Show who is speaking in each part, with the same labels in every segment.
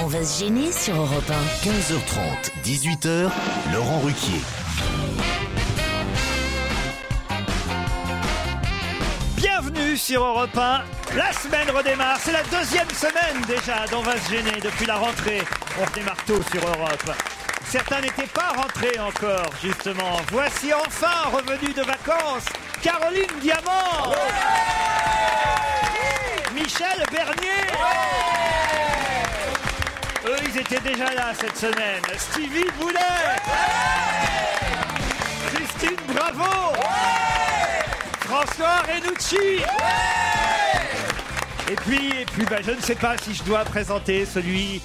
Speaker 1: On va se gêner sur Europe 1.
Speaker 2: 15h30, 18h, Laurent Ruquier.
Speaker 3: Bienvenue sur Europe 1. La semaine redémarre. C'est la deuxième semaine déjà d'On va se gêner depuis la rentrée. On redémarre tôt sur Europe. Certains n'étaient pas rentrés encore, justement. Voici enfin revenu de vacances Caroline Diamant. Michel Bernier. Eux, ils étaient déjà là cette semaine. Stevie Boulet. Christine Bravo. François Renucci Et puis, et puis bah, je ne sais pas si je dois présenter celui,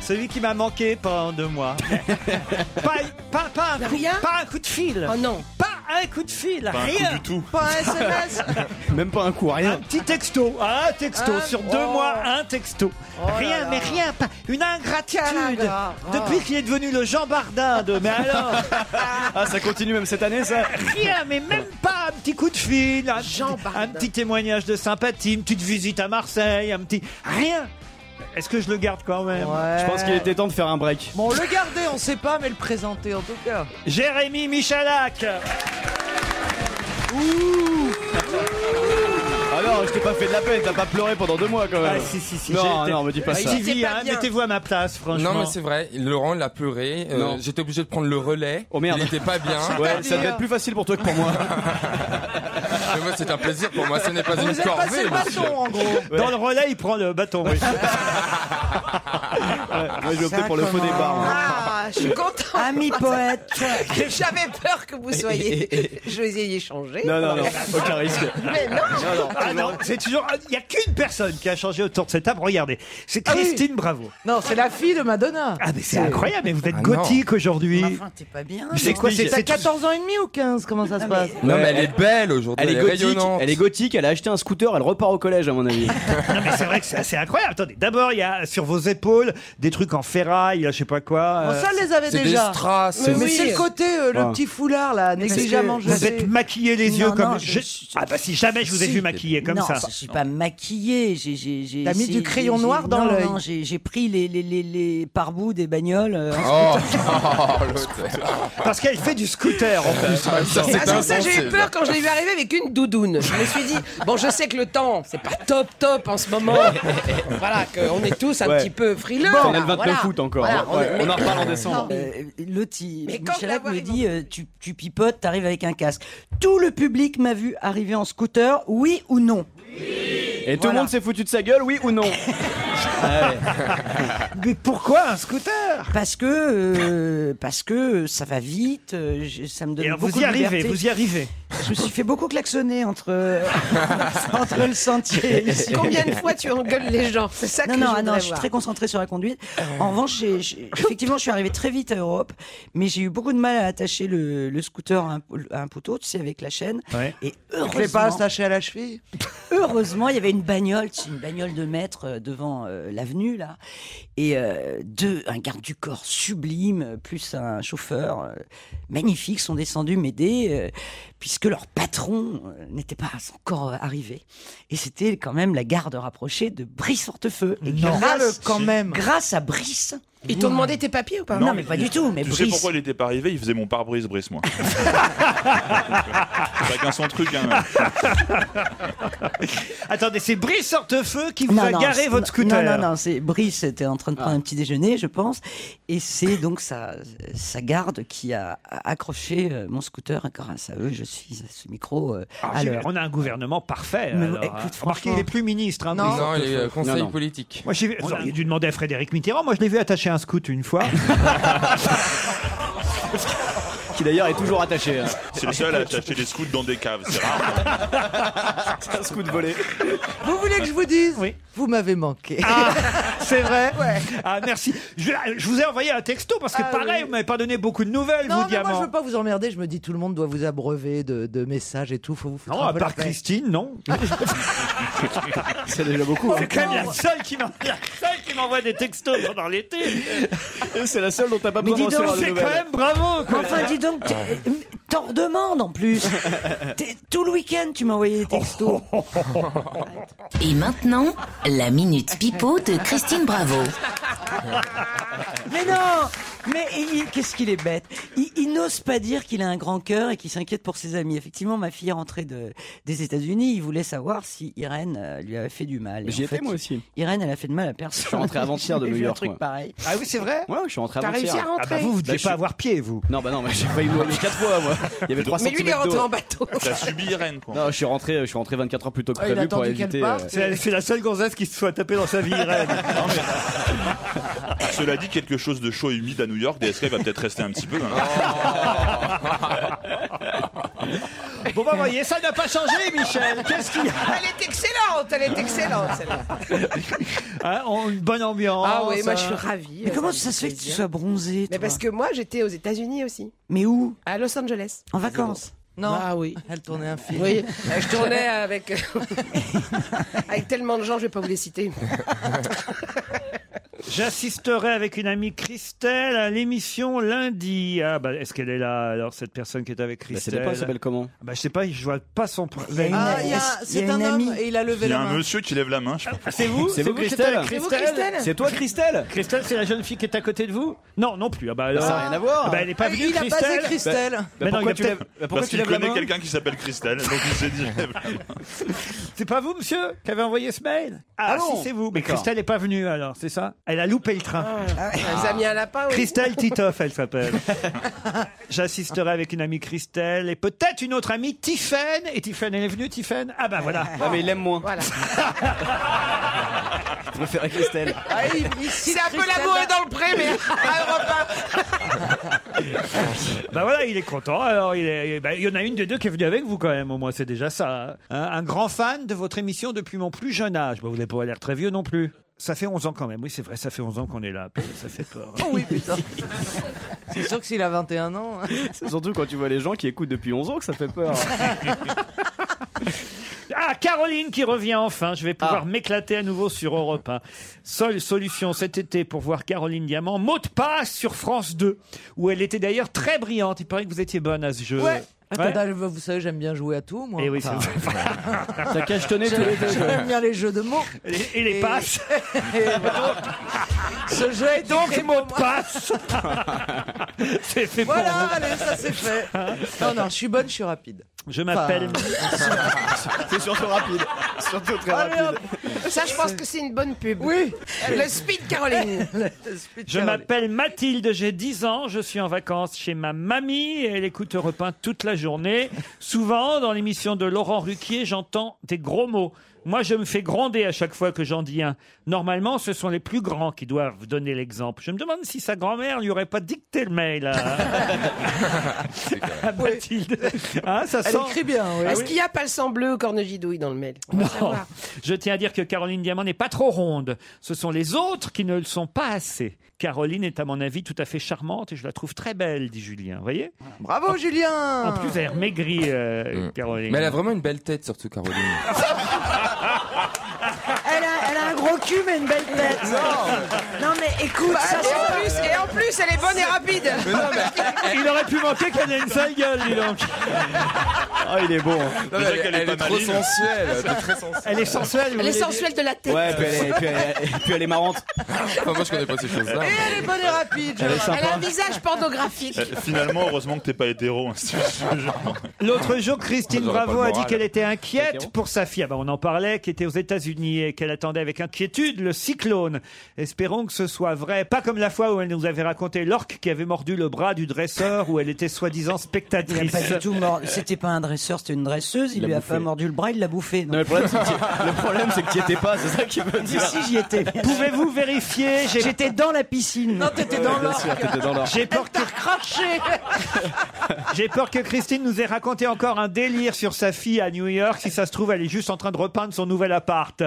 Speaker 3: celui qui m'a manqué pendant deux mois. pas, pas, pas un coup, pas un coup de fil Oh non Pas un coup de fil
Speaker 4: Pas un coup
Speaker 3: Rien
Speaker 4: du tout.
Speaker 3: Pas un SMS
Speaker 4: Même pas un coup, rien.
Speaker 3: Petit texto Un texto
Speaker 5: Un-
Speaker 3: Sur deux
Speaker 5: Oh.
Speaker 3: mois, un texto Rien, mais rien pas- Une ingratitude
Speaker 5: Calagra. Ah.
Speaker 3: Depuis qu'il est devenu le Jean Bardin de... Mais alors
Speaker 4: Ah, ça continue même cette année, ça
Speaker 3: rien, mais même pas un petit coup de fil, un, petit- un petit témoignage de sympathie, une petite visite à Marseille, un petit. Rien Est-ce que je le garde quand même
Speaker 4: Je pense qu'il était temps de faire un break.
Speaker 5: Bon, le garder, on sait pas, mais le présenter en tout cas.
Speaker 3: Jérémy Michalak
Speaker 4: Alors, Ah je t'ai pas fait de la peine, t'as pas pleuré pendant deux mois quand même.
Speaker 3: Ah, si, si, si.
Speaker 4: Non,
Speaker 3: j'étais-
Speaker 4: non, me dis pas
Speaker 3: Ah,
Speaker 4: ça.
Speaker 3: j'y vis, hein, mettez-vous à ma place, franchement.
Speaker 6: Non mais c'est vrai, Laurent l'a pleuré, euh,
Speaker 4: Non.
Speaker 6: j'étais obligé de prendre le relais,
Speaker 4: Oh, merde.
Speaker 6: il était Ah, pas bien,
Speaker 4: Ouais, ça devait être plus facile pour toi que pour moi.
Speaker 6: mais moi c'est un plaisir pour moi, ce n'est pas une
Speaker 5: Vous avez passé
Speaker 6: corvée
Speaker 5: le
Speaker 6: monsieur.
Speaker 5: bâton en gros.
Speaker 3: Dans le relais, il prend le bâton. oui.
Speaker 4: Moi, je vais opter pour le faux départ.
Speaker 3: hein.
Speaker 4: moi.
Speaker 7: Ah, je suis contente.
Speaker 5: Ami poète.
Speaker 7: J'avais peur que vous soyez. Je vous ayez changé.
Speaker 4: Non, non, non, aucun risque.
Speaker 7: Mais non.
Speaker 3: Ah non, c'est toujours. Il n'y a qu'une personne qui a changé autour de cette table, regardez. C'est
Speaker 5: Ah
Speaker 3: Christine Bravo.
Speaker 5: Non, c'est la fille de Madonna.
Speaker 3: Ah, mais c'est incroyable, mais vous êtes
Speaker 6: Ah non.
Speaker 3: gothique aujourd'hui.
Speaker 5: t'es pas bien.
Speaker 3: C'est quoi c'est-
Speaker 5: T'as
Speaker 3: c'est-
Speaker 5: 14 ans et demi ou 15 Comment ça se passe
Speaker 6: Non mais elle
Speaker 4: Ouais.
Speaker 6: est belle aujourd'hui,
Speaker 4: Elle est gothique,
Speaker 6: rayonnante.
Speaker 4: elle est gothique, elle a acheté un scooter, elle repart au collège à mon avis.
Speaker 3: Non, mais c'est vrai que c'est assez incroyable. Attendez, d'abord, il y a sur vos épaules des trucs en ferraille, je sais pas quoi.
Speaker 5: Bon,
Speaker 3: euh,
Speaker 5: Ça, elle les avait
Speaker 6: C'est des
Speaker 5: déjà.
Speaker 6: strass,
Speaker 5: Mais
Speaker 6: c'est-
Speaker 5: c'est le côté, euh, le
Speaker 3: Ah.
Speaker 4: Ouais.
Speaker 5: petit foulard là, négligemment
Speaker 3: vous
Speaker 5: jeté.
Speaker 3: êtes maquillé les yeux
Speaker 8: Non,
Speaker 3: comme
Speaker 8: non,
Speaker 3: je-
Speaker 8: je-
Speaker 3: Ah bah si jamais je vous ai
Speaker 8: Si.
Speaker 3: vu maquillé comme
Speaker 8: non,
Speaker 3: ça.
Speaker 8: Je suis pas maquillée. J'ai, j'ai, j'ai,
Speaker 5: T'as mis
Speaker 8: j'ai-
Speaker 5: du crayon
Speaker 8: j'ai-
Speaker 5: noir dans
Speaker 8: non,
Speaker 5: l'œil.
Speaker 8: Non, j'ai, j'ai pris les, les, les, les pare-boues des bagnoles. euh,
Speaker 6: Oh,
Speaker 4: Ah,
Speaker 6: oh, l'autre.
Speaker 3: Parce qu'elle fait du scooter en plus.
Speaker 6: Ça, c'est
Speaker 7: Ah, c'est pour ça,
Speaker 6: insensé.
Speaker 7: j'ai eu peur quand je l'ai vu arriver avec une doudoune. Je me suis dit, bon, je sais que le temps, c'est pas top, top en ce moment. voilà, qu'on est tous un
Speaker 4: Ouais.
Speaker 7: petit peu frileux.
Speaker 4: on a
Speaker 7: là,
Speaker 4: le 29
Speaker 7: voilà.
Speaker 4: août encore. hein.
Speaker 7: Voilà, on
Speaker 4: Ouais,
Speaker 7: est-
Speaker 4: on en reparle en décembre.
Speaker 8: euh, l'autre, il-
Speaker 7: Mais quand
Speaker 8: Michalak
Speaker 7: la voix
Speaker 8: me
Speaker 7: est
Speaker 8: dit euh, tu, tu pipotes, t'arrives avec un casque. Tout le public m'a vu arriver en scooter, oui ou non
Speaker 4: Et tout le
Speaker 8: Voilà.
Speaker 4: monde s'est foutu de sa gueule, oui ou non
Speaker 3: Mais pourquoi un scooter
Speaker 8: Parce que, euh, parce que ça va vite, euh, je- ça me donne
Speaker 3: Et alors,
Speaker 8: beaucoup
Speaker 3: vous y
Speaker 8: de
Speaker 3: arrivez,
Speaker 8: liberté.
Speaker 3: vous y arrivez.
Speaker 8: Je me suis fait beaucoup klaxonner entre, entre le sentier et ici.
Speaker 7: Combien de fois tu engueules les gens C'est ça
Speaker 8: Non,
Speaker 7: que
Speaker 8: non,
Speaker 7: je
Speaker 8: ah non,
Speaker 7: voudrais
Speaker 8: je suis
Speaker 7: voir.
Speaker 8: très concentrée sur la conduite.
Speaker 3: Euh.
Speaker 8: En revanche, j'ai- j'ai- effectivement, je suis arrivée très vite à Europe, mais j'ai eu beaucoup de mal à attacher le, le scooter à un, pou- à un poteau, tu sais, avec la chaîne.
Speaker 3: Ouais.
Speaker 8: Et
Speaker 5: Je vais pas
Speaker 8: heureusement,
Speaker 5: attaché à la cheville.
Speaker 8: heureusement, il y avait une bagnole, tu sais, une bagnole de maître euh, devant euh, l'avenue, là. Et euh, deux, un garde du corps sublime, euh, plus un chauffeur euh, magnifique, sont descendus m'aider, euh, puisque leur patron euh, n'était pas encore arrivé. Et c'était quand même la garde rapprochée de Brice-Hortefeux. Et
Speaker 3: Non.
Speaker 5: Râle quand même.
Speaker 8: grâce à Brice.
Speaker 7: Ils t'ont demandé tes papiers ou pas
Speaker 8: Non, mais pas du tout, mais
Speaker 4: tu
Speaker 8: Brice.
Speaker 4: sais
Speaker 8: Sais
Speaker 4: pourquoi
Speaker 6: il était pas arrivé, il faisait mon pare-brise, Brice, moi.
Speaker 4: Chacun son truc.
Speaker 9: hein.
Speaker 3: Attendez, c'est Brice Hortefeux qui vous a garé votre scooter.
Speaker 8: Non, non, non, c'est Brice était en train de prendre un petit déjeuner, je pense, et c'est donc sa, sa garde qui a accroché euh, mon scooter. Grâce à eux, je suis à ce micro euh,
Speaker 3: Alors,
Speaker 8: à
Speaker 3: Ah, j'ai-
Speaker 8: l'heure.
Speaker 3: on a un gouvernement parfait.
Speaker 8: Mais
Speaker 3: alors,
Speaker 8: écoute,
Speaker 3: hein.
Speaker 8: franchement-
Speaker 3: Remarquez, il est plus ministre. hein, Brice
Speaker 6: Non, il
Speaker 3: Hortefeux.
Speaker 6: est euh, conseil
Speaker 4: Non, non.
Speaker 6: politique.
Speaker 3: Moi, j'ai vu- vous auriez dû demander à Frédéric Mitterrand. Moi, je l'ai vu attacher un scout une fois.
Speaker 4: qui d'ailleurs est toujours attaché. hein.
Speaker 9: C'est le seul à attacher des scouts dans des caves, c'est rare.
Speaker 4: C'est un scout volé.
Speaker 5: Vous voulez que je vous dise Vous m'avez manqué.
Speaker 3: Ah, c'est vrai Ah, merci. Je, je vous ai envoyé un texto parce que
Speaker 5: Ah,
Speaker 3: pareil,
Speaker 5: oui.
Speaker 3: vous m'avez pas donné beaucoup de nouvelles,
Speaker 5: non,
Speaker 3: vous,
Speaker 5: mais moi, je
Speaker 3: Diamant.
Speaker 5: veux pas vous emmerder. Je me dis, tout le monde doit vous abreuver de, de messages et tout. Faut vous foutre
Speaker 3: non,
Speaker 5: un
Speaker 3: à
Speaker 5: peu la
Speaker 3: part
Speaker 5: paix.
Speaker 3: Christine, non.
Speaker 4: C'est déjà beaucoup. hein.
Speaker 3: C'est quand même la seule qui m'en- la seule qui m'envoie des textos pendant l'été.
Speaker 4: C'est la seule dont t'as pas
Speaker 8: Mais
Speaker 4: besoin
Speaker 8: dis
Speaker 4: de
Speaker 8: donc,
Speaker 4: recevoir de
Speaker 3: C'est quand
Speaker 4: nouvelles.
Speaker 3: même bravo. quoi.
Speaker 8: Enfin, dis donc, t'es- euh, t'en redemandes en plus. T'es- Tout le week-end, tu m'as envoyé des textos.
Speaker 1: Et maintenant, la minute pipeau de Christine Bravo.
Speaker 8: Mais non Mais il- il- qu'est-ce qu'il est bête Il, il n'ose pas dire qu'il a un grand cœur et qu'il s'inquiète pour ses amis. Effectivement, ma fille est rentrée de, des États-Unis. Il voulait savoir si Irène euh, lui avait fait du mal. Et
Speaker 4: J'y
Speaker 8: en
Speaker 4: étais
Speaker 8: fait,
Speaker 4: moi aussi.
Speaker 8: Irène, elle a fait de mal à personne.
Speaker 4: Je suis rentré avant-hier de
Speaker 8: J'ai
Speaker 4: New
Speaker 8: vu un
Speaker 4: York,
Speaker 8: truc
Speaker 4: moi.
Speaker 8: pareil.
Speaker 5: Ah oui, c'est vrai
Speaker 4: Ouais, je suis rentré
Speaker 7: T'as
Speaker 4: avant-hier.
Speaker 7: réussi à
Speaker 3: Ah bah
Speaker 7: rentrer
Speaker 3: vous, vous
Speaker 4: Bah,
Speaker 3: deviez
Speaker 4: je
Speaker 3: pas
Speaker 4: suis-
Speaker 3: avoir pied, vous.
Speaker 4: Non, bah non, mais j'ai failli aller quatre fois, moi. Il y avait 3
Speaker 7: Mais lui, il est rentré en bateau.
Speaker 9: T'as subi Irène, quoi.
Speaker 4: Non, je suis rentré, je suis rentré 24 heures plus tôt que
Speaker 5: Ah, il
Speaker 4: prévu pour
Speaker 5: attendait qu'elle
Speaker 4: éviter. euh,
Speaker 5: parte.
Speaker 3: C'est c'est la seule gonzesse qui se soit tapée dans sa vie, Irène.
Speaker 9: Cela dit, quelque chose de chaud et humide à New York, DSK va peut-être rester un petit peu. hein.
Speaker 3: Ah, Bon, bah, voyez, ça n'a pas changé, Michel. Qu'est-ce qu'il y a
Speaker 7: Elle est excellente, elle est excellente celle-là.
Speaker 3: Hein, on- Une bonne ambiance.
Speaker 7: Ah oui, moi
Speaker 3: hein.
Speaker 7: je suis ravie.
Speaker 8: Mais comment
Speaker 7: me
Speaker 8: ça se
Speaker 7: fait
Speaker 8: fait que tu
Speaker 7: plaisir.
Speaker 8: sois bronzée
Speaker 7: Mais
Speaker 8: toi
Speaker 7: parce que moi j'étais aux États-Unis aussi,
Speaker 8: Mais où
Speaker 7: à Los Angeles.
Speaker 8: En vacances
Speaker 5: Non.
Speaker 7: Ah oui.
Speaker 5: Elle tournait un film.
Speaker 7: Oui, euh, je tournais avec euh, avec tellement de gens, je vais pas vous les citer.
Speaker 3: J'assisterai avec une amie Christelle à l'émission lundi. Ah, bah, est-ce qu'elle est là, alors, cette personne qui est avec
Speaker 4: Bah, c'est
Speaker 3: Christelle
Speaker 4: pas, ça s'appelle comment
Speaker 3: Bah, je sais pas, je vois pas son. pr-
Speaker 8: y a une-
Speaker 5: Ah, il y a-
Speaker 8: Il y
Speaker 5: c'est
Speaker 8: a
Speaker 5: un
Speaker 8: une
Speaker 5: homme
Speaker 8: amie.
Speaker 5: et il a levé
Speaker 9: Il y
Speaker 5: la
Speaker 9: a un
Speaker 5: main.
Speaker 9: monsieur qui lève la main, je sais pas.
Speaker 3: Ah, C'est vous
Speaker 4: C'est vous,
Speaker 3: qui êtes
Speaker 4: Christelle
Speaker 3: avec
Speaker 7: C'est vous, Christelle
Speaker 4: C'est toi, Christelle
Speaker 3: Christelle, c'est la jeune fille qui est à côté de vous Non, non plus. Ah bah, alors-
Speaker 4: Ça n'a rien à voir.
Speaker 3: Ah bah, elle n'est pas
Speaker 5: Ah,
Speaker 3: venue,
Speaker 5: il a
Speaker 3: Christelle.
Speaker 5: passé Christelle.
Speaker 3: Mais
Speaker 4: Bah,
Speaker 3: non, il y a
Speaker 4: pourquoi tu
Speaker 3: peut-être-
Speaker 4: lèves bah, pourquoi
Speaker 9: Parce
Speaker 4: tu
Speaker 9: qu'il
Speaker 4: lèves la
Speaker 9: connaît
Speaker 4: main
Speaker 9: quelqu'un qui s'appelle Christelle, donc il s'est dit. je lève la main.
Speaker 3: C'est pas vous, monsieur, qui avez envoyé ce mail Ah,
Speaker 4: Ah non.
Speaker 3: si, c'est vous. Mais
Speaker 4: D'accord.
Speaker 3: Christelle n'est pas venue, alors, c'est ça Elle a loupé le train.
Speaker 7: Ah, Elle nous a mis un lapin. oui.
Speaker 3: Christelle Titoff, elle s'appelle. J'assisterai avec une amie Christelle et peut-être une autre amie, Tiffaine. Et Tiffaine, elle est venue, Tiffaine Ah bah voilà.
Speaker 4: Ah, mais il l'aime moins.
Speaker 7: Voilà.
Speaker 4: Je préfère à Christelle.
Speaker 5: Ah, il- il cite
Speaker 7: C'est un peu
Speaker 5: Christelle.
Speaker 7: labouré dans le pré, mais à Europe un.
Speaker 3: Bah voilà, il est content. Alors, il, est- bah, il y en a une des deux qui est venue avec vous quand même, au moins, c'est déjà ça. hein. Un, un grand fan de votre émission depuis mon plus jeune âge. Bah, vous n'avez pas l'air très vieux non plus. Ça fait 11 ans quand même. Oui, c'est vrai, ça fait 11 ans qu'on est là. Putain, Ça fait peur.
Speaker 5: Oh oui, putain. C'est sûr que s'il a 21 ans. hein.
Speaker 4: C'est surtout quand tu vois les gens qui écoutent depuis 11 ans que ça fait peur.
Speaker 3: Ah, Caroline qui revient enfin. Je vais pouvoir
Speaker 4: Ah.
Speaker 3: m'éclater à nouveau sur Europe 1. Seule solution cet été pour voir Caroline Diamant. Mot de passe sur France 2, où elle était d'ailleurs très brillante. Il paraît que vous étiez bonne à ce jeu.
Speaker 5: Ouais.
Speaker 3: Ouais.
Speaker 5: Attends, vous savez, j'aime bien jouer à tout, moi.
Speaker 3: Et Eh oui, c'est
Speaker 5: Enfin,
Speaker 3: vrai.
Speaker 4: Ça cachetonné tous les deux.
Speaker 5: J'aime bien les jeux de mots.
Speaker 3: Et, et les
Speaker 5: Et-
Speaker 3: passes.
Speaker 5: Et voilà. Ce jeu est donc
Speaker 3: Donc, mot de passe. C'est fait pour
Speaker 5: Voilà,
Speaker 3: vous.
Speaker 5: allez, ça c'est fait. Non, non, je suis bonne, je suis rapide.
Speaker 3: Je m'appelle.
Speaker 4: C'est surtout rapide. Surtout très rapide.
Speaker 7: Ah, Ça, je pense que c'est une bonne pub.
Speaker 5: Oui.
Speaker 7: Le speed Caroline.
Speaker 3: Je m'appelle Mathilde, j'ai 10 ans, je suis en vacances chez ma mamie et elle écoute Europe 1 toute la journée. Souvent, dans l'émission de Laurent Ruquier, j'entends des gros mots. Moi, je me fais gronder à chaque fois que j'en dis un. Normalement, ce sont les plus grands qui doivent donner l'exemple. Je me demande si sa grand-mère lui aurait pas dicté le mail à, à Mathilde. Hein, ça
Speaker 5: Elle
Speaker 3: sent- Ah
Speaker 5: écrit bien, oui.
Speaker 7: Est-ce qu'il n'y a pas le sang bleu au cornegidouille dans le mail On va
Speaker 3: Non.
Speaker 7: savoir.
Speaker 3: Je tiens à dire que Caroline Diamant n'est pas trop ronde. Ce sont les autres qui ne le sont pas assez. Caroline est, à mon avis, tout à fait charmante et je la trouve très belle, dit Julien. Vous voyez
Speaker 5: Bravo, Julien.
Speaker 3: En plus, elle a l'air maigrie, euh,
Speaker 9: Mmh.
Speaker 6: Mm.
Speaker 3: Caroline.
Speaker 6: Mais elle a vraiment une belle tête, surtout, Caroline.
Speaker 8: elle a, elle a un gros cul mais une belle tête. Non, mais écoute, ça
Speaker 7: Bah, Et en
Speaker 8: c'est
Speaker 7: plus, et en plus, elle est bonne et rapide.
Speaker 3: Il aurait pu manquer qu'elle ait une sale gueule, dis donc.
Speaker 4: Ah, il est bon.
Speaker 6: Non, mais
Speaker 9: Déjà
Speaker 6: elle,
Speaker 9: qu'elle est
Speaker 6: elle
Speaker 9: pas
Speaker 6: est trop
Speaker 9: maligne.
Speaker 6: sensuelle. elle est très sensuelle.
Speaker 3: Elle est sensuelle. vous
Speaker 7: Elle est
Speaker 3: voulez
Speaker 7: sensuelle de la tête.
Speaker 4: Ouais, puis elle est, puis elle est- puis elle est marrante.
Speaker 6: Enfin, moi, je connais pas ces choses-là.
Speaker 5: Et elle est bonne et rapide. je-
Speaker 7: Elle a un visage pornographique.
Speaker 9: Euh, Finalement, heureusement que t'es pas hétéro. hein, c'est ce genre.
Speaker 3: L'autre jour, Christine
Speaker 6: J'aurais pas
Speaker 3: Bravo
Speaker 6: le
Speaker 3: a
Speaker 6: moral.
Speaker 3: dit qu'elle était inquiète
Speaker 4: Hétéro.
Speaker 3: pour sa fille. Ah ben, on en parlait, qui était aux États-Unis et qu'elle attendait avec inquiétude le cyclone. Espérons que ce soit vrai. Pas comme la fois où elle nous avait raconté l'orque qui avait mordu le bras du dresseur où elle était soi-disant
Speaker 8: Il
Speaker 3: spectatrice.
Speaker 8: a pas du tout mort. C'était pas un dresseur, c'était une dresseuse. Il,
Speaker 4: l'a
Speaker 8: lui a
Speaker 4: bouffé.
Speaker 8: pas mordu le bras, il l'a bouffé.
Speaker 4: Non,
Speaker 8: Non.
Speaker 4: mais le problème, c'est que t'y- le problème, c'est que t'y étais pas, c'est ça qui veut dire.
Speaker 8: Si j'y étais. bien sûr.
Speaker 3: Pouvez-vous vérifier J'ai
Speaker 8: J'étais dans la piscine.
Speaker 5: Non, t'étais dans
Speaker 4: Bien
Speaker 5: l'or.
Speaker 4: sûr, t'étais dans l'or.
Speaker 3: j'ai peur que
Speaker 5: Craché.
Speaker 3: J'ai peur que Christine nous ait raconté encore un délire sur sa fille à New York. Si ça se trouve, elle est juste en train de repeindre son nouvel appart.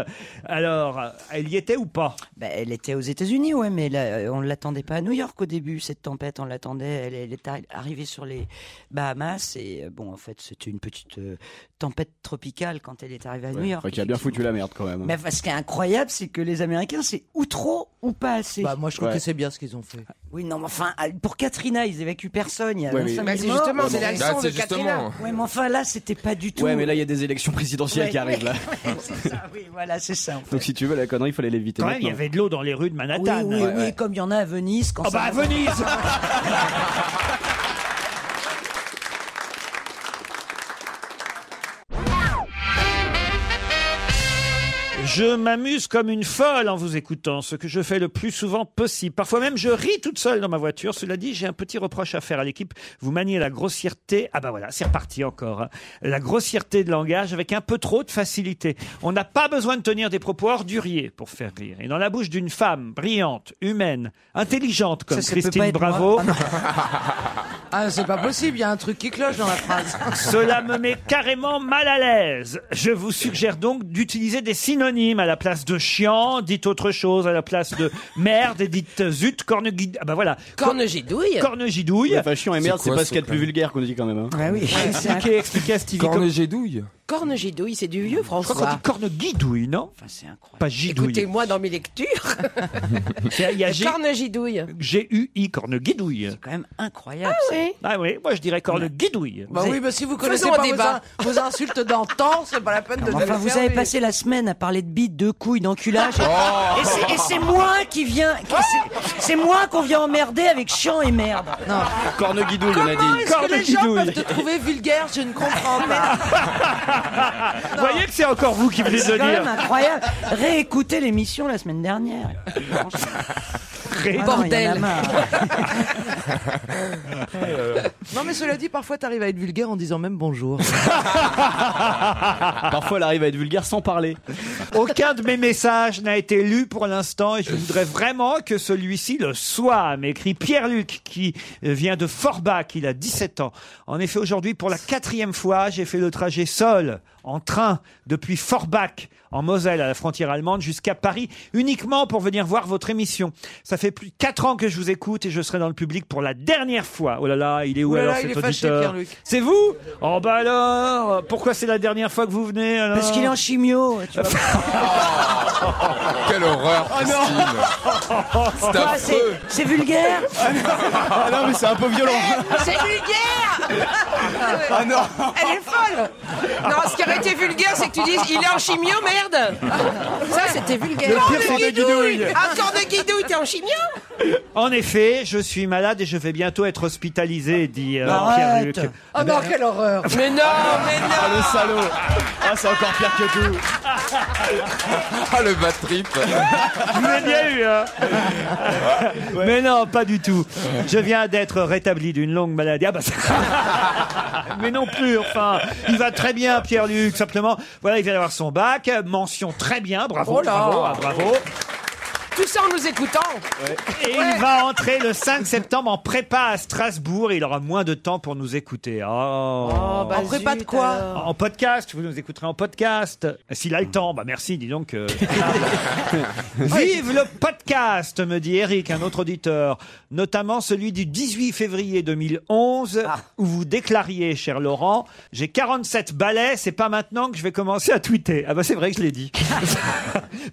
Speaker 3: Alors, elle y était ou pas
Speaker 8: Ben, elle était aux États-Unis, ouais, mais là, euh, on ne l'attendait pas à New York au début, cette tempête. On l'attendait, elle, elle est arri- arrivée sur les Bahamas. Et euh, bon, en fait, c'était une petite euh, tempête tropicale quand elle est arrivée à New York.
Speaker 4: qui a bien foutu la merde quand même.
Speaker 8: Mais enfin, ce qui est incroyable, c'est que les Américains, c'est ou trop ou pas assez.
Speaker 5: Bah, moi, je trouve
Speaker 4: Ouais.
Speaker 5: que c'est bien ce qu'ils ont fait.
Speaker 8: Oui, non, mais enfin, ah, pour Katrina, ils évacuent personne. Il y a
Speaker 4: Ouais,
Speaker 8: 25 000
Speaker 7: mais- Bah, c'est
Speaker 8: morts.
Speaker 7: justement, c'est la
Speaker 8: Ouais,
Speaker 7: leçon
Speaker 6: Là,
Speaker 7: de
Speaker 6: c'est
Speaker 7: Katrina.
Speaker 6: justement.
Speaker 8: Ouais, mais enfin, là, c'était pas du tout.
Speaker 4: Ouais, mais là, il y a des élections présidentielles
Speaker 8: Ouais,
Speaker 4: qui arrivent là.
Speaker 8: ouais, c'est ça, oui, voilà, c'est ça. en fait.
Speaker 4: Donc, si tu veux, la connerie, il fallait l'éviter.
Speaker 3: Quand même, il y
Speaker 4: maintenant.
Speaker 3: avait de l'eau dans les rues de
Speaker 8: Oui,
Speaker 3: Manhattan.
Speaker 8: oui,
Speaker 4: Ouais,
Speaker 8: oui,
Speaker 4: ouais.
Speaker 8: comme il y en a à Venise. Quand
Speaker 3: Oh
Speaker 8: ça
Speaker 3: bah à Venise Je m'amuse comme une folle en vous écoutant, ce que je fais le plus souvent possible. Parfois même, je ris toute seule dans ma voiture. Cela dit, j'ai un petit reproche à faire à l'équipe. Vous maniez la grossièreté. Ah bah voilà, c'est reparti encore. hein. La grossièreté de langage avec un peu trop de facilité. On n'a pas besoin de tenir des propos orduriers pour faire rire. Et dans la bouche d'une femme brillante, humaine, intelligente
Speaker 8: Ça,
Speaker 3: comme
Speaker 8: ça peut pas
Speaker 3: Christine
Speaker 8: être moi.
Speaker 3: Bravo,
Speaker 8: Ah non.
Speaker 7: Ah, c'est pas possible, il y a un truc qui cloche dans la phrase.
Speaker 3: Cela me met carrément mal à l'aise. Je vous suggère donc d'utiliser des synonymes à la place de chiant, dites autre chose, à la place de merde, et dites zut, corne guide. Ah bah voilà,
Speaker 7: Corne gidouille.
Speaker 3: corne gidouille.
Speaker 4: Ouais, Enfin, chiant et
Speaker 6: C'est
Speaker 4: merde, c'est
Speaker 6: quoi
Speaker 4: pas
Speaker 6: ce
Speaker 4: ce qu'il y a de plus
Speaker 6: truc-là
Speaker 4: vulgaire qu'on dit quand même. hein.
Speaker 8: Ah oui, c'est inc-
Speaker 3: Expliquez, expliquez à Stevie.
Speaker 6: Corne
Speaker 3: Corne...
Speaker 6: Gédouille.
Speaker 7: Corne gidouille, c'est du vieux
Speaker 3: Je crois qu'on dit
Speaker 7: François.
Speaker 3: corne guidouille, non
Speaker 8: enfin, c'est incroyable.
Speaker 3: Pas gidouille.
Speaker 7: Écoutez-moi dans mes lectures.
Speaker 3: C'est- Il y a G-
Speaker 7: Corne gidouille.
Speaker 3: G-U-I, corne guidouille.
Speaker 8: C'est quand même incroyable.
Speaker 7: Oui.
Speaker 3: Ah oui, moi je dirais corne guidouille.
Speaker 5: Bah oui, mais si vous
Speaker 7: connaissez pas vos
Speaker 5: vos, insultes d'antan, c'est pas la peine
Speaker 8: Mais Enfin, vous avez passé la semaine à parler de bites, de couilles, d'enculage.
Speaker 5: Oh.
Speaker 3: Oh.
Speaker 8: Et c'est- Et c'est moi qui viens. qui- c'est- C'est moi qu'on vient emmerder avec chiant et merde. Non,
Speaker 4: Corne guidouille, on a dit.
Speaker 3: Corne guidouille.
Speaker 7: te trouver vulgaire, je ne comprends pas.
Speaker 3: Vous voyez que c'est encore vous qui venez
Speaker 8: c'est
Speaker 3: de
Speaker 8: quand même
Speaker 3: dire.
Speaker 8: incroyable. Réécoutez l'émission la semaine dernière. Franchement,
Speaker 3: Cré-
Speaker 8: ah non, il y en a
Speaker 7: Bordel.
Speaker 8: marre.
Speaker 3: Euh,
Speaker 5: Non, mais cela dit, parfois, t'arrives à être vulgaire en disant même bonjour.
Speaker 8: Ah,
Speaker 4: Parfois, elle arrive à être vulgaire sans parler.
Speaker 3: Aucun de mes messages n'a été lu pour l'instant et je voudrais vraiment que celui-ci le soit, m'écrit Pierre-Luc qui euh, vient de Forbach, il a 17 ans. En effet, aujourd'hui, pour la quatrième fois, j'ai fait le trajet seul, en train, depuis Forbach, en Moselle, à la frontière allemande, jusqu'à Paris, uniquement pour venir voir votre émission. Ça fait plus de 4 ans que je vous écoute et je serai dans le public pour la dernière fois. Oh là là, il est où
Speaker 5: Oh là
Speaker 3: alors
Speaker 5: là, il
Speaker 3: cet
Speaker 5: est fâché,
Speaker 3: auditeur
Speaker 5: Pierre-Luc.
Speaker 3: C'est vous Oh bah alors Pourquoi c'est la dernière fois que vous venez alors
Speaker 8: Parce qu'il est en chimio. tu vois.
Speaker 6: Quelle horreur,
Speaker 7: Oh
Speaker 3: Oh,
Speaker 6: Christine. C'est
Speaker 8: Ah, c'est-
Speaker 6: affreux.
Speaker 8: C'est vulgaire.
Speaker 4: Ah non, mais c'est un peu violent.
Speaker 7: Ah, C'est vulgaire Ah non Elle est folle Non, ce qui aurait été vulgaire, c'est que tu dises il est en chimio, merde Ça, c'était vulgaire.
Speaker 4: Le pire, c'est de guidouille.
Speaker 7: Un corps de guidouille, t'es en chimio
Speaker 3: En effet, je suis malade et je vais bientôt être hospitalisé, dit euh,
Speaker 8: Bah, Arrête.
Speaker 3: Pierre-Luc.
Speaker 5: Ah,
Speaker 3: Ah, bah,
Speaker 7: Oh
Speaker 8: bah,
Speaker 7: non, quelle horreur Mais non, mais non
Speaker 4: Ah, le salaud. Ah, c'est encore pire que tout.
Speaker 6: Ah, le bad trip.
Speaker 3: Je vous ai bien eu, hein Mais non, pas du tout. Je viens d'être rétabli d'une longue maladie. Ah bah, ça- Mais non plus, enfin. Il va très bien, Pierre-Luc. Simplement, voilà, il vient d'avoir son bac. Mention très bien. Bravo,
Speaker 7: Oh là.
Speaker 3: bravo, ah, bravo.
Speaker 7: Tout ça en nous écoutant
Speaker 3: Et il va entrer le 5 septembre en prépa à Strasbourg. Et il aura moins de temps pour nous écouter. Oh.
Speaker 7: En prépa de quoi
Speaker 3: En podcast, vous nous écouterez en podcast. S'il a le temps, bah merci, dis donc. euh. Vive le podcast, me dit Eric, un autre auditeur, notamment celui du 18 février 2011, où vous déclariez, cher Laurent, j'ai 47 balais, c'est pas maintenant que je vais commencer à tweeter. Ah bah c'est vrai que je l'ai dit.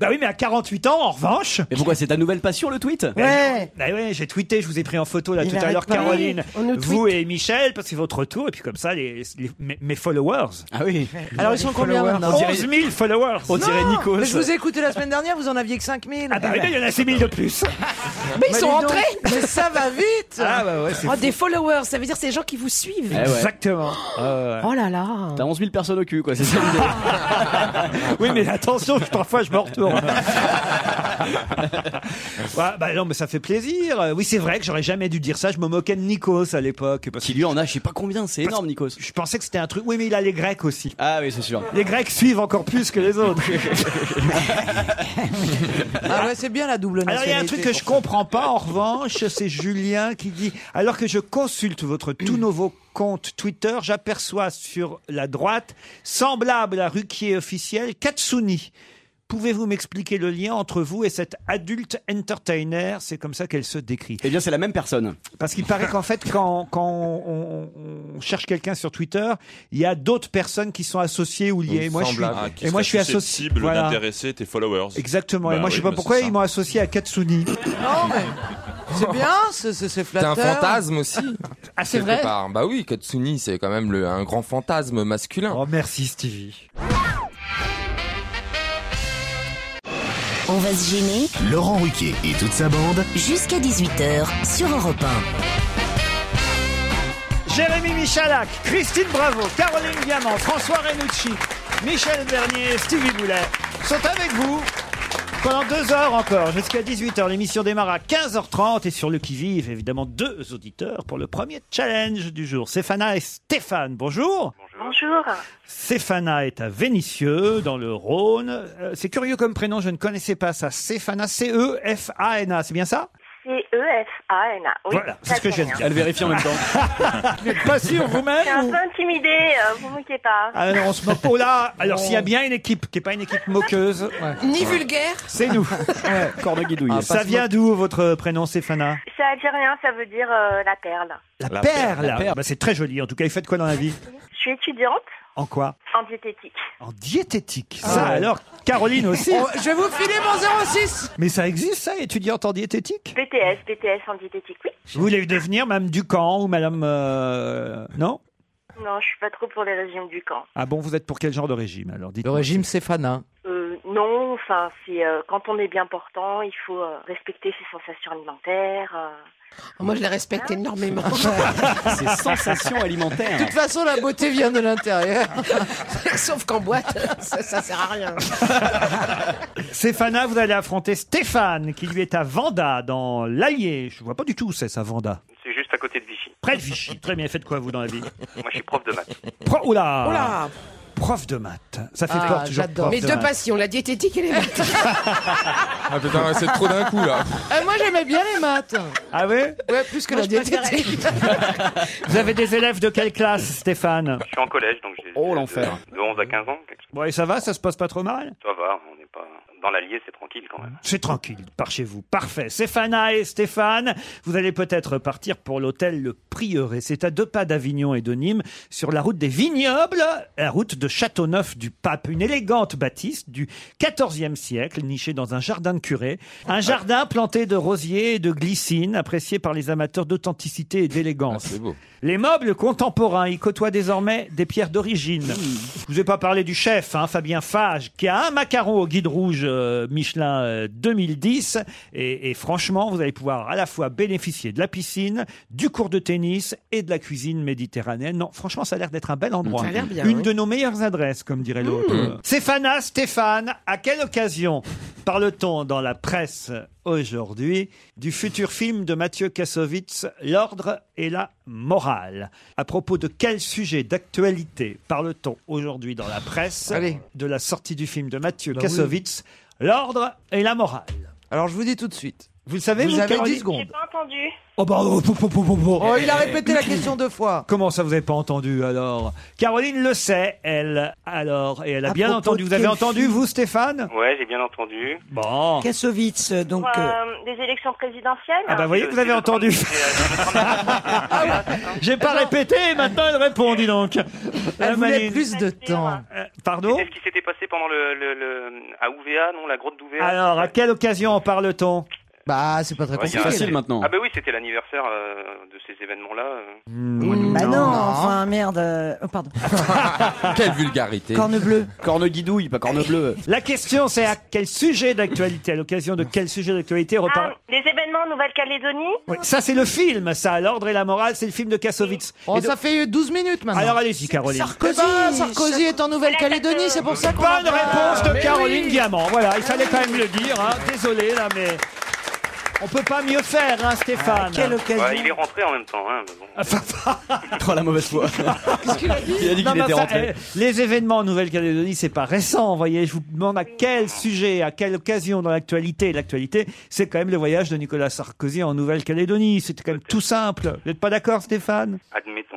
Speaker 3: bah oui, mais à 48 ans, en revanche,
Speaker 4: Mais pourquoi c'est ta nouvelle passion, le tweet
Speaker 8: Ouais.
Speaker 3: bah ouais, j'ai tweeté, je vous ai pris en photo là
Speaker 8: Il
Speaker 3: tout à
Speaker 8: arrête
Speaker 3: l'heure,
Speaker 8: pas.
Speaker 3: Caroline,
Speaker 7: Oui, on nous tweet.
Speaker 3: vous et Michel, parce que c'est votre tour, et puis comme ça, les, les- mes, mes followers.
Speaker 4: Ah oui.
Speaker 5: Alors, ils sont combien maintenant
Speaker 3: 11 000 followers
Speaker 4: On dirait Nico.
Speaker 5: Mais je vous ai écouté la semaine dernière, vous en aviez que 5000.
Speaker 3: Ah bah oui, mais il y en a 6 000 de plus.
Speaker 7: Mais ils sont rentrés
Speaker 5: Mais ça va vite
Speaker 3: Ah bah ouais, c'est
Speaker 7: Oh, des followers, ça veut dire ces gens qui vous suivent
Speaker 4: Eh ouais.
Speaker 3: Exactement.
Speaker 7: Oh là là
Speaker 4: T'as 11 000 personnes au cul, quoi. C'est ça l'idée.
Speaker 3: Oui, mais attention, parfois je me retourne. Ouais, bah non, mais ça fait plaisir. Euh, Oui, c'est vrai que j'aurais jamais dû dire ça. Je me moquais de Nikos à l'époque. Qui lui en a, je sais pas combien. C'est énorme, Nikos. Je pensais que c'était un truc. Oui, mais il a les Grecs aussi. Ah oui, c'est sûr. Les Grecs suivent encore plus que les autres.
Speaker 5: Ah ouais, c'est bien la double
Speaker 3: Alors il y a un truc que je comprends pas en revanche, c'est Julien qui dit alors que je consulte votre tout nouveau compte Twitter, j'aperçois sur la droite semblable à Ruquier officiel Katsuni. Pouvez-vous m'expliquer le lien entre vous et cet adulte entertainer C'est comme ça qu'elle se décrit. Eh bien, c'est la même personne. Parce qu'il paraît qu'en fait, quand, quand on, on- on cherche quelqu'un sur Twitter, il y a d'autres personnes qui sont associées ou liées. Moi, je suis,
Speaker 9: Ah, qui
Speaker 3: et moi, je suis
Speaker 9: serait
Speaker 3: associé.
Speaker 9: susceptible
Speaker 3: voilà.
Speaker 9: d'intéresser tes followers.
Speaker 3: Exactement. et
Speaker 9: Bah
Speaker 3: moi, je
Speaker 9: oui,
Speaker 3: sais pas
Speaker 9: bah,
Speaker 3: pourquoi
Speaker 9: c'est ça.
Speaker 3: ils m'ont associé à Katsuni.
Speaker 5: Non, mais c'est bien, c'est- c'est c'est
Speaker 6: T'as un
Speaker 5: flatteur.
Speaker 6: fantasme aussi.
Speaker 3: Ah, c'est
Speaker 6: quelque
Speaker 5: vrai
Speaker 6: part. Bah oui, Katsuni, c'est quand même le, un grand fantasme masculin.
Speaker 3: Oh, merci Stevie.
Speaker 1: On va se gêner.
Speaker 2: Laurent Ruquier et toute sa bande.
Speaker 1: Jusqu'à 18h sur Europe
Speaker 3: Jérémy Michalak, Christine Bravo, Caroline Diamant, François Renucci, Michel Bernier et Stevie Boulet sont avec vous pendant deux heures encore, jusqu'à 18h. L'émission démarre à 15h30 et sur le qui-vive, évidemment, deux auditeurs pour le premier challenge du jour. Stéphana et Stéphane, bonjour.
Speaker 10: Bonjour.
Speaker 3: Stéphana est à Vénissieux, dans le Rhône. Euh, C'est curieux comme prénom, je ne connaissais pas ça. Stéphana, E C-E-F-A-N-A, c'est bien ça
Speaker 10: E C-E-F-A-N-A. Oui,
Speaker 3: Voilà, c'est ce que je viens de dire.
Speaker 4: Elle vérifie en même temps.
Speaker 3: Vous n'êtes pas sûr
Speaker 10: Je suis un
Speaker 3: vous-même ou-
Speaker 10: peu intimidée, euh, vous moquez pas.
Speaker 3: Ah non, on se moque. Oh là Alors, s'il y a bien une équipe qui n'est pas une équipe moqueuse,
Speaker 7: Ni vulgaire.
Speaker 3: c'est nous. Corne guidouille. ça vient d'où votre prénom, Stéphana
Speaker 10: Ça veut dire rien, ça veut dire euh, la perle.
Speaker 3: La,
Speaker 4: La
Speaker 3: perle.
Speaker 4: perle. La perle.
Speaker 3: Bah, c'est très joli. En tout cas, il fait quoi dans la vie
Speaker 10: Je suis étudiante
Speaker 3: En quoi
Speaker 10: en diététique.
Speaker 3: En diététique. Ça alors, Caroline aussi.
Speaker 5: Oh, je vais vous filer mon 06
Speaker 3: Mais ça existe, ça, étudiante en diététique
Speaker 10: BTS, BTS en diététique, oui.
Speaker 3: Vous voulez devenir Madame Ducamp ou Madame... euh, Non
Speaker 10: Non, je suis pas trop pour les régimes du camp.
Speaker 3: Ah bon, vous êtes pour quel genre de régime alors dites
Speaker 5: Le régime Stéphana.
Speaker 10: Euh, non, enfin, c'est euh, quand on est bien portant, il faut euh, respecter ses sensations alimentaires. euh.
Speaker 7: Moi, je les respecte énormément.
Speaker 4: C'est sensation alimentaire.
Speaker 5: De toute façon, la beauté vient de l'intérieur.
Speaker 7: Sauf qu'en boîte, ça, ça sert à rien.
Speaker 3: Stéphana, vous allez affronter Stéphane, qui lui est à Vanda, dans l'Allier. Je vois pas du tout où c'est, ça, Vanda.
Speaker 11: C'est juste à côté de Vichy.
Speaker 3: Près de Vichy. Très bien, faites quoi, vous, dans la vie
Speaker 11: Moi, je suis prof de maths.
Speaker 3: Pro- Oula
Speaker 7: Oula.
Speaker 3: Prof de maths. Ça fait
Speaker 5: Ah,
Speaker 3: peur, toujours
Speaker 5: j'adore.
Speaker 3: prof
Speaker 7: Mes
Speaker 3: de
Speaker 7: deux
Speaker 3: maths.
Speaker 7: passions, la diététique et les maths.
Speaker 6: Ah putain, c'est trop d'un coup là.
Speaker 7: Euh,
Speaker 5: Eh, moi, j'aimais bien les maths.
Speaker 3: Ah ouais
Speaker 5: Ouais, plus que la
Speaker 8: Eh
Speaker 5: diététique.
Speaker 8: ben,
Speaker 3: Vous avez des élèves de quelle classe, Stéphane
Speaker 11: Je suis en collège, donc j'ai.
Speaker 4: Oh,
Speaker 11: de-
Speaker 4: l'enfer.
Speaker 11: De 11 à 15 ans, quelque chose.
Speaker 3: Bon, et ça va Ça se passe pas trop mal
Speaker 11: Ça va, on n'est pas. Dans l'Allier, c'est tranquille quand même.
Speaker 3: C'est tranquille, par chez vous. Parfait. Stéphana et Stéphane, vous allez peut-être partir pour l'hôtel Le Prieuré. C'est à deux pas d'Avignon et de Nîmes, sur la route des vignobles, la route de Châteauneuf du Pape. Une élégante bâtisse du XIVe siècle, nichée dans un jardin de curé. Un jardin planté de rosiers et de glycines, apprécié par les amateurs d'authenticité et
Speaker 6: Ah,
Speaker 3: d'élégance.
Speaker 6: c'est beau.
Speaker 3: Les meubles contemporains y côtoient désormais des pierres d'origine. Je vous ai pas parlé du chef, hein, Fabien Fage, qui a un macaron au guide rouge euh, Michelin euh, 2010. Et, et franchement, vous allez pouvoir à la fois bénéficier de la piscine, du cours de tennis et de la cuisine méditerranéenne. Non, franchement, ça a l'air d'être un bel endroit.
Speaker 7: Ça a l'air bien,
Speaker 3: Une
Speaker 7: oui. Hmm.
Speaker 3: de nos meilleures adresses, comme dirait l'autre. Stéphana, Stéphane, à quelle occasion parle-t-on dans la presse aujourd'hui du futur film de Mathieu Kassovitz, L'ordre et la morale À propos de quel sujet d'actualité parle-t-on aujourd'hui dans la presse
Speaker 5: Allez.
Speaker 3: de la sortie du film de Mathieu
Speaker 5: Bah oui.
Speaker 3: Kassovitz, L'ordre et la morale
Speaker 5: Alors, je vous dis tout de suite.
Speaker 3: Vous le savez,
Speaker 5: Vous avez
Speaker 3: Caroline
Speaker 5: 10
Speaker 10: J'ai
Speaker 5: secondes.
Speaker 10: pas entendu.
Speaker 3: Oh, bah, oh, pou, pou, pou, pou, pou.
Speaker 5: Oh, il a répété la question deux fois.
Speaker 3: Comment ça, vous n'avez pas entendu alors Caroline le sait, elle, alors, et elle a
Speaker 8: À
Speaker 3: bien
Speaker 8: propos
Speaker 3: entendu.
Speaker 8: de
Speaker 3: Vous avez
Speaker 8: quel
Speaker 3: entendu,
Speaker 8: film
Speaker 3: vous, Stéphane
Speaker 11: Ouais, j'ai bien entendu. Bah,
Speaker 3: Bon.
Speaker 8: Kassovitz, euh, donc.
Speaker 10: Pour,
Speaker 8: euh,
Speaker 10: euh, des élections présidentielles.
Speaker 3: Ah bah vous voyez que vous avez
Speaker 11: C'est le
Speaker 3: entendu.
Speaker 11: premier- c'est, euh, le premier- Ah,
Speaker 3: J'ai pas répété, et maintenant elle répond, dis donc.
Speaker 5: Elle
Speaker 3: Euh,
Speaker 5: voulait
Speaker 3: Maline,
Speaker 5: plus de temps.
Speaker 3: euh, pardon
Speaker 11: Qu'est-ce qui s'était passé pendant le, le, le- à Ouvéa, non, la grotte d'Ouvéa
Speaker 3: Alors, à quelle occasion en parle-t-on
Speaker 5: Bah, c'est pas très
Speaker 11: Ouais, il y a-
Speaker 5: compliqué.
Speaker 11: ben
Speaker 4: facile maintenant.
Speaker 11: Ah bah oui, c'était l'anniversaire euh, de ces événements-là. euh.
Speaker 3: Hmm,
Speaker 8: Bah non,
Speaker 4: Non.
Speaker 8: enfin merde. euh, oh, pardon.
Speaker 4: Quelle vulgarité.
Speaker 8: Corne bleue.
Speaker 4: Corne guidouille, pas corne bleue.
Speaker 3: La question, c'est à quel sujet d'actualité, à l'occasion de quel sujet d'actualité
Speaker 10: Ah,
Speaker 3: repart...
Speaker 10: les événements en Nouvelle-Calédonie
Speaker 3: Oui, ça, c'est le film, ça, L'ordre et la morale, c'est le film de Kassovitz.
Speaker 5: Oh,
Speaker 3: Et de-
Speaker 5: ça fait 12 minutes maintenant.
Speaker 3: Alors allez-y, Caroline.
Speaker 5: Sarkozy, Sarkozy est en Nouvelle-Calédonie, c'est pour ça qu'on.
Speaker 3: Bonne
Speaker 5: en parle.
Speaker 3: réponse de
Speaker 5: Mais
Speaker 3: Caroline
Speaker 5: oui.
Speaker 3: Diamant. Voilà, il fallait quand même le dire. hein. Désolé, là, mais on peut pas mieux faire, hein,
Speaker 7: Ah,
Speaker 12: Ah,
Speaker 3: Stéphane.
Speaker 11: Ouais, il est rentré en même temps. Hein, mais
Speaker 3: Ah,
Speaker 11: bon.
Speaker 4: Oh la mauvaise foi. Il a dit
Speaker 3: Non,
Speaker 4: qu'il
Speaker 3: mais
Speaker 4: était
Speaker 3: enfin,
Speaker 4: rentré.
Speaker 3: eh, les événements en Nouvelle-Calédonie, c'est pas récent. Vous voyez, je vous demande à quel sujet, à quelle occasion dans l'actualité. L'actualité, c'est quand même le voyage de Nicolas Sarkozy en Nouvelle-Calédonie. C'était quand même tout simple. Vous n'êtes pas d'accord, Stéphane
Speaker 11: Admettons.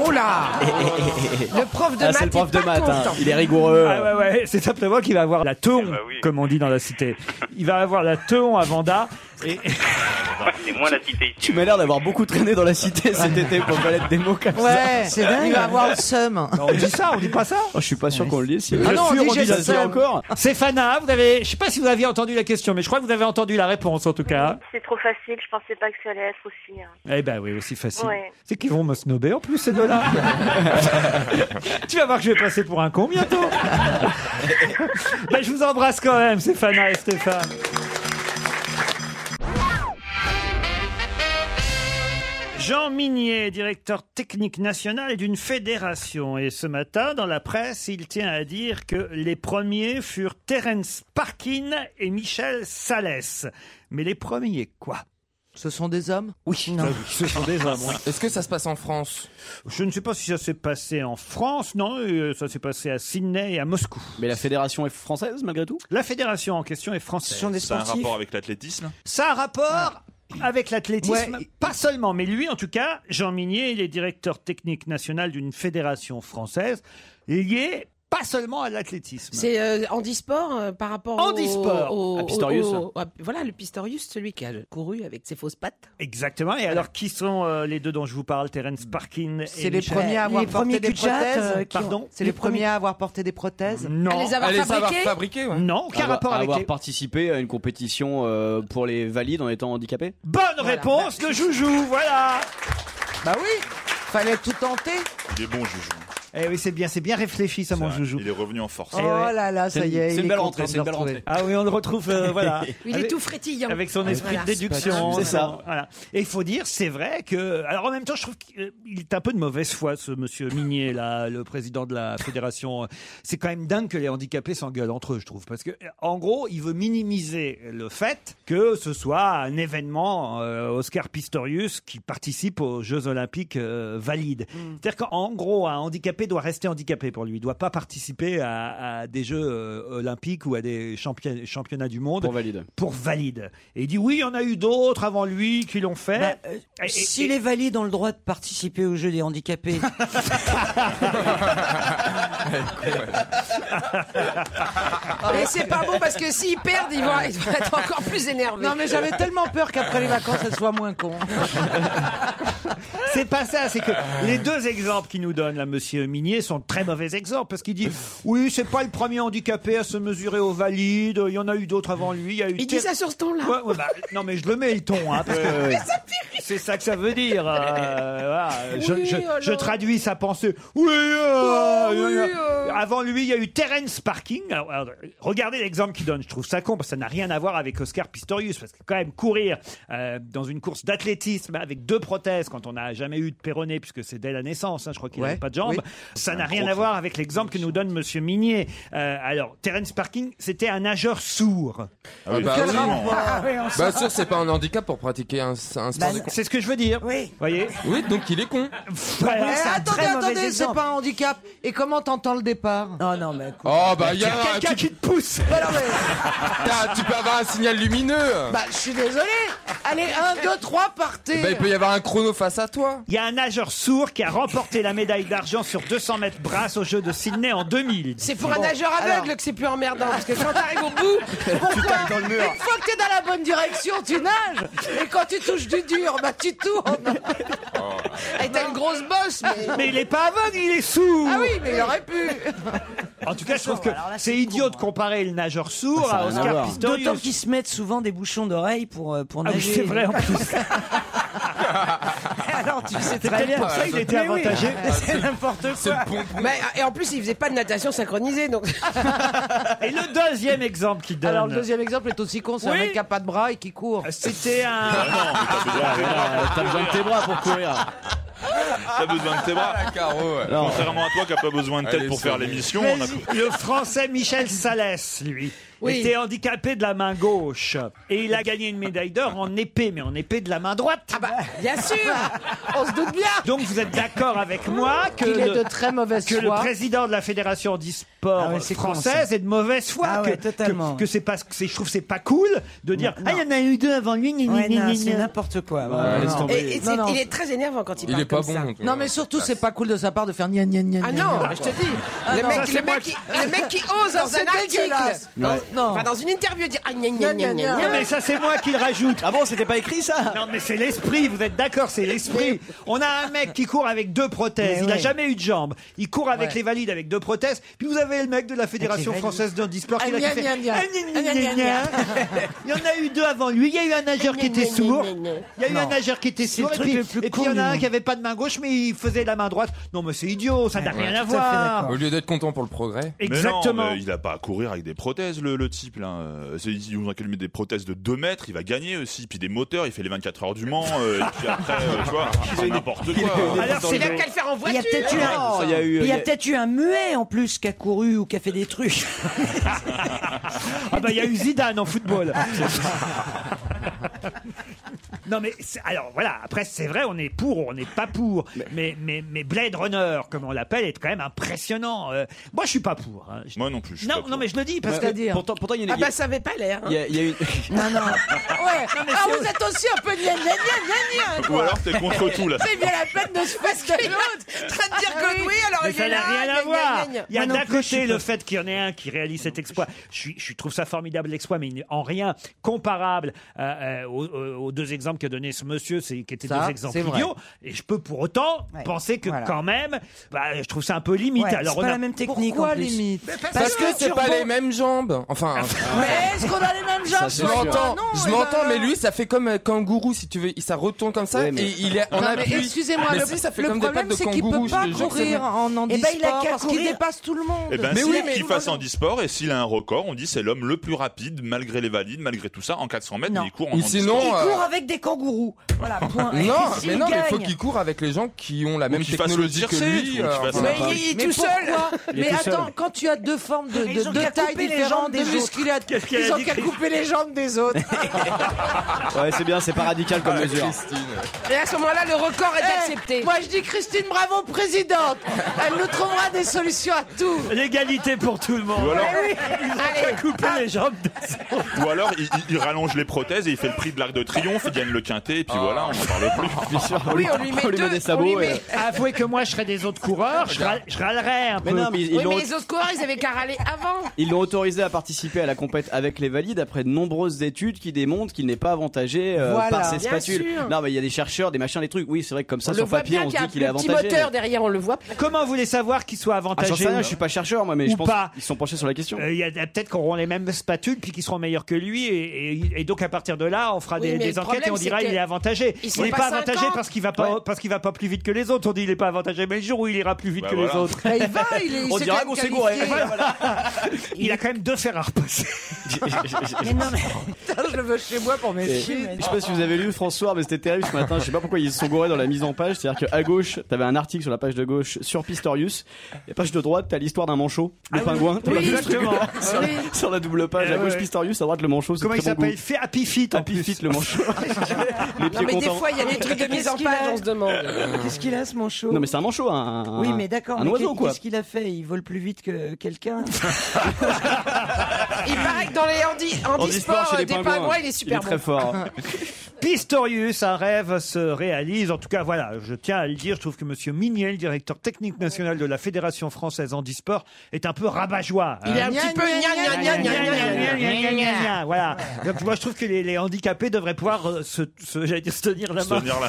Speaker 7: Oh là Le prof de
Speaker 3: Ah,
Speaker 7: maths.
Speaker 3: c'est le prof
Speaker 7: est
Speaker 3: de
Speaker 7: pas
Speaker 3: maths, hein.
Speaker 7: content.
Speaker 3: Il est rigoureux. Ah ouais, ouais, c'est simplement qu'il va avoir la teon, comme on dit dans la cité. Il va avoir la teon à Vanda. Et...
Speaker 11: C'est moins la cité ici.
Speaker 4: Tu m'as l'air d'avoir beaucoup traîné dans la cité cet été pour connaître des mots comme ça.
Speaker 5: Ouais, c'est dingue. Il va avoir le seum.
Speaker 3: On dit ça, on dit pas ça
Speaker 4: Oh, je suis pas sûr qu'on le dise.
Speaker 3: Ah non, on dit j'ai le seum.
Speaker 4: encore.
Speaker 3: Stéphana, hein, vous avez, je sais pas si vous aviez entendu la question, mais je crois que vous avez entendu la réponse en tout cas.
Speaker 10: C'est trop facile, je pensais pas que ça allait être aussi. hein.
Speaker 3: Eh ben oui, aussi facile.
Speaker 10: Ouais.
Speaker 3: C'est qu'ils vont me snober en plus ces deux-là. tu vas voir que je vais passer pour un con bientôt. ben, je vous embrasse quand même, Stéphana et Stéphane. Jean Minier, directeur technique national d'une fédération. Et ce matin, dans la presse, il tient à dire que les premiers furent Terence Parkin et Michel Salès. Mais les premiers quoi
Speaker 5: Ce sont des hommes
Speaker 3: Oui, ce sont des hommes. oui.
Speaker 6: Est-ce que ça se passe en France
Speaker 3: Je ne sais pas si ça s'est passé en France, non, euh, ça s'est passé à Sydney et à Moscou.
Speaker 4: Mais la fédération est française malgré tout
Speaker 3: La fédération en question est française.
Speaker 9: C'est un rapport avec l'athlétisme
Speaker 3: Ça a un
Speaker 7: Ah.
Speaker 3: rapport avec l'athlétisme,
Speaker 5: Ouais.
Speaker 3: pas seulement, mais lui en tout cas, Jean Minier, il est directeur technique national d'une fédération française liée pas seulement à l'athlétisme.
Speaker 7: C'est euh, handisport euh, par rapport au...
Speaker 3: Handisport.
Speaker 7: au-
Speaker 3: À Pistorius.
Speaker 7: au- au- à- voilà, le Pistorius, celui qui a couru avec ses fausses pattes.
Speaker 3: Exactement. Et alors, qui sont euh, les deux dont je vous parle, Terence Parkin et
Speaker 5: C'est les
Speaker 3: Michel-
Speaker 5: premiers à avoir porté des
Speaker 7: euh,
Speaker 5: prothèses.
Speaker 3: Pardon
Speaker 5: C'est les premiers à avoir porté des prothèses.
Speaker 3: Non.
Speaker 7: À les avoir À les avoir fabriquées
Speaker 3: Non, aucun
Speaker 4: Avoir-
Speaker 3: rapport avec
Speaker 4: Avoir
Speaker 3: les-
Speaker 4: participé à une compétition euh, pour les valides en étant handicapé
Speaker 3: Bonne réponse, le joujou, voilà
Speaker 5: Bah oui, fallait tout tenter.
Speaker 9: Il est bon, Joujou.
Speaker 3: Eh oui, c'est bien, c'est bien réfléchi, ça, mon
Speaker 9: Ça,
Speaker 3: joujou.
Speaker 9: Il est revenu en force.
Speaker 5: Oh là là, ça y est. il est content de le retrouver.
Speaker 3: Ah oui, on le retrouve, euh, voilà.
Speaker 7: Il est
Speaker 3: Avec-
Speaker 7: tout frétillant.
Speaker 3: Avec son esprit
Speaker 7: Voilà.
Speaker 3: de déduction.
Speaker 4: C'est ça.
Speaker 3: Voilà. Et il faut dire, c'est vrai que. Alors en même temps, je trouve qu'il euh, est un peu de mauvaise foi, ce monsieur Minier, là, le président de la fédération. C'est quand même dingue que les handicapés s'engueulent entre eux, je trouve. Parce que, euh, en gros, il veut minimiser le fait que ce soit un événement euh, Oscar Pistorius qui participe aux Jeux Olympiques euh, valides.
Speaker 8: Mm.
Speaker 3: C'est-à-dire qu'en gros, un handicapé doit rester handicapé pour lui. Il ne doit pas participer à, à des Jeux euh, Olympiques ou à des champion- championnats du monde
Speaker 4: Pour valide.
Speaker 3: pour valide. Et il dit oui, il y en a eu d'autres avant lui qui l'ont fait.
Speaker 8: Bah, euh,
Speaker 3: Et- et-
Speaker 8: si
Speaker 3: et-
Speaker 8: les valides ont le droit de participer au jeu des handicapés,
Speaker 7: Ah, Mais c'est pas bon parce que s'ils perdent, ils vont, ils vont être encore plus énervés.
Speaker 5: Non mais j'avais tellement peur qu'après les vacances, elle soit moins con.
Speaker 3: C'est pas ça, c'est que
Speaker 8: Ah.
Speaker 3: les deux exemples qu'il nous donne, là, monsieur Minier, sont de très mauvais exemples parce qu'il dit oui, c'est pas le premier handicapé à se mesurer au valide, il y en a eu d'autres avant lui. Il, y a eu
Speaker 7: Il dit ça sur ce ton-là.
Speaker 3: Ouais, ouais, bah, non mais je le mets le ton, hein, parce que c'est ça que ça veut dire. euh, voilà, je,
Speaker 7: Oui,
Speaker 3: je-
Speaker 7: alors.
Speaker 3: je traduis sa pensée. Oui, euh,
Speaker 7: Oh, oui,
Speaker 3: euh,
Speaker 7: euh.
Speaker 3: avant lui, il y a eu Terence Parking. Alors, alors, regardez l'exemple qu'il donne. Je trouve ça con parce que ça n'a rien à voir avec Oscar Pistorius parce que quand même courir euh, dans une course d'athlétisme avec deux prothèses quand on n'a jamais eu de péroné puisque c'est dès la naissance, hein, je crois qu'il
Speaker 5: Ouais,
Speaker 3: n'avait pas de jambes,
Speaker 5: oui.
Speaker 3: ça n'a
Speaker 4: Un
Speaker 3: rien
Speaker 4: gros
Speaker 3: à voir avec l'exemple que nous donne Monsieur Minier. Euh, alors Terence Parking, c'était un nageur sourd.
Speaker 9: Ah oui, Ah
Speaker 6: bah
Speaker 9: absolument.
Speaker 3: Ah,
Speaker 6: Bah sûr, c'est pas un handicap pour pratiquer un, un sport de con.
Speaker 3: C'est ce que je veux dire.
Speaker 8: oui.
Speaker 3: Voyez.
Speaker 6: Oui, donc il est con.
Speaker 3: Voilà.
Speaker 5: Mais
Speaker 8: c'est un
Speaker 5: attendez,
Speaker 8: très mauvais
Speaker 5: attendez, c'est
Speaker 8: exemple.
Speaker 5: pas un handicap. Et comment t'entends le départ
Speaker 8: Non, non, mais écoute.
Speaker 6: Oh bah y a
Speaker 3: Quelqu'un
Speaker 6: tu,
Speaker 3: qui te pousse.
Speaker 6: t'as- tu peux avoir un signal lumineux.
Speaker 5: Bah, je suis désolé. Allez, 1, 2, 3,
Speaker 3: Eh
Speaker 5: partez.
Speaker 3: ben,
Speaker 6: Bah, il peut y avoir un chrono face à toi.
Speaker 3: Il y a un nageur sourd qui a remporté la médaille d'argent sur 200 mètres brasse aux Jeux de Sydney en 2000.
Speaker 7: C'est pour un nageur aveugle que c'est plus emmerdant parce que quand t'arrives au bout,
Speaker 5: Pourquoi Une fois que t'es dans la bonne direction, tu nages. Et quand tu touches du dur, bah tu tournes.
Speaker 7: et t'as une grosse bosse. Mais...
Speaker 3: Mais il est pas aveugle, il est sourd.
Speaker 5: Ah oui, mais il aurait pu.
Speaker 3: En tout cas, je trouve que
Speaker 8: Alors là, c'est
Speaker 3: c'est idiot de
Speaker 7: hein.
Speaker 3: comparer le nageur sourd
Speaker 4: Ça a
Speaker 3: à
Speaker 4: rien à
Speaker 3: Oscar
Speaker 4: voir.
Speaker 8: D'autant
Speaker 3: Pistorius.
Speaker 8: qu'ils se mettent souvent des bouchons d'oreilles pour, euh, pour
Speaker 3: Ah oui,
Speaker 8: nager.
Speaker 3: c'est vrai en plus.
Speaker 8: Ah
Speaker 5: Alors, tu sais
Speaker 3: C'est
Speaker 5: très
Speaker 3: peut-être
Speaker 5: bien.
Speaker 3: pour ça qu'il a été
Speaker 5: Mais oui.
Speaker 3: avantagé.
Speaker 5: C'est n'importe quoi.
Speaker 3: Ah
Speaker 7: Mais, et en plus, il faisait pas de natation synchronisée, donc.
Speaker 3: Et le deuxième exemple qu'il donne.
Speaker 5: Alors, le deuxième exemple est aussi con, c'est
Speaker 3: Oui.
Speaker 5: un mec qui a pas de bras et qui court.
Speaker 3: Ah,
Speaker 5: Ah,
Speaker 3: C'était un.
Speaker 6: Ah,
Speaker 3: Ah,
Speaker 13: T'as besoin de tes bras pour courir.
Speaker 9: T'as besoin de tes bras.
Speaker 6: Ah,
Speaker 13: Non.
Speaker 9: Contrairement à toi qui n'as pas besoin de tête
Speaker 13: Allez,
Speaker 9: pour
Speaker 13: salut.
Speaker 9: faire l'émission.
Speaker 3: Mais
Speaker 9: on a-
Speaker 3: Le français Michel Salès, lui,
Speaker 9: Oui.
Speaker 3: était handicapé de la main gauche. Et il a gagné une médaille d'or en épée, mais en épée de la main droite.
Speaker 7: Ah bah, bien sûr
Speaker 3: On se doute bien Donc vous êtes d'accord avec moi
Speaker 5: Ah,
Speaker 3: que,
Speaker 5: Qu'il est
Speaker 3: le,
Speaker 5: de très mauvaise
Speaker 3: que le
Speaker 5: foi.
Speaker 3: président de la Fédération d'e-sport
Speaker 5: Ah ouais, c'est con,
Speaker 3: française
Speaker 5: ça.
Speaker 3: est de mauvaise foi.
Speaker 5: Ah ouais, Mm.
Speaker 3: que,
Speaker 8: totalement.
Speaker 3: que, que c'est pas, que c'est- je trouve que c'est pas cool de dire Ah, il y en a eu deux avant lui, ni, ni,
Speaker 8: Ouais,
Speaker 3: ni,
Speaker 8: non,
Speaker 3: ni,
Speaker 8: c'est
Speaker 3: ni.
Speaker 8: n'importe quoi.
Speaker 3: Ouais, laisse tomber.
Speaker 7: Et, et c'est- Il est très énervant quand il,
Speaker 6: Il
Speaker 7: parle
Speaker 6: est pas
Speaker 7: comme
Speaker 6: bon,
Speaker 7: ça.
Speaker 6: non plus.
Speaker 5: Non, mais surtout, c'est pas cool de sa part de faire gna gna gna
Speaker 7: Ah
Speaker 5: gna,
Speaker 7: non,
Speaker 5: gna.
Speaker 7: je te dis,
Speaker 5: Ah
Speaker 7: le,
Speaker 5: non, ça,
Speaker 7: mec,
Speaker 5: c'est
Speaker 7: le,
Speaker 5: moi
Speaker 7: mec
Speaker 5: qui-
Speaker 7: qui, le mec qui ose
Speaker 5: Non,
Speaker 7: dans
Speaker 5: c'est
Speaker 7: un article,
Speaker 5: dégueulasse.
Speaker 7: dans,
Speaker 5: Ouais. Non.
Speaker 7: enfin, dans une interview, dire ah, gna, gna, gna, gna,
Speaker 3: Non,
Speaker 7: gna.
Speaker 3: mais ça, c'est moi qui le rajoute. Ah bon, c'était pas écrit ça Non, mais c'est l'esprit, vous êtes d'accord, c'est l'esprit. On a un mec qui court avec deux prothèses,
Speaker 5: Mais
Speaker 3: il n'a
Speaker 5: ouais.
Speaker 3: jamais eu de jambes. Il court avec
Speaker 5: Ouais.
Speaker 3: les valides avec deux prothèses. Puis vous avez le mec de la Fédération
Speaker 5: valides.
Speaker 3: française d'handisport qui
Speaker 5: Ah,
Speaker 3: l'a
Speaker 5: gna,
Speaker 3: fait.
Speaker 5: gna, gna.
Speaker 3: Ah, gna, gna,
Speaker 5: Ah, gna,
Speaker 3: gna, gna. Il y en a eu deux avant lui. Il y a eu un nageur qui était sourd. Il y a eu
Speaker 5: Non.
Speaker 3: un nageur qui était
Speaker 5: C'est
Speaker 3: sourd.
Speaker 5: le
Speaker 3: Et
Speaker 5: truc
Speaker 3: puis
Speaker 5: le plus
Speaker 3: et puis
Speaker 5: con
Speaker 3: il y en
Speaker 5: du
Speaker 3: a un
Speaker 5: monde.
Speaker 3: qui avait pas de main gauche, mais il faisait la main droite. Non, mais c'est idiot, ça n'a rien à voir.
Speaker 6: Au lieu d'être content pour le progrès.
Speaker 9: Mais non,
Speaker 3: Exactement.
Speaker 9: mais il n'a pas à courir avec des prothèses, le, le type. Là. Euh, c'est- Ils vont lui mettre des prothèses de 2 mètres, il va gagner aussi. Puis des moteurs, il fait les 24 heures du Mans. euh, et puis après, euh, tu vois, c'est n'importe quoi. hein.
Speaker 7: Alors, c'est bien qu'à le faire
Speaker 8: Il
Speaker 7: en
Speaker 8: y
Speaker 7: voiture.
Speaker 8: a peut-être eu, un...
Speaker 9: il y a
Speaker 8: il
Speaker 9: eu-
Speaker 8: y a
Speaker 9: il y a-
Speaker 8: peut-être eu un muet en plus qui a couru ou qui a fait des trucs.
Speaker 3: Ah bah il y a eu Zidane en football.
Speaker 8: Ah,
Speaker 3: Non mais c'est- alors voilà après c'est vrai on est pour on n'est pas pour mais mais mais Blade Runner comme on l'appelle est quand même impressionnant Euh, moi je suis pas pour hein. Je-
Speaker 9: Moi non plus. je suis pas
Speaker 3: non
Speaker 9: pour.
Speaker 3: non mais je le dis parce
Speaker 9: Ouais.
Speaker 3: que
Speaker 9: Pourtant- pourtant, il y en a-
Speaker 7: Ah bah ça avait pas l'air. hein.
Speaker 9: Il y a- il y a une-
Speaker 8: Non, non.
Speaker 5: Ouais. Ah, vous êtes aussi un peu gna gna gna gna.
Speaker 9: Ou
Speaker 5: quoi.
Speaker 9: alors, t'es contre tout, là.
Speaker 5: C'est bien la peine de se
Speaker 7: Parce
Speaker 5: faire
Speaker 7: que
Speaker 5: de l'autre.
Speaker 7: l'autre, train de dire que oui, alors
Speaker 3: Mais
Speaker 7: il est
Speaker 3: ça n'a
Speaker 7: là.
Speaker 3: rien
Speaker 7: gna,
Speaker 3: à
Speaker 7: gna,
Speaker 3: voir.
Speaker 7: gna, gna.
Speaker 3: Il y a
Speaker 7: Moi non
Speaker 3: d'un
Speaker 7: plus, je
Speaker 3: côté
Speaker 7: suis
Speaker 3: le
Speaker 7: pas-
Speaker 3: fait qu'il y en ait un qui réalise cet exploit. Je, suis- je trouve ça formidable l'exploit, mais il n'est en rien comparable euh, euh, aux, aux deux exemples qu'a donné ce monsieur, c'est- qui étaient
Speaker 5: Ça,
Speaker 3: deux exemples
Speaker 5: c'est vrai.
Speaker 3: idiots. Et je peux pour autant
Speaker 5: Ouais.
Speaker 3: penser que
Speaker 5: Voilà.
Speaker 3: quand même, bah, je trouve ça un peu limite.
Speaker 8: Ouais,
Speaker 3: Alors
Speaker 8: c'est
Speaker 3: on
Speaker 8: pas
Speaker 3: a-
Speaker 8: la même technique
Speaker 7: hein.
Speaker 8: en plus.
Speaker 6: Parce, que, c'est pas les mêmes jambes.
Speaker 13: Ah,
Speaker 6: Enfin.
Speaker 5: Mais est-ce qu'on a les mêmes jambes
Speaker 6: Je
Speaker 5: toi et moi
Speaker 6: m'entends,
Speaker 5: Non,
Speaker 6: je
Speaker 5: eh ben
Speaker 6: m'entends, mais
Speaker 13: euh,
Speaker 5: non.
Speaker 6: lui, ça fait comme un kangourou, si tu veux. Il- Ça retourne comme ça,
Speaker 5: euh,
Speaker 13: Ouais, mais-
Speaker 6: et il est en
Speaker 13: Non, mais
Speaker 6: appui.
Speaker 13: excusez-moi,
Speaker 6: Mais
Speaker 13: le-
Speaker 6: si, ça fait
Speaker 13: le
Speaker 6: comme des
Speaker 13: problème,
Speaker 6: pattes de
Speaker 13: c'est qu'il peut
Speaker 6: kangourou. je
Speaker 13: pas
Speaker 6: te jure que c'est
Speaker 13: courir
Speaker 6: bien.
Speaker 13: en
Speaker 5: Eh ben, il a
Speaker 13: handisport
Speaker 5: qu'à
Speaker 13: parce qu'il
Speaker 5: courir.
Speaker 13: dépasse tout le monde.
Speaker 9: Eh ben,
Speaker 6: Mais
Speaker 9: c'est
Speaker 6: oui,
Speaker 9: lui
Speaker 6: mais
Speaker 9: qui
Speaker 6: vous-
Speaker 9: fasse handisport et s'il a un record, on dit c'est l'homme le plus rapide malgré les valides, malgré tout ça, en 400 mètres, mais il court en
Speaker 6: Ou
Speaker 9: handisport.
Speaker 6: sinon,
Speaker 8: Il
Speaker 6: euh,
Speaker 8: court avec des kangourous. Voilà, point.
Speaker 6: Non,
Speaker 8: Et s'il
Speaker 6: mais non, mais faut
Speaker 8: gagne-
Speaker 6: qu'il court avec les gens qui ont la même
Speaker 9: qu'il fasse le
Speaker 6: technologie que
Speaker 9: jersey, ou
Speaker 6: lui.
Speaker 9: qu'il
Speaker 6: euh,
Speaker 9: fasse-
Speaker 6: enfin,
Speaker 9: Mais
Speaker 6: enfin,
Speaker 5: Mais
Speaker 7: Il est tout seul.
Speaker 5: pourquoi
Speaker 13: Il est
Speaker 5: Mais
Speaker 13: tout seul.
Speaker 5: attends, quand tu as deux formes de, de,
Speaker 8: Ils ont
Speaker 5: deux
Speaker 8: qu'à
Speaker 5: tailles
Speaker 8: couper les
Speaker 5: différentes
Speaker 8: jambes
Speaker 5: de
Speaker 8: des autres.
Speaker 5: musculature,
Speaker 3: Qu'est-ce qu'elle
Speaker 5: ils
Speaker 3: a
Speaker 5: ont
Speaker 3: dit,
Speaker 5: qu'à
Speaker 3: Christine
Speaker 5: couper les jambes des autres.
Speaker 3: Bah.
Speaker 13: Ouais, c'est bien, c'est pas radical comme
Speaker 6: Ah,
Speaker 13: mesure.
Speaker 6: Christine.
Speaker 7: Et à ce moment-là, le record est
Speaker 5: Eh,
Speaker 7: accepté.
Speaker 5: Moi, je dis Christine Bravo, présidente. Elle nous trouvera des solutions à tout.
Speaker 3: L'égalité pour tout le monde.
Speaker 9: Ou alors,
Speaker 7: Eh Allez. Ah.
Speaker 3: Couper les jambes. des autres.
Speaker 9: ou alors, il, il- il rallonge les prothèses et il fait le prix de l'Arc de Triomphe, il gagne le quintet et puis voilà, on n'en parle plus.
Speaker 13: Bien sûr,
Speaker 7: Oui, on lui met
Speaker 13: on lui
Speaker 7: deux.
Speaker 13: met des
Speaker 7: on lui
Speaker 13: sabots.
Speaker 7: met-
Speaker 13: et-
Speaker 3: Avouez que moi je serais des autres coureurs, Ah, je, râle- je râlerais un peu.
Speaker 13: Mais non, mais ils
Speaker 7: Oui,
Speaker 13: ils l'ont-
Speaker 7: mais les autres coureurs, ils avaient qu'à râler avant.
Speaker 13: ils l'ont autorisé à participer à la compète avec les valides après de nombreuses études qui démontrent qu'il n'est pas avantagé euh,
Speaker 5: Voilà.
Speaker 13: par ses
Speaker 7: Bien
Speaker 13: spatules.
Speaker 7: sûr.
Speaker 13: Non, mais il y a des chercheurs, des machins, des trucs. Oui, c'est vrai que comme ça,
Speaker 7: On le
Speaker 13: sur
Speaker 7: voit
Speaker 13: papier,
Speaker 7: bien
Speaker 13: on
Speaker 7: qu'il
Speaker 13: se
Speaker 7: y a un
Speaker 13: dit qu'il est
Speaker 7: petit
Speaker 13: avantagé.
Speaker 7: moteur derrière, on le voit.
Speaker 3: Comment vous voulez savoir qu'ils soient
Speaker 13: Ah, j'en
Speaker 3: avantagés
Speaker 13: sais rien, je suis pas chercheur, moi, mais
Speaker 3: Ou
Speaker 13: je pense
Speaker 3: pas.
Speaker 13: qu'ils sont penchés sur la question.
Speaker 3: Euh, Il y a peut-être qu'on auront les mêmes spatules puis qui seront meilleurs que lui et, et- et donc à partir de là on fera
Speaker 7: Oui,
Speaker 3: des,
Speaker 7: mais
Speaker 3: des
Speaker 7: le
Speaker 3: enquêtes et
Speaker 7: problème,
Speaker 3: on dira
Speaker 7: c'est
Speaker 3: il
Speaker 7: que
Speaker 3: est avantagé.
Speaker 7: ils sont
Speaker 3: Il n'est
Speaker 7: pas
Speaker 3: pas avantagé
Speaker 7: 50.
Speaker 3: parce qu'il va pas parce qu'il va pas plus vite que les autres. On dit il est pas avantagé mais le jour où il ira plus vite
Speaker 9: Bah
Speaker 3: que les
Speaker 9: voilà.
Speaker 3: autres,
Speaker 5: Bah, il va, il est. il
Speaker 13: On
Speaker 5: s'est
Speaker 13: dira
Speaker 5: quand même
Speaker 13: qu'on s'est gouré.
Speaker 5: qualifié.
Speaker 3: il a quand même deux fers à repasser.
Speaker 8: Mais non, mais-
Speaker 5: Putain, je le veux chez moi pour mes
Speaker 13: Et-
Speaker 5: filles.
Speaker 13: Je sais pas si vous avez lu François, mais c'était terrible ce matin. Je sais pas pourquoi ils se sont gourés dans la mise en page. C'est-à-dire qu'à gauche, t'avais un article sur la page de gauche sur Pistorius. Et page de droite, t'as l'histoire d'un manchot, le pingouin. T'as
Speaker 3: Ah Oui,
Speaker 13: pas vu ce
Speaker 3: exactement.
Speaker 13: truc-là sur, sur la double page,
Speaker 3: Eh
Speaker 13: à gauche
Speaker 3: ouais.
Speaker 13: Pistorius, à droite le manchot. c'est
Speaker 3: Comment il
Speaker 13: très bon
Speaker 3: s'appelle
Speaker 13: goût.
Speaker 3: Fait Happy Feet. en
Speaker 13: Happy
Speaker 3: plus.
Speaker 13: Feet, le manchot. Les
Speaker 7: Non,
Speaker 13: pieds
Speaker 7: mais des
Speaker 13: contents.
Speaker 7: fois, il y a des trucs de mise en
Speaker 8: Ah, Qu'est-ce qu'il
Speaker 7: page,
Speaker 8: a
Speaker 7: on se demande.
Speaker 3: Euh,
Speaker 8: Qu'est-ce qu'il a ce manchot
Speaker 13: Non, mais c'est un manchot, un,
Speaker 8: Oui, mais d'accord.
Speaker 13: un
Speaker 8: mais
Speaker 13: oiseau
Speaker 8: qu'est-
Speaker 13: quoi.
Speaker 8: Qu'est-ce qu'il a fait Il vole plus vite que quelqu'un.
Speaker 13: Ah,
Speaker 7: Il paraît que dans les handi, handisports,
Speaker 13: sport
Speaker 7: euh, des pingouins, il est
Speaker 13: il est
Speaker 7: super
Speaker 13: très
Speaker 7: bon.
Speaker 13: fort.
Speaker 3: Pistorius, un rêve se réalise. En tout cas, voilà, je tiens à le dire. Je trouve que Monsieur Mignet, le directeur technique national de la Fédération française handisport, est un peu rabat-joie. hein.
Speaker 7: Il est un
Speaker 5: Gna,
Speaker 7: petit peu
Speaker 5: gna,
Speaker 7: gna gna gna gna gna gna.
Speaker 3: Voilà. Donc moi je trouve que les, les handicapés devraient pouvoir euh, se, se- j'allais dire, se tenir la
Speaker 9: Se
Speaker 3: main.
Speaker 9: tenir là.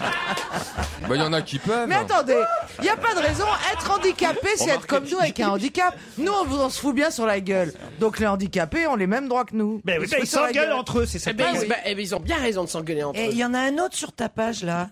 Speaker 6: Bah, il y en a qui peuvent.
Speaker 5: Mais attendez, il n'y a pas de raison. Être handicapé, c'est être
Speaker 9: Remarquez.
Speaker 5: comme nous avec un handicap. Nous, on, on se fout bien sur la gueule. Donc les handicapés ont les mêmes droits que nous.
Speaker 3: Ben oui,
Speaker 5: se
Speaker 3: ben,
Speaker 5: foutent
Speaker 3: ils
Speaker 5: sur la
Speaker 3: s'engueulent
Speaker 5: gueule.
Speaker 3: entre eux, c'est ça.
Speaker 7: Eh ben, ils-
Speaker 5: oui.
Speaker 7: bah, eh ben, ils ont bien raison de s'engueuler entre
Speaker 8: Et il y en a un autre sur ta page là.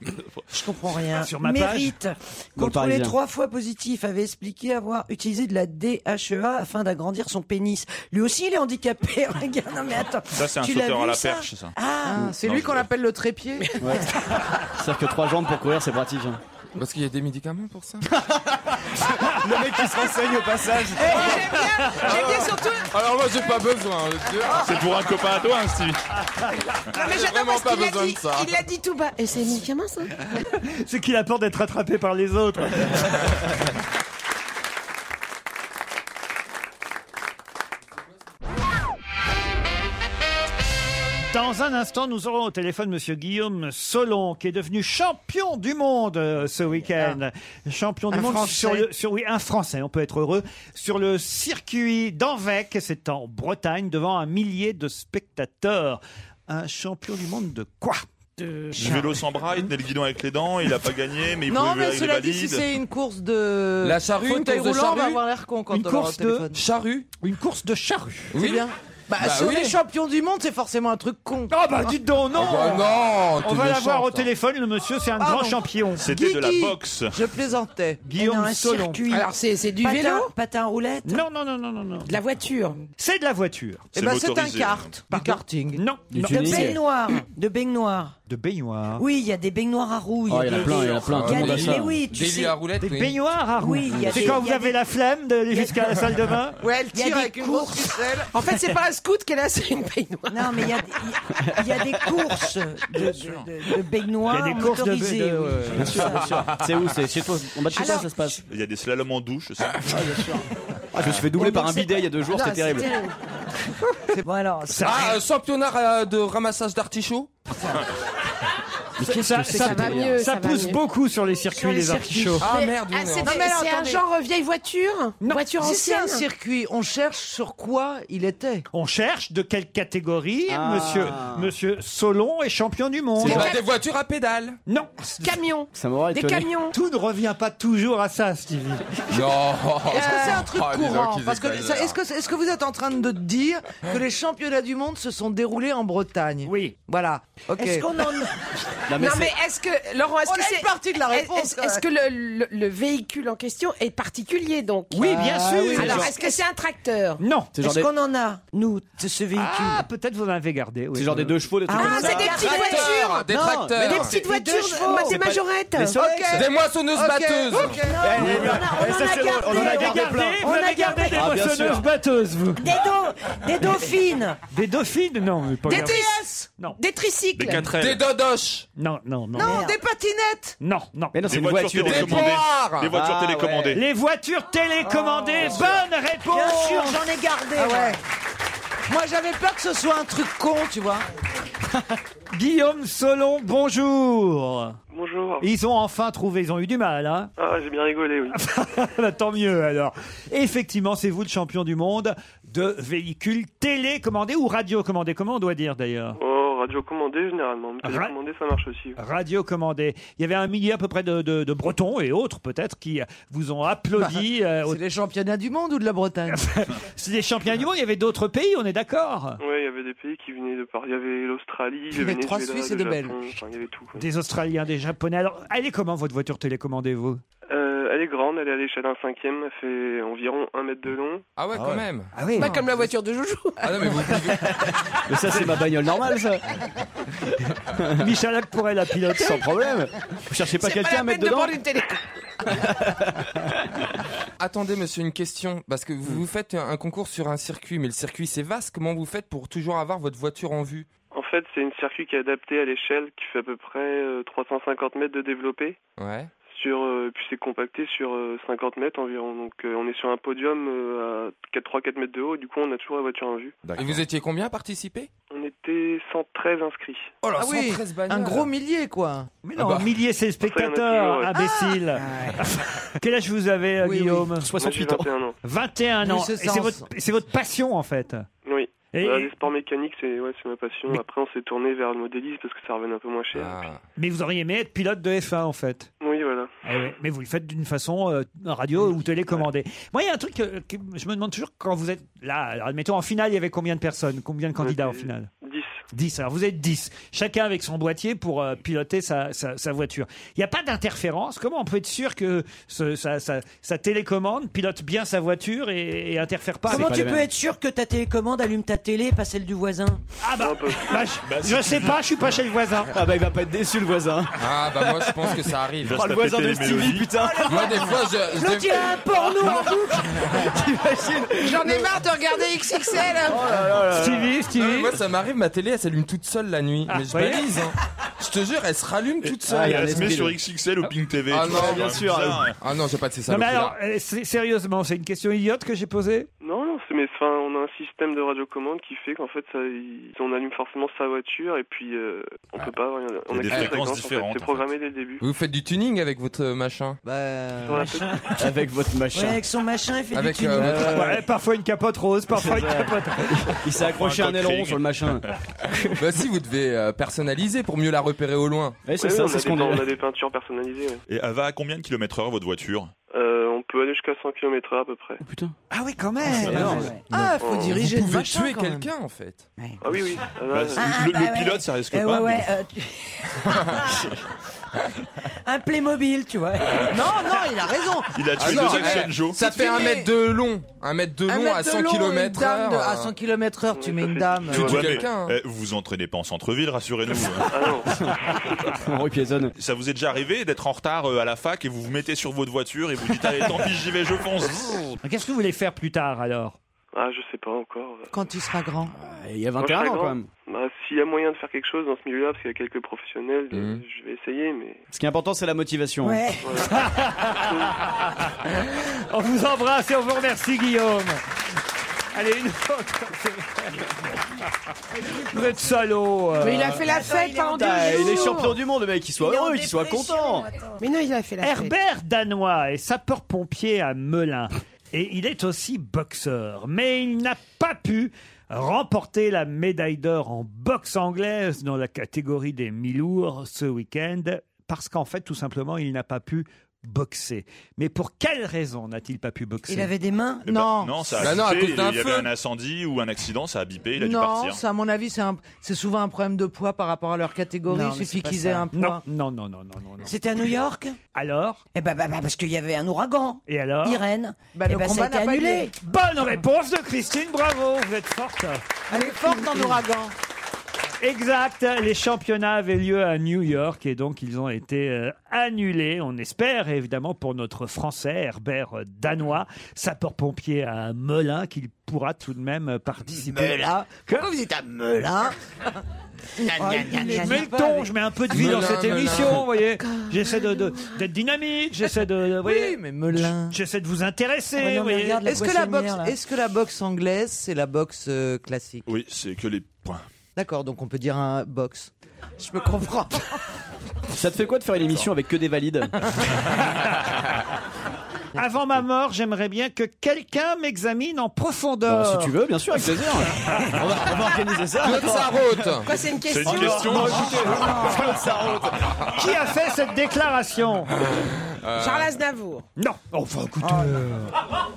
Speaker 8: Je comprends rien.
Speaker 7: Sur ma page
Speaker 8: Mérite.
Speaker 7: Dans le
Speaker 8: Contrôlé
Speaker 7: Parisien.
Speaker 8: trois fois positif avait expliqué avoir utilisé de la DHEA afin d'agrandir son pénis. Lui aussi il est handicapé. Regarde, non mais attends.
Speaker 9: Ça, c'est un
Speaker 8: Tu l'as
Speaker 9: sauteur à
Speaker 8: vu,
Speaker 9: la perche, ça.
Speaker 8: Ah,
Speaker 9: Mm. c'est Non, lui je- qu'on
Speaker 8: appelle le trépied.
Speaker 13: C'est-à-dire que trois jambes pour courir, c'est pratique. hein.
Speaker 6: Parce qu'il y a des médicaments pour ça
Speaker 4: Le mec qui se renseigne au passage.
Speaker 7: Eh, J'aime bien surtout.
Speaker 6: Alors moi j'ai pas besoin.
Speaker 9: C'est pour un copain à toi, hein, Stevie.
Speaker 7: Non, Ah, mais
Speaker 6: J'ai
Speaker 7: j'adore
Speaker 6: vraiment
Speaker 7: parce
Speaker 6: pas
Speaker 7: qu'il l'a
Speaker 6: besoin
Speaker 7: dit,
Speaker 6: de ça.
Speaker 7: il l'a dit tout bas. Et c'est hein. médicament ça
Speaker 3: C'est qu'il a peur d'être attrapé par les autres. Dans un instant, nous aurons au téléphone Monsieur Guillaume Solon, qui est devenu champion du monde euh, ce week-end. Champion du
Speaker 14: ah. Un
Speaker 3: monde
Speaker 14: Français.
Speaker 3: sur le, sur oui, un Français. On peut être heureux sur le circuit d'Anvec, c'est en Bretagne, devant un millier de spectateurs. Un champion du monde de quoi De
Speaker 9: Du vélo sans bras, il tenait le guidon avec les dents, il a pas gagné, mais il
Speaker 5: Non,
Speaker 9: pouvait
Speaker 5: mais
Speaker 9: avec les
Speaker 5: cela dit, si
Speaker 9: valides.
Speaker 5: c'est une course de
Speaker 9: La charrue, une
Speaker 5: fauteuil
Speaker 9: course de
Speaker 5: roulant, on va
Speaker 9: charrue.
Speaker 5: avoir l'air con quand
Speaker 3: Une
Speaker 5: on aura
Speaker 3: course
Speaker 5: le
Speaker 3: de
Speaker 5: téléphone.
Speaker 6: charrue.
Speaker 3: Une course de charrue.
Speaker 5: C'est bien. Bah,
Speaker 3: Bah
Speaker 5: si on
Speaker 3: oui.
Speaker 5: est champion du monde, c'est forcément un truc con.
Speaker 3: Ah bah dites donc non
Speaker 5: Ah bah non,
Speaker 3: On
Speaker 5: t'es
Speaker 3: va
Speaker 5: méchante,
Speaker 3: l'avoir au
Speaker 5: hein.
Speaker 3: téléphone, le monsieur, c'est un
Speaker 5: Ah
Speaker 3: grand
Speaker 5: non.
Speaker 3: champion.
Speaker 5: C'était de la Guigui. boxe. Je plaisantais.
Speaker 3: Guillaume
Speaker 5: Eh non, un
Speaker 3: Solon.
Speaker 5: circuit. Alors, c'est- c'est du Patin- vélo patin roulette
Speaker 3: Non, non, non, non, non, non.
Speaker 5: De la voiture.
Speaker 3: C'est de la voiture.
Speaker 5: Eh ben, c'est un
Speaker 9: hein.
Speaker 5: kart.
Speaker 3: Du Ah. karting. Non.
Speaker 8: De baignoire. De baignoire.
Speaker 3: De baignoire.
Speaker 8: Oui, il y a des baignoires à roues.
Speaker 3: Oh, il y en a
Speaker 8: des-
Speaker 3: plein, il y en a plein, tout le
Speaker 8: des-
Speaker 3: monde a ça.
Speaker 8: mais oui, tu
Speaker 3: Des
Speaker 8: sais-
Speaker 3: lits à roulettes, Des oui. baignoires à roues.
Speaker 8: Oui, il y a
Speaker 3: C'est
Speaker 8: des-
Speaker 3: quand
Speaker 8: il y
Speaker 3: vous
Speaker 8: a
Speaker 3: avez
Speaker 8: des-
Speaker 3: la flemme d'aller jusqu'à la salle de bain
Speaker 7: Ouais, elle
Speaker 8: Il y a
Speaker 7: tire
Speaker 8: des
Speaker 7: avec une grosse
Speaker 8: courses.
Speaker 7: ficelle. En fait, c'est pas un scout qu'elle a, c'est une peignoire.
Speaker 8: Non, mais il y a, il y a des courses de, de, de- de baignoires
Speaker 13: Il y a des courses de- de-
Speaker 8: motorisées.
Speaker 13: de-
Speaker 8: oui.
Speaker 5: euh,
Speaker 13: Bien sûr, bien sûr. C'est où C'est chez toi En bas de chez toi,
Speaker 8: Alors-
Speaker 13: ça se passe
Speaker 9: Il y a des slaloms en douche aussi.
Speaker 13: Ah, je me suis fait doubler par un bidet il y a deux jours, c'était terrible.
Speaker 8: Bon, alors,
Speaker 6: Ah, euh, championnat euh, de ramassage d'artichauts
Speaker 3: ça,
Speaker 6: c'est
Speaker 3: ça-
Speaker 6: que ça va mieux,
Speaker 3: ça
Speaker 6: ça va
Speaker 3: pousse
Speaker 6: mieux.
Speaker 3: beaucoup sur les circuits,
Speaker 6: Sur les
Speaker 3: les,
Speaker 6: circuits.
Speaker 3: artichauts.
Speaker 6: Ah, merde, oui,
Speaker 7: c'est
Speaker 6: non.
Speaker 7: des-
Speaker 6: Non, mais
Speaker 7: c'est un
Speaker 6: attendez.
Speaker 7: genre euh, vieille voiture Voiture
Speaker 5: Si c'est un
Speaker 7: ancienne
Speaker 5: circuit, on cherche sur quoi il était.
Speaker 3: On cherche de quelle catégorie
Speaker 5: Ah.
Speaker 3: monsieur, monsieur Solon est champion du monde.
Speaker 6: C'est pas des voitures à pédales
Speaker 3: Non.
Speaker 7: Camions
Speaker 13: Ça m'aurait
Speaker 7: Des étonné. camions.
Speaker 3: Tout ne revient pas toujours à ça, Stevie.
Speaker 6: Non
Speaker 5: Est-ce que c'est un truc
Speaker 6: Ah, dis donc
Speaker 5: courant
Speaker 6: qu'ils
Speaker 5: Parce que
Speaker 6: exagèrent.
Speaker 5: ça- est-ce que est-ce que vous êtes en train de dire que les championnats du monde se sont déroulés en Bretagne
Speaker 3: Oui.
Speaker 5: Voilà. Ok.
Speaker 7: Est-ce qu'on en-
Speaker 5: Non,
Speaker 7: Non,
Speaker 5: mais
Speaker 7: mais,
Speaker 5: c'est-
Speaker 7: est-ce que, Laurent, est-ce
Speaker 5: On
Speaker 7: que
Speaker 5: a une
Speaker 7: c'est-
Speaker 5: partie de la
Speaker 7: est-
Speaker 5: réponse,
Speaker 7: Est-ce
Speaker 5: quand
Speaker 7: est-ce que le, le- le véhicule en question est particulier, donc
Speaker 3: Oui, bien sûr. oui,
Speaker 7: Alors,
Speaker 3: genre-
Speaker 7: est-ce que c'est un tracteur
Speaker 3: Non.
Speaker 13: C'est genre Est-ce des- qu'on
Speaker 8: en a, nous, ce véhicule
Speaker 3: Ah, peut-être vous en avez gardé. Oui.
Speaker 13: C'est genre des deux chevaux, des trucs
Speaker 3: Ah,
Speaker 13: comme ça.
Speaker 7: c'est des petites
Speaker 3: Tracteurs,
Speaker 7: voitures
Speaker 3: des
Speaker 7: Non,
Speaker 3: tracteurs.
Speaker 7: mais Des petites
Speaker 3: Des deux
Speaker 7: voitures
Speaker 3: chevaux.
Speaker 7: ma- des
Speaker 3: C'est pas-
Speaker 7: majorettes
Speaker 3: Les Solex.
Speaker 6: Des moissonneuses batteuses.
Speaker 12: Eh,
Speaker 3: On en a gardé, vous avez gardé des
Speaker 6: Ah,
Speaker 3: moissonneuses batteuses, vous.
Speaker 8: Des, do- des dauphines.
Speaker 3: Des dauphines Non, mais pas
Speaker 7: Des
Speaker 3: grave.
Speaker 7: tricycles
Speaker 3: Non.
Speaker 7: Des tricycles
Speaker 6: Des dodoches
Speaker 3: Non, non, non.
Speaker 5: Non, des patinettes.
Speaker 3: Non, non.
Speaker 13: Mais non, c'est Des une voitures voiture. télécommandées. Des voitures
Speaker 5: Ah,
Speaker 13: télécommandées.
Speaker 3: Les voitures télécommandées.
Speaker 5: Oh,
Speaker 3: Bonne réponse.
Speaker 5: Bien sûr, j'en ai gardé.
Speaker 3: Ah ouais.
Speaker 5: Moi, j'avais peur que ce soit un truc con, tu vois.
Speaker 3: Guillaume Solon, bonjour.
Speaker 15: Bonjour.
Speaker 3: Ils ont enfin trouvé, ils ont eu du mal, hein
Speaker 15: Ah, j'ai bien rigolé, oui.
Speaker 3: Bah, Tant mieux alors. Effectivement, c'est vous le champion du monde de véhicules télécommandés ou radiocommandés, comment on doit dire d'ailleurs
Speaker 15: Oh, radio commandée généralement. Mais
Speaker 3: Ra-
Speaker 15: télécommandée, ça marche aussi.
Speaker 3: Ah, Radiocommandés. Il y avait un millier à peu près de, de- de Bretons et autres peut-être qui vous ont applaudi. euh, au-
Speaker 5: Bah, C'est les championnats du monde ou de la Bretagne
Speaker 3: C'est des champions du monde, il y avait d'autres pays, on est d'accord
Speaker 15: Ouais, il y avait des pays qui venaient de par. Il y avait l'Australie, le
Speaker 3: Les
Speaker 15: Venezuela,
Speaker 3: trois Suisses et
Speaker 15: le
Speaker 3: deux
Speaker 15: Japon,
Speaker 3: Belges.
Speaker 15: Enfin, il y avait tout. quoi.
Speaker 3: Des Australiens, des Japonais. Alors, elle est comment votre voiture télécommandée, vous
Speaker 15: Euh, elle est grande, elle est à l'échelle d'un cinquième, elle fait environ un mètre de long.
Speaker 6: Ah ouais, quand même.
Speaker 3: Ah oui.
Speaker 7: Pas comme la voiture de Joujou.
Speaker 6: Ah non, mais vous
Speaker 13: Mais ça, c'est ma bagnole normale, ça.
Speaker 3: Michalak pourrait la piloter.
Speaker 13: Sans problème. Vous cherchez pas
Speaker 6: C'est pas
Speaker 13: quelqu'un
Speaker 6: la
Speaker 13: à mettre
Speaker 6: peine de
Speaker 13: dedans
Speaker 6: prendre une Attendez, monsieur, une question. Parce que vous, vous faites un un concours sur un circuit, mais le circuit c'est vaste. Comment vous faites pour toujours avoir votre voiture en vue
Speaker 15: En fait, c'est une circuit qui est adaptée à l'échelle, qui fait à peu près euh, 350 mètres de développé.
Speaker 6: Ouais.
Speaker 15: Sur, euh, puis c'est compacté sur euh, 50 mètres environ. Donc euh, on est sur un podium euh, à 3-4 mètres de haut, du coup on a toujours la voiture en vue.
Speaker 6: Et vous étiez combien à participer
Speaker 15: On était 113 inscrits.
Speaker 6: Oh
Speaker 5: Ah oui, un gros millier, quoi.
Speaker 3: Mais
Speaker 6: Ah bah.
Speaker 3: non,
Speaker 15: Ah.
Speaker 3: milliers, c'est
Speaker 15: toujours,
Speaker 3: spectateurs,
Speaker 15: ouais. Ah,
Speaker 3: imbécile. Quel âge vous avez, euh,
Speaker 15: Oui, oui.
Speaker 3: Guillaume
Speaker 15: Moi, j'ai 68 ans. 21 ans.
Speaker 3: 21 ans.
Speaker 15: Plus
Speaker 3: Et
Speaker 15: de
Speaker 3: c'est
Speaker 15: sens.
Speaker 3: votre, c'est votre passion, en fait.
Speaker 15: Oui.
Speaker 3: Et-
Speaker 15: Bah, les sports mécaniques, c'est ouais, c'est ma passion. Après, on s'est tourné vers le modélisme parce que ça revenait un peu moins cher.
Speaker 6: Ah.
Speaker 3: Mais vous auriez aimé être pilote de F1, en fait.
Speaker 15: Oui, voilà.
Speaker 3: Eh oui, mais vous le faites d'une façon euh, radio ou télécommandée. Moi, il y a un truc que, que je me demande toujours quand vous êtes là. Alors, admettons, en finale, il y avait combien de personnes Combien de candidats en finale
Speaker 15: 10.
Speaker 3: 10. Alors vous êtes 10. Chacun avec son boîtier pour euh, piloter sa, sa- sa voiture. Il n'y a pas d'interférence. Comment on peut être sûr que ce- sa, sa- sa télécommande pilote bien sa voiture et, et interfère pas
Speaker 8: Comment
Speaker 3: avec-
Speaker 8: tu peux être sûr que ta télécommande allume ta télé et pas celle du voisin
Speaker 3: Ah bah, je, je sais pas, je suis pas chez le voisin.
Speaker 13: Ah bah il va pas être déçu le voisin.
Speaker 6: Ah bah moi je pense que ça arrive.
Speaker 13: Oh, le voisin de Stevie putain.
Speaker 6: Moi des fois je.
Speaker 13: L'autre, il a un porno en
Speaker 6: boucle.
Speaker 7: J'en ai marre de regarder XXL.
Speaker 13: Ah,
Speaker 3: Stevie, Stevie.
Speaker 6: Moi ça m'arrive, ma télé elle s'allume toute seule la nuit. mais je
Speaker 9: voyez
Speaker 6: balise. hein. Je te jure, elle se rallume toute seule.
Speaker 9: Ah, il y a un SME sur XXL au Ping TV.
Speaker 6: Ah
Speaker 9: tu
Speaker 6: non,
Speaker 9: vois,
Speaker 6: bien
Speaker 9: c'est
Speaker 6: sûr.
Speaker 9: bizarre.
Speaker 6: Ah non, j'ai pas de ces
Speaker 3: Non mais alors,
Speaker 6: saloperies-là.
Speaker 3: euh, c'est- sérieusement, c'est une question idiote que j'ai posée
Speaker 15: Non, non, c'est- mais enfin, on a un système de radiocommande qui fait qu'en fait, ça, il- on allume forcément sa voiture et puis euh, on peut pas. On
Speaker 6: Ah. Il y a des
Speaker 15: que la
Speaker 6: fréquences
Speaker 15: fréquence, en fait.
Speaker 6: différentes,
Speaker 15: C'est
Speaker 6: en
Speaker 15: programmé dès le début.
Speaker 6: Vous faites du tuning avec votre euh, machin
Speaker 15: Sur la machin. petite-
Speaker 13: Avec votre machin.
Speaker 8: Ouais, avec son machin, il fait
Speaker 6: Bah, Avec,
Speaker 8: du tuning.
Speaker 6: euh, votre-
Speaker 3: Ouais, parfois une capote rose, parfois une capote.
Speaker 13: Il s'est accroché un aileron sur le machin.
Speaker 6: bah si, vous devez euh, personnaliser pour mieux la repérer au loin.
Speaker 15: Ouais, ouais, on a des- On a des peintures personnalisées. ouais.
Speaker 9: Et elle va à combien de kilomètres heure votre voiture
Speaker 15: Euh, on peut aller jusqu'à 100 km/h à peu près.
Speaker 5: Ah oui, quand même.
Speaker 15: Ah, faut diriger
Speaker 6: Vous
Speaker 15: le
Speaker 6: pouvez
Speaker 15: machin,
Speaker 6: tuer
Speaker 15: quand même.
Speaker 6: quelqu'un en fait.
Speaker 15: Ah oui, oui. Ah, là,
Speaker 9: Bah,
Speaker 15: là.
Speaker 9: le- le pilote, ça risque
Speaker 6: Eh
Speaker 8: Euh,
Speaker 9: pas.
Speaker 8: ouais, ouais,
Speaker 9: mais-
Speaker 8: euh, tu- un Playmobil, tu vois.
Speaker 5: Non, non, il a raison.
Speaker 9: Il a
Speaker 6: Ah
Speaker 9: tué
Speaker 6: non,
Speaker 9: deux
Speaker 6: eh,
Speaker 9: Action Joe.
Speaker 6: Ça
Speaker 5: Si
Speaker 6: fait
Speaker 5: tu
Speaker 6: un
Speaker 5: mets-
Speaker 6: mètre de long, un mètre de
Speaker 5: Un
Speaker 6: long
Speaker 5: mètre
Speaker 6: à
Speaker 5: de
Speaker 6: 100
Speaker 5: long, une
Speaker 6: km
Speaker 5: dame
Speaker 6: heure.
Speaker 5: de- À 100 km heure, tu mets une dame. euh,
Speaker 9: Ouais,
Speaker 6: tues
Speaker 9: mais,
Speaker 6: quelqu'un, hein.
Speaker 9: eh, vous vous entraînez pas en centre-ville, rassurez-nous.
Speaker 15: Ah,
Speaker 13: On piézonne.
Speaker 9: Ça vous est déjà arrivé d'être en retard euh, à la fac et vous vous mettez sur votre voiture et vous dites allez tant pis j'y vais je fonce.
Speaker 3: Qu'est-ce que vous voulez faire plus tard alors
Speaker 15: Ah, je sais pas encore.
Speaker 5: Quand il sera grand.
Speaker 13: Ah, Il y a
Speaker 15: Moi, je serais grand. Bah, s'il y a moyen de faire quelque chose dans ce milieu-là, parce qu'il y a quelques professionnels,
Speaker 6: Mmh.
Speaker 15: euh, je vais essayer, mais.
Speaker 13: Ce qui est important c'est la motivation.
Speaker 15: Ouais.
Speaker 3: On vous embrasse et on vous remercie, Guillaume. Allez, une autre. Vous êtes salaud. euh.
Speaker 7: Mais il a fait la fête pendant deux
Speaker 13: Ah, il est
Speaker 7: jours.
Speaker 13: champion du monde le mec, qu'il soit
Speaker 7: Il est en
Speaker 13: heureux, qu'il soit
Speaker 7: dépression,
Speaker 13: content.
Speaker 7: Mais non, il a fait la fête.
Speaker 3: Herbert Danois est sapeur-pompier à Melun. Et il est aussi boxeur. Mais il n'a pas pu remporter la médaille d'or en boxe anglaise dans la catégorie des mi-lourds ce week-end. Parce qu'en fait, tout simplement, il n'a pas pu boxer. Mais pour quelle raison n'a-t-il pas pu boxer
Speaker 8: Il avait des mains
Speaker 9: Eh ben, non, ça a
Speaker 6: Bah non, à
Speaker 9: bipé,
Speaker 6: cause
Speaker 9: il
Speaker 6: d'un
Speaker 9: y avait
Speaker 6: feu.
Speaker 9: un incendie ou un accident, ça a bipé, il a dû
Speaker 5: Non,
Speaker 9: partir.
Speaker 5: ça, à mon avis, c'est un- c'est souvent un problème de poids par rapport à leur catégorie.
Speaker 8: Non,
Speaker 5: Il
Speaker 8: mais c'est
Speaker 5: suffit
Speaker 8: pas
Speaker 5: qu'ils
Speaker 8: ça.
Speaker 5: aient un poids.
Speaker 3: Non, non, non, non, non. non.
Speaker 8: C'était à New York
Speaker 3: Alors
Speaker 8: Eh ben, ben, ben, parce qu'il y avait un ouragan.
Speaker 3: Et alors
Speaker 8: Irène.
Speaker 5: Bah,
Speaker 8: Eh
Speaker 5: le
Speaker 8: ben, ça
Speaker 5: combat
Speaker 8: a été
Speaker 5: n'a pas
Speaker 8: annulé.
Speaker 5: lieu.
Speaker 3: Bonne réponse de Christine,
Speaker 12: Oh,
Speaker 3: bravo, vous êtes forte.
Speaker 5: Elle est forte en ouragan.
Speaker 3: Exact, les championnats avaient lieu à New York et donc ils ont été euh, annulés. On espère évidemment pour notre Français, Herbert euh, Danois, sapeur-pompier à Melun, qu'il pourra tout de même euh, participer.
Speaker 5: Melun
Speaker 3: Pourquoi vous êtes à Melun
Speaker 5: Oh, il est
Speaker 3: je mets Ah, le
Speaker 5: pas
Speaker 3: ton,
Speaker 5: avec-
Speaker 3: je mets un peu de vie dans
Speaker 5: Melun,
Speaker 3: cette
Speaker 5: Melun.
Speaker 3: émission, vous voyez. J'essaie de- de- d'être dynamique, j'essaie de, de- vous voyez.
Speaker 5: mais Melun.
Speaker 3: J'essaie de vous intéresser,
Speaker 5: Ouais, non,
Speaker 3: vous
Speaker 5: mais
Speaker 3: voyez.
Speaker 5: regarde la Est-ce que la boxe- poissonnière, là. est-ce que la boxe anglaise, c'est la boxe euh, classique
Speaker 9: Oui, c'est que les points.
Speaker 5: D'accord, donc on peut dire un box. Je me comprends.
Speaker 13: Ça te fait quoi de faire une émission avec que des valides
Speaker 3: Avant ma mort, j'aimerais bien que quelqu'un m'examine en profondeur.
Speaker 13: Bah, Si tu veux, bien sûr, avec plaisir. On va, on va organiser ça.
Speaker 3: Claude Sarraute. Quoi,
Speaker 7: c'est une
Speaker 3: C'est une question question.
Speaker 13: Non, écoutez, Claude Sarraute.
Speaker 6: Ah.
Speaker 3: Qui a fait cette déclaration
Speaker 7: Charles Aznavour.
Speaker 3: Non, enfin écoute. euh,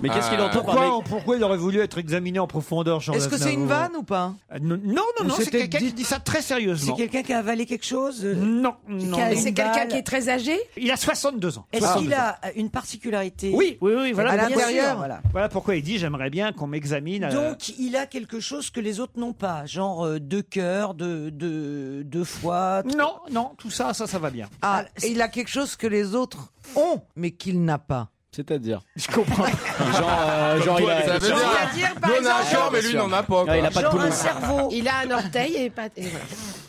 Speaker 13: Mais qu'est-ce qu'il entend par
Speaker 3: pourquoi,
Speaker 13: mec-
Speaker 3: pourquoi il aurait voulu être examiné en profondeur, Charles
Speaker 5: Est-ce que c'est une
Speaker 3: Aznavour
Speaker 5: vanne ou pas
Speaker 3: Euh, Non, non, non,
Speaker 5: Ou
Speaker 3: non, c'est
Speaker 5: c'était
Speaker 3: quelqu'un qui
Speaker 5: dit-
Speaker 3: dit ça très
Speaker 8: C'est
Speaker 3: sérieusement.
Speaker 8: quelqu'un qui a avalé quelque chose euh,
Speaker 3: Non,
Speaker 8: qui a
Speaker 3: non.
Speaker 8: une
Speaker 7: C'est quelqu'un
Speaker 8: balle.
Speaker 7: qui est très âgé
Speaker 3: Il a 62 ans.
Speaker 8: Est-ce
Speaker 3: 62
Speaker 8: qu'il
Speaker 3: ans.
Speaker 8: a une particularité
Speaker 3: Oui, oui, oui, voilà.
Speaker 8: À
Speaker 3: pourquoi-
Speaker 8: l'intérieur, voilà.
Speaker 3: Voilà pourquoi il dit j'aimerais bien qu'on m'examine. euh,
Speaker 8: Donc il a quelque chose que les autres n'ont pas, genre euh, deux cœurs, deux, deux, deux foies.
Speaker 3: Non, non, tout ça, ça, ça va bien.
Speaker 5: Ah, et il a quelque chose que les autres ont, mais qu'il n'a pas.
Speaker 13: C'est-à-dire
Speaker 3: Je comprends.
Speaker 13: Genre, euh, genre il a.
Speaker 6: Ça veut dire,
Speaker 7: C'est-à-dire, par
Speaker 6: nous, on a un
Speaker 7: exemple-
Speaker 6: cœur, mais lui
Speaker 13: Bien sûr.
Speaker 6: n'en a pas. quoi.
Speaker 13: Ouais, il a pas de
Speaker 8: Genre
Speaker 13: poumon.
Speaker 8: un cerveau.
Speaker 7: Il a un orteil et pas. et voilà.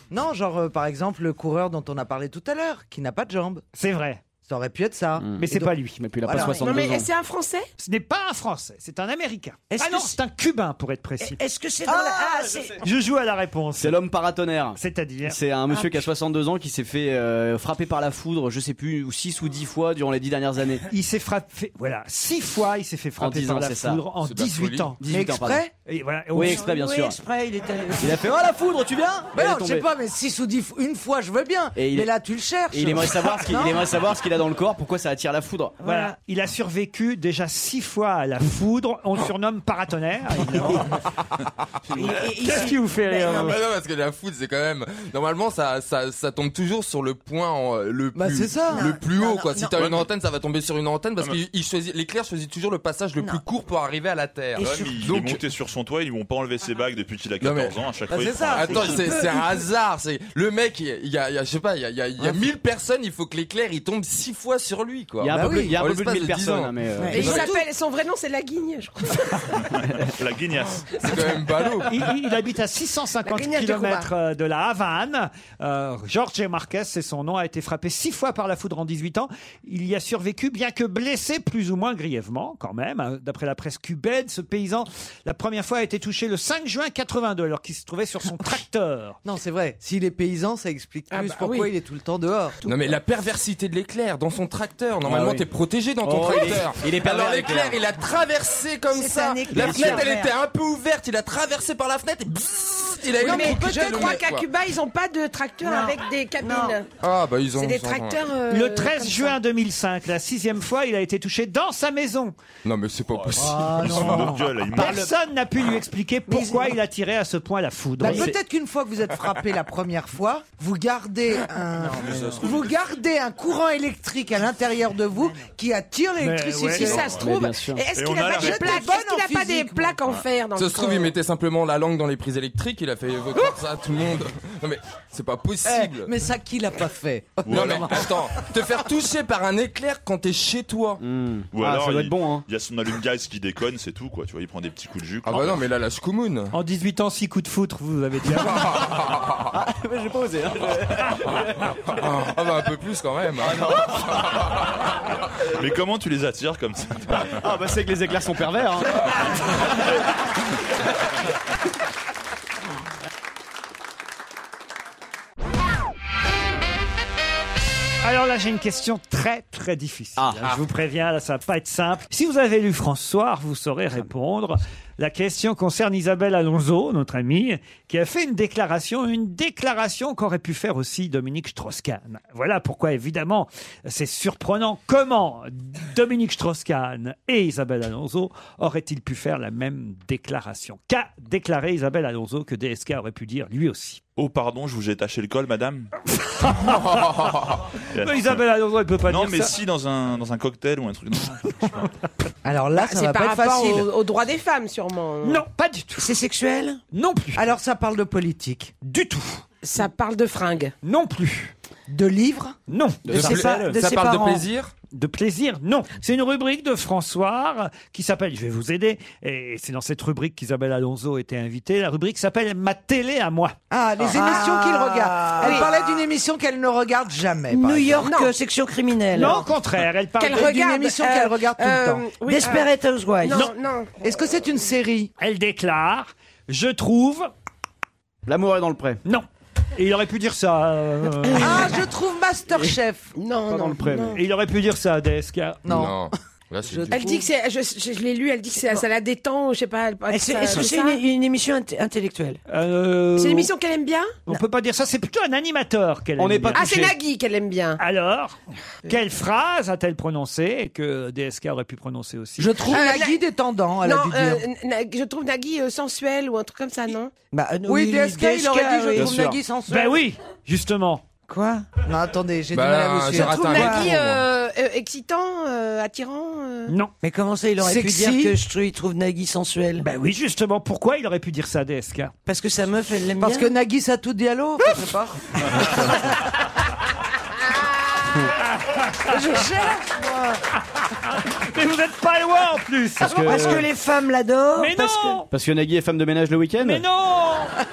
Speaker 5: Non, genre euh, par exemple le coureur dont on a parlé tout à l'heure, qui n'a pas de jambes.
Speaker 3: C'est vrai.
Speaker 5: Ça aurait pu être ça.
Speaker 13: Hmm.
Speaker 3: Mais
Speaker 5: Et
Speaker 3: c'est
Speaker 5: donc-
Speaker 3: pas lui.
Speaker 13: Mais puis il a
Speaker 5: Voilà.
Speaker 13: pas 62
Speaker 7: Non, mais
Speaker 13: ans.
Speaker 7: c'est un français
Speaker 3: Ce n'est pas un Français, c'est un Américain.
Speaker 8: Est-ce
Speaker 3: Ah
Speaker 8: que
Speaker 3: non,
Speaker 8: c'est-
Speaker 3: c'est un Cubain pour être précis.
Speaker 8: Est-ce que c'est dans la... Ah, c'est-
Speaker 3: Je joue à la réponse.
Speaker 13: C'est l'homme paratonnerre.
Speaker 3: C'est-à-dire Ah.
Speaker 13: C'est un monsieur qui a 62 ans qui s'est fait euh, frapper par la foudre, je sais plus, 6 ou 10 fois durant les 10 dernières années.
Speaker 3: Il s'est frappé, voilà, six fois il s'est fait frapper
Speaker 13: 10
Speaker 3: par
Speaker 13: ans,
Speaker 3: la
Speaker 13: c'est ça.
Speaker 3: foudre en
Speaker 6: C'est de la
Speaker 3: 18
Speaker 6: folie.
Speaker 3: ans.
Speaker 13: 18 ans, pardon.
Speaker 5: Exprès
Speaker 3: Et voilà, et
Speaker 13: Oui,
Speaker 3: on-
Speaker 13: exprès, bien
Speaker 8: oui,
Speaker 13: sûr.
Speaker 8: exprès, il est allé.
Speaker 13: Il a fait Oh la foudre, tu viens Et
Speaker 5: Mais
Speaker 13: elle est
Speaker 5: non, je sais
Speaker 13: tombée.
Speaker 5: pas, mais 6 ou 10 une fois je veux bien.
Speaker 13: Et il-
Speaker 5: Mais là tu le cherches.
Speaker 13: Et il aimerait savoir ce qu'il
Speaker 5: Non
Speaker 13: il aimerait savoir ce qu'il a dans le corps, pourquoi ça attire la foudre
Speaker 3: Voilà. Il a survécu déjà six fois à la foudre. On le surnomme paratonnerre. évidemment. Qu'est-ce qui vous fait rire
Speaker 6: Bah non, parce que la foudre, c'est quand même. Normalement, ça, ça, ça tombe toujours sur le point en, euh, le plus,
Speaker 5: Bah, c'est ça.
Speaker 6: le
Speaker 5: Non,
Speaker 6: plus
Speaker 5: non,
Speaker 6: haut.
Speaker 5: non,
Speaker 6: Quoi. Si
Speaker 5: non.
Speaker 6: t'as
Speaker 5: Ouais,
Speaker 6: une
Speaker 5: mais-
Speaker 6: antenne, ça va tomber sur une antenne parce que il choisit, l'éclair choisit toujours le passage le plus court pour arriver à la terre.
Speaker 9: Ouais, mais il est monté sur son toit, ils lui ont pas enlevé ses bagues depuis qu'il a 14 ans. À chaque
Speaker 6: Bah,
Speaker 9: fois, il
Speaker 6: c'est
Speaker 9: prend
Speaker 6: ça.
Speaker 9: la
Speaker 6: Attends,
Speaker 9: photo.
Speaker 6: c'est c'est un hasard. C'est le mec. Il y a, il y a- je sais pas. Il y a, il y a, il y a 1000 personnes. Il faut que l'éclair il tombe 6 fois sur lui. Quoi.
Speaker 13: Il y a un peu plus- il y a un
Speaker 6: En
Speaker 13: peu plus de
Speaker 6: l'espace
Speaker 13: 1000
Speaker 6: 10 ans.
Speaker 13: personnes, hein, mais, euh,
Speaker 7: Et il
Speaker 6: Bah,
Speaker 7: s'appelle, son vrai nom c'est Laguigne, je crois.
Speaker 9: La guignasse.
Speaker 6: C'est quand même ballot.
Speaker 3: Il, il- il habite à
Speaker 7: La
Speaker 3: 650
Speaker 7: grignette de
Speaker 3: km de la Havane. Euh, Jorge Marquez, c'est son nom, a été frappé six fois par la foudre en 18 ans. Il y a survécu, bien que blessé plus ou moins grièvement, quand même. hein. D'après la presse cubaine, ce paysan, la première fois a été touché le 5 juin 82, alors qu'il se trouvait sur son tracteur.
Speaker 5: Non, c'est vrai. S'il est paysan, ça explique plus
Speaker 3: bah
Speaker 5: pourquoi
Speaker 3: oui.
Speaker 5: il est tout le temps dehors.
Speaker 6: Ah Non mais la perversité de l'éclair dans son tracteur. Normalement
Speaker 5: Ah oui.
Speaker 6: t'es protégé dans ton
Speaker 5: Oh, il est-
Speaker 6: tracteur.
Speaker 5: il est pervers,
Speaker 6: Alors l'éclair
Speaker 5: l'éclair.
Speaker 6: il a traversé comme
Speaker 5: C'est
Speaker 6: ça.
Speaker 5: un éclair
Speaker 6: La fenêtre elle
Speaker 5: pervers.
Speaker 6: était un peu ouverte. Il a traversé par la fenêtre. Et bzzz, il a eu
Speaker 7: non,
Speaker 6: le
Speaker 7: mais
Speaker 6: coup de
Speaker 7: peut-être
Speaker 6: le
Speaker 7: crois
Speaker 6: nez,
Speaker 7: qu'à
Speaker 6: quoi.
Speaker 7: Cuba, ils n'ont pas de tracteur avec des cabines.
Speaker 6: Ah bah ils ont.
Speaker 7: C'est des
Speaker 6: ils ont-
Speaker 7: tracteurs. euh,
Speaker 3: Le 13 juin 2005, la sixième fois, il a été touché dans sa maison.
Speaker 6: Non mais c'est pas possible.
Speaker 3: Ah,
Speaker 6: Ils sont
Speaker 3: non.
Speaker 6: de gueule, là, ils marchent.
Speaker 3: Personne n'a pu lui expliquer pourquoi il a tiré à ce point la foudre.
Speaker 5: Bah,
Speaker 3: C'est-
Speaker 5: peut-être qu'une fois que vous êtes frappé la première fois, vous gardez un, vous gardez un courant électrique à l'intérieur de vous qui attire l'électricité.
Speaker 6: ouais, Si ça se trouve, Mais bien sûr. et est-ce Et qu'il on a a pas la des réponse. plaques
Speaker 5: Bonne
Speaker 7: Est-ce qu'il
Speaker 5: en
Speaker 7: a pas des
Speaker 5: physique,
Speaker 7: plaques en
Speaker 5: moi.
Speaker 7: fer dans
Speaker 6: Ça
Speaker 7: le
Speaker 6: se trouve,
Speaker 7: corps
Speaker 6: il mettait simplement la langue dans les prises électriques, il a fait voter ça à tout le monde. Non mais, c'est pas possible.
Speaker 5: Oh Eh, mais ça, qui l'a pas fait Oh,
Speaker 6: Non mais, attends, te faire toucher par un éclair quand t'es chez toi.
Speaker 9: Ou
Speaker 6: Ah,
Speaker 9: alors,
Speaker 6: ça doit
Speaker 9: il,
Speaker 3: hein.
Speaker 9: il y a son allume-gaz qui déconne, c'est tout, quoi. Tu vois, il prend des petits coups de jus.
Speaker 6: Ah bah non, mais là, la schkoumoun.
Speaker 3: En 18 ans, 6 coups de foudre, vous avez dit.
Speaker 9: Ah,
Speaker 13: J'ai pas osé. hein.
Speaker 6: Ah bah un peu plus quand même. hein.
Speaker 9: Ah, Mais comment tu les attires comme ça
Speaker 13: Ah bah c'est que les éclairs sont pervers. hein.
Speaker 3: Alors là, j'ai une question très très difficile.
Speaker 13: ah.
Speaker 3: Je vous préviens, là, ça va pas être simple. Si vous avez lu François, vous saurez répondre. La question concerne Isabelle Alonso, notre amie, qui a fait une déclaration, une déclaration qu'aurait pu faire aussi Dominique Strauss-Kahn. Voilà pourquoi, évidemment, c'est surprenant. Comment Dominique Strauss-Kahn et Isabelle Alonso auraient-ils pu faire la même déclaration Qu'a déclaré Isabelle Alonso que DSK aurait pu dire lui aussi
Speaker 9: Oh, pardon, je vous ai taché le col, madame.
Speaker 3: Mais Isabelle Alonso, elle peut pas
Speaker 9: non,
Speaker 3: dire
Speaker 9: mais
Speaker 3: ça.
Speaker 9: si, dans un, dans un cocktail ou un truc. Non,
Speaker 5: Alors là, ça
Speaker 7: Ah, Bah, C'est
Speaker 5: va
Speaker 7: par
Speaker 5: pas être
Speaker 7: rapport
Speaker 5: facile.
Speaker 7: aux, aux droits des femmes, sûrement.
Speaker 3: Non, pas du tout.
Speaker 5: C'est sexuel
Speaker 3: Non plus.
Speaker 5: Alors ça parle de politique
Speaker 3: Du tout.
Speaker 7: Ça parle de fringues
Speaker 3: Non plus.
Speaker 5: De livres
Speaker 3: Non.
Speaker 5: De ses pa- de ses parents.
Speaker 3: De plaisir, non. C'est une rubrique de François euh, qui s'appelle, je vais vous aider, et c'est dans cette rubrique qu'Isabelle Alonso était invitée. La rubrique s'appelle Ma télé à moi.
Speaker 5: Ah, les émissions qu'il regarde. Elle
Speaker 3: Oui.
Speaker 5: parlait d'une émission qu'elle ne regarde jamais. Eh, par
Speaker 8: New York,
Speaker 5: exemple.
Speaker 8: euh, section criminelle.
Speaker 3: Non, au contraire, elle parle
Speaker 5: Qu'elle regarde, euh, euh, oui,
Speaker 8: Desperate
Speaker 5: euh,
Speaker 8: Housewives.
Speaker 5: non,
Speaker 3: Est-ce que c'est une série Elle déclare Je trouve.
Speaker 13: L'amour est dans le pré.
Speaker 3: Non. Et il aurait pu dire ça. euh,
Speaker 5: Ah, je trouve Masterchef.
Speaker 7: Non, non. non.
Speaker 3: Et il aurait pu dire ça à DSK.
Speaker 5: Non.
Speaker 6: Là, c'est
Speaker 7: Elle dit que c'est. Je, je- je l'ai lu, elle dit que c'est- ça la détend, je sais pas. elle-
Speaker 8: Est-ce
Speaker 7: ça-
Speaker 8: est-ce que c'est
Speaker 7: ça.
Speaker 8: une, une émission inte- intellectuelle
Speaker 3: Euh,
Speaker 7: C'est une émission qu'elle aime bien
Speaker 3: On peut pas dire ça, c'est plutôt un animateur qu'elle
Speaker 13: On
Speaker 3: aime
Speaker 13: n'est pas
Speaker 3: bien.
Speaker 7: Ah, c'est Nagui qu'elle aime bien.
Speaker 3: Alors, quelle phrase a-t-elle prononcée et que DSK aurait pu prononcer aussi
Speaker 5: Je trouve
Speaker 7: Euh,
Speaker 5: la
Speaker 7: la-
Speaker 5: guide est tendant. Elle a
Speaker 7: non,
Speaker 5: dû
Speaker 7: euh,
Speaker 5: dire.
Speaker 7: Na- je trouve Nagui euh, sensuel ou un truc comme ça, non
Speaker 5: Bah, oui, DSK, il aurait dit
Speaker 7: oui.
Speaker 5: je trouve Nagui sensuel.
Speaker 3: Ben oui, justement.
Speaker 5: Quoi Non, attendez, j'ai
Speaker 3: Bah,
Speaker 5: du mal à vous
Speaker 3: j'ai
Speaker 5: suivre.
Speaker 3: raté
Speaker 7: Je trouve
Speaker 3: Attends,
Speaker 7: Nagui
Speaker 3: mais-
Speaker 7: euh, euh, excitant, euh, attirant. euh.
Speaker 3: Non.
Speaker 8: Mais comment ça, il aurait
Speaker 3: Sexy.
Speaker 8: pu dire que je trou- il trouve Nagui sensuel
Speaker 3: Ben oui, justement, pourquoi il aurait pu dire ça à DSK
Speaker 8: Parce que sa meuf, elle l'aime bien.
Speaker 5: Parce que Nagui Satou Diallo, je sais pas.
Speaker 8: Ah, Je
Speaker 5: cherche, moi.
Speaker 3: Mais vous êtes pas loin en plus
Speaker 8: Parce
Speaker 13: Parce
Speaker 8: que,
Speaker 13: que-
Speaker 8: les femmes l'adorent
Speaker 13: Mais
Speaker 8: parce
Speaker 13: non Parce que Nagui est femme de ménage le week-end
Speaker 3: Mais non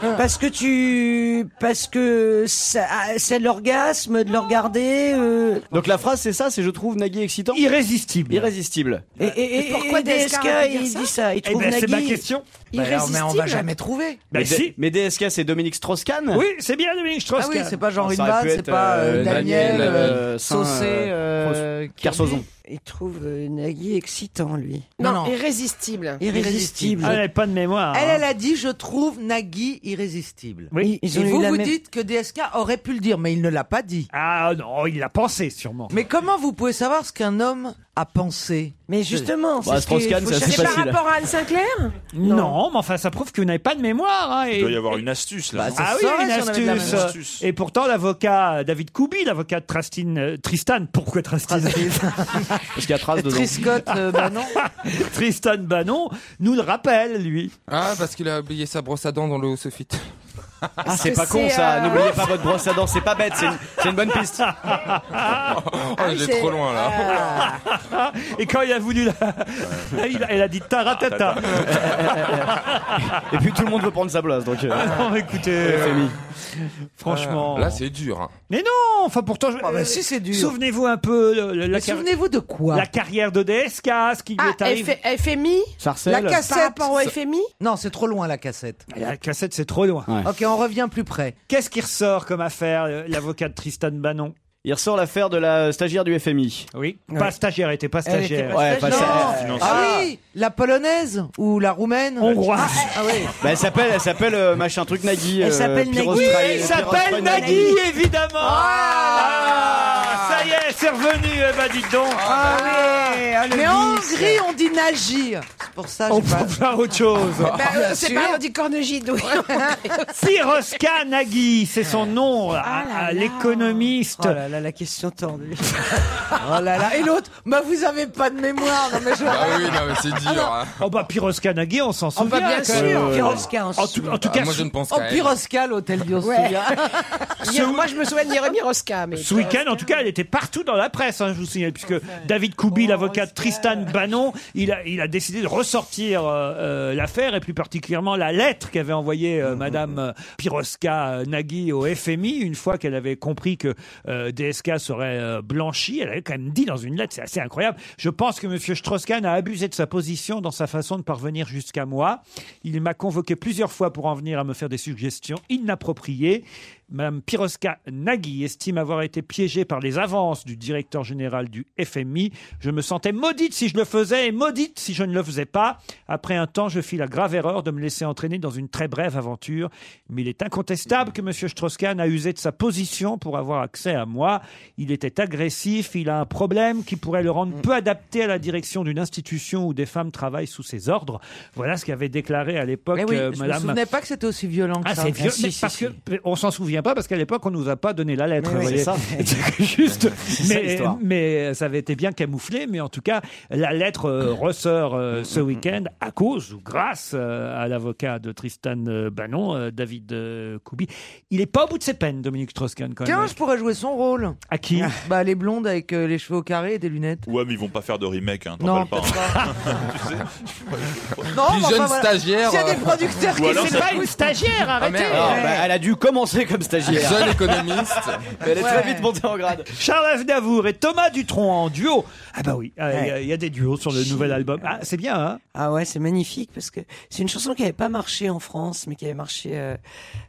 Speaker 8: que, parce que tu... Parce que ça- ah, c'est l'orgasme de le regarder... euh.
Speaker 13: Donc la phrase c'est ça, c'est je trouve Nagui excitant
Speaker 3: Irrésistible.
Speaker 13: Irrésistible.
Speaker 8: Et, et- et-
Speaker 7: pourquoi
Speaker 8: et
Speaker 7: DSK
Speaker 8: DSK,
Speaker 7: aurait pu dire
Speaker 8: il
Speaker 7: ça
Speaker 8: dit ça Il
Speaker 3: Eh
Speaker 8: trouve
Speaker 3: ben,
Speaker 8: Nagui...
Speaker 3: c'est ma question.
Speaker 8: Bah alors, mais on va jamais
Speaker 5: trouver.
Speaker 13: Mais,
Speaker 3: Ben si.
Speaker 13: D- mais DSK c'est Dominique Strauss-Kahn
Speaker 3: Oui, c'est bien Dominique Strauss.
Speaker 5: Ah oui, c'est pas genre
Speaker 13: Ça
Speaker 5: une
Speaker 13: aurait
Speaker 5: vanne,
Speaker 13: pu
Speaker 5: c'est
Speaker 13: être,
Speaker 5: pas euh,
Speaker 13: euh,
Speaker 5: Daniel,
Speaker 13: Daniel,
Speaker 5: euh,
Speaker 13: euh, Saint,
Speaker 5: saucé.
Speaker 13: euh,
Speaker 5: euh,
Speaker 13: Carsoson.
Speaker 8: il trouve euh, Nagui excitant, lui.
Speaker 7: Non, irrésistible.
Speaker 8: Irrésistible.
Speaker 3: Ah, elle n'avait pas de mémoire.
Speaker 5: Elle, elle a dit Je trouve Nagui irrésistible.
Speaker 3: Oui. Ils- ils ont
Speaker 5: Et
Speaker 3: eu
Speaker 5: vous,
Speaker 3: la
Speaker 5: vous
Speaker 3: même-
Speaker 5: dites que DSK aurait pu le dire, mais il ne l'a pas dit.
Speaker 3: Ah non, il l'a pensé sûrement.
Speaker 5: Mais comment vous pouvez savoir ce qu'un homme a pensé
Speaker 8: Mais
Speaker 3: justement, c'est Bah, ce qu'il Strauss-Kahn, faut c'est assez
Speaker 7: C'est
Speaker 3: chercher.
Speaker 7: par
Speaker 3: facile.
Speaker 7: rapport à Anne Sinclair
Speaker 3: Non. mais enfin, ça prouve que vous n'avez pas de mémoire. hein, et-
Speaker 9: Il doit y avoir une astuce là.
Speaker 3: Ah,
Speaker 8: Bah,
Speaker 9: non
Speaker 3: oui, une astuce. Et pourtant, l'avocat David Koubi, l'avocat de Trastine, euh, Tristan, pourquoi Trastin Parce qu'il y a trace
Speaker 6: dedans. Triscotte, euh,
Speaker 5: bah
Speaker 6: Bannon.
Speaker 3: Tristan Bannon nous le rappelle, lui.
Speaker 6: Ah, parce qu'il a oublié sa brosse à dents dans le haut soffit.
Speaker 13: Ah, c'est pas con ça, n'oubliez pas votre brosse à dents, c'est pas bête,
Speaker 6: Euh,
Speaker 13: c'est une, c'est une bonne piste.
Speaker 5: Ah,
Speaker 6: Oh, il est trop loin là.
Speaker 3: Et quand il a voulu la... il a- elle a dit taratata. Ah,
Speaker 13: Euh. Et puis tout le monde veut prendre sa place, donc. euh,
Speaker 3: non, mais écoutez, euh,
Speaker 13: FMI.
Speaker 3: franchement.
Speaker 6: Là, c'est dur. hein.
Speaker 3: Mais non, enfin pourtant. Je...
Speaker 5: Ah bah
Speaker 3: euh,
Speaker 5: si, c'est dur.
Speaker 3: Souvenez-vous un peu euh, la,
Speaker 5: Mais
Speaker 3: carri-
Speaker 5: Souvenez-vous de quoi
Speaker 3: la carrière de DSK, ce qui lui est
Speaker 7: Ah,
Speaker 3: arrivé.
Speaker 7: F- FMI
Speaker 5: La cassette
Speaker 7: Par rapport au FMI
Speaker 5: Non, c'est trop loin la cassette.
Speaker 3: La cassette, c'est trop loin.
Speaker 5: Ok, on revient plus près.
Speaker 3: Qu'est-ce qui ressort comme affaire, euh, l'avocat de Tristan Bannon
Speaker 13: Il ressort l'affaire de la stagiaire du FMI.
Speaker 3: Oui. Pas stagiaire, elle était pas
Speaker 5: Elle était
Speaker 3: stagiaire.
Speaker 5: pas
Speaker 13: Ouais,
Speaker 5: stagiaire.
Speaker 13: enfin,
Speaker 5: Non.
Speaker 13: c'est-
Speaker 5: Ah, oui, la polonaise ou la roumaine
Speaker 3: Hongroise.
Speaker 5: Ah oui.
Speaker 13: Bah, elle s'appelle, elle s'appelle euh, machin truc Nagui.
Speaker 5: Elle
Speaker 3: euh,
Speaker 5: s'appelle
Speaker 13: Pyros
Speaker 5: Nagui.
Speaker 13: Trahi-
Speaker 5: Oui, elle
Speaker 13: Pyros
Speaker 3: s'appelle
Speaker 13: Trahi-
Speaker 3: Nagui,
Speaker 5: Oh,
Speaker 3: évidemment. Ah, ça y est, Oh, c'est revenu, eh ben, dites donc. Allez, Ah, allez,
Speaker 5: Ah, bah Mais en
Speaker 3: dix.
Speaker 5: Hongrie, on dit nagir. C'est pour ça
Speaker 3: Ah, on
Speaker 5: j'ai pas...
Speaker 3: prend plein autre chose.
Speaker 7: Bah, euh,
Speaker 5: Ah, Bien
Speaker 7: C'est
Speaker 5: sûr.
Speaker 7: pas du cornegide, oui.
Speaker 3: Siroska Nagui, c'est son nom,
Speaker 5: Ah
Speaker 3: à- à l'économiste.
Speaker 8: Oh là là, la question tendue.
Speaker 5: Oh là là. Et l'autre, bah vous avez pas de mémoire. Non, mais je...
Speaker 6: Ah oui, non, mais c'est dur. hein.
Speaker 3: Oh bah Piroska Nagui, on s'en
Speaker 5: Oh, bah,
Speaker 3: souvient.
Speaker 5: bien
Speaker 3: quand
Speaker 5: sûr,
Speaker 3: même.
Speaker 5: Piroska, on
Speaker 3: en,
Speaker 5: s'en
Speaker 3: tout, en tout
Speaker 6: Ah,
Speaker 3: cas,
Speaker 6: moi, je
Speaker 3: ce-
Speaker 6: ne pense
Speaker 5: Oh,
Speaker 6: qu'à elle.
Speaker 5: Piroscal, hôtel Dieu
Speaker 7: Ouais.
Speaker 5: souviens.
Speaker 7: Hier, Moi, je me souviens d'Iromi Roska. Mais
Speaker 3: ce week-end, en tout cas, elle était partout dans la presse, hein, je vous signale, puisque David Koubi, l'avocat de Tristan Bannon, il a, il a décidé de ressortir euh, euh, l'affaire, et plus particulièrement la lettre qu'avait envoyée euh, Madame euh, Piroska euh, Nagui au FMI, une fois qu'elle avait compris que euh, DSK serait euh, blanchi. Elle avait quand même dit dans une lettre, c'est assez incroyable, je pense que M. Strauss-Kahn a abusé de sa position dans sa façon de parvenir jusqu'à moi. Il m'a convoqué plusieurs fois pour en venir à me faire des suggestions inappropriées. Madame Piroska Nagui estime avoir été piégée par les avances du directeur général du FMI. Je me sentais maudite si je le faisais et maudite si je ne le faisais pas. Après un temps, je fis la grave erreur de me laisser entraîner dans une très brève aventure. Mais il est incontestable que M. Strauss-Kahn a usé de sa position pour avoir accès à moi. Il était agressif, il a un problème qui pourrait le rendre peu adapté à la direction d'une institution où des femmes travaillent sous ses ordres. Voilà ce qu'avait déclaré à l'époque
Speaker 5: Eh oui,
Speaker 3: euh,
Speaker 5: je me
Speaker 3: Madame
Speaker 5: souvenais pas que c'était aussi violent que
Speaker 3: ah,
Speaker 5: ça.
Speaker 3: c'est vieux, mais parce que on s'en souvient pas parce qu'à l'époque on nous a pas donné la lettre. vous voyez. C'est juste.
Speaker 13: ça,
Speaker 3: mais,
Speaker 13: l'histoire.
Speaker 3: mais euh, ça avait été bien camouflé, mais en tout cas la lettre
Speaker 13: Mm.
Speaker 3: euh, ressort euh, ce week-end à cause ou grâce euh, à l'avocat de Tristan euh, Bannon, euh, David euh, Koubi. Il est pas au bout de ses peines, Dominique Strauss-Kahn quand
Speaker 5: Tiens,
Speaker 3: même.
Speaker 5: je pourrais jouer son rôle.
Speaker 3: À qui
Speaker 13: Ah.
Speaker 5: Bah les blondes avec euh, les cheveux au carré et des lunettes.
Speaker 9: Ouais, mais ils vont pas faire de remake, hein, t'en
Speaker 5: Non,
Speaker 9: parles pas.
Speaker 5: Non,
Speaker 6: Puis
Speaker 5: mais enfin,
Speaker 6: jeune
Speaker 5: voilà.
Speaker 6: stagiaire.
Speaker 5: S'il y a
Speaker 6: euh,
Speaker 5: des producteurs
Speaker 9: Ou
Speaker 5: qui
Speaker 9: alors,
Speaker 5: s'écoutent-
Speaker 9: c'est-
Speaker 3: Pas une stagiaire, arrêtez.
Speaker 13: Alors, bah, elle a dû commencer comme stagiaire.
Speaker 6: Jeune économiste.
Speaker 13: Elle est très
Speaker 5: Ouais.
Speaker 13: vite montée en grade.
Speaker 3: Charles Aznavour et Thomas Dutronc en duo. Ah bah oui, euh, il y a- il y, a des duos sur le nouvel album. Ah, c'est bien, hein
Speaker 8: Ah ouais, c'est magnifique parce que c'est une chanson qui n'avait pas marché en France, mais qui avait marché euh,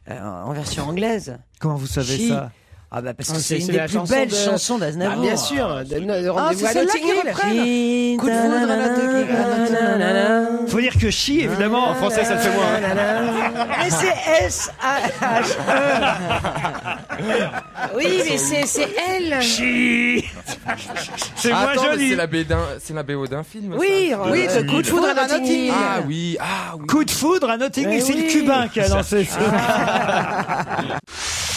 Speaker 8: euh, en version anglaise.
Speaker 3: Comment vous savez
Speaker 8: She.
Speaker 3: ça
Speaker 8: Ah bah parce
Speaker 7: Ah,
Speaker 8: que c'est
Speaker 7: c'est-
Speaker 8: une
Speaker 7: c'est
Speaker 8: des
Speaker 7: la
Speaker 8: plus
Speaker 7: chanson
Speaker 8: belles
Speaker 7: de-
Speaker 8: chansons d'Aznavour.
Speaker 7: Ah, bien sûr, de, de
Speaker 5: Ah,
Speaker 7: rendez-vous
Speaker 5: c'est
Speaker 7: à
Speaker 5: celle-là
Speaker 7: Notting
Speaker 5: qu'ils
Speaker 7: Hill.
Speaker 5: reprennent. Coup de foudre, nanana,
Speaker 3: Faut dire que chi, évidemment, en français, ça le fait moins. hein.
Speaker 8: Mais c'est S A H E.
Speaker 3: hein.
Speaker 7: Oui, mais c'est c'est elle.
Speaker 3: Chi C'est moins
Speaker 6: Attends, mais
Speaker 3: joli.
Speaker 6: c'est la BO d'un- c'est la BO d'un film.
Speaker 7: Oui,
Speaker 6: ça
Speaker 7: oui,
Speaker 5: de
Speaker 7: coup de foudre à Notting Hill.
Speaker 6: Ah oui, ah oui.
Speaker 3: Coup de foudre à Notting Hill,
Speaker 7: Eh
Speaker 3: c'est le
Speaker 7: oui.
Speaker 3: cubain qui a lancé ça.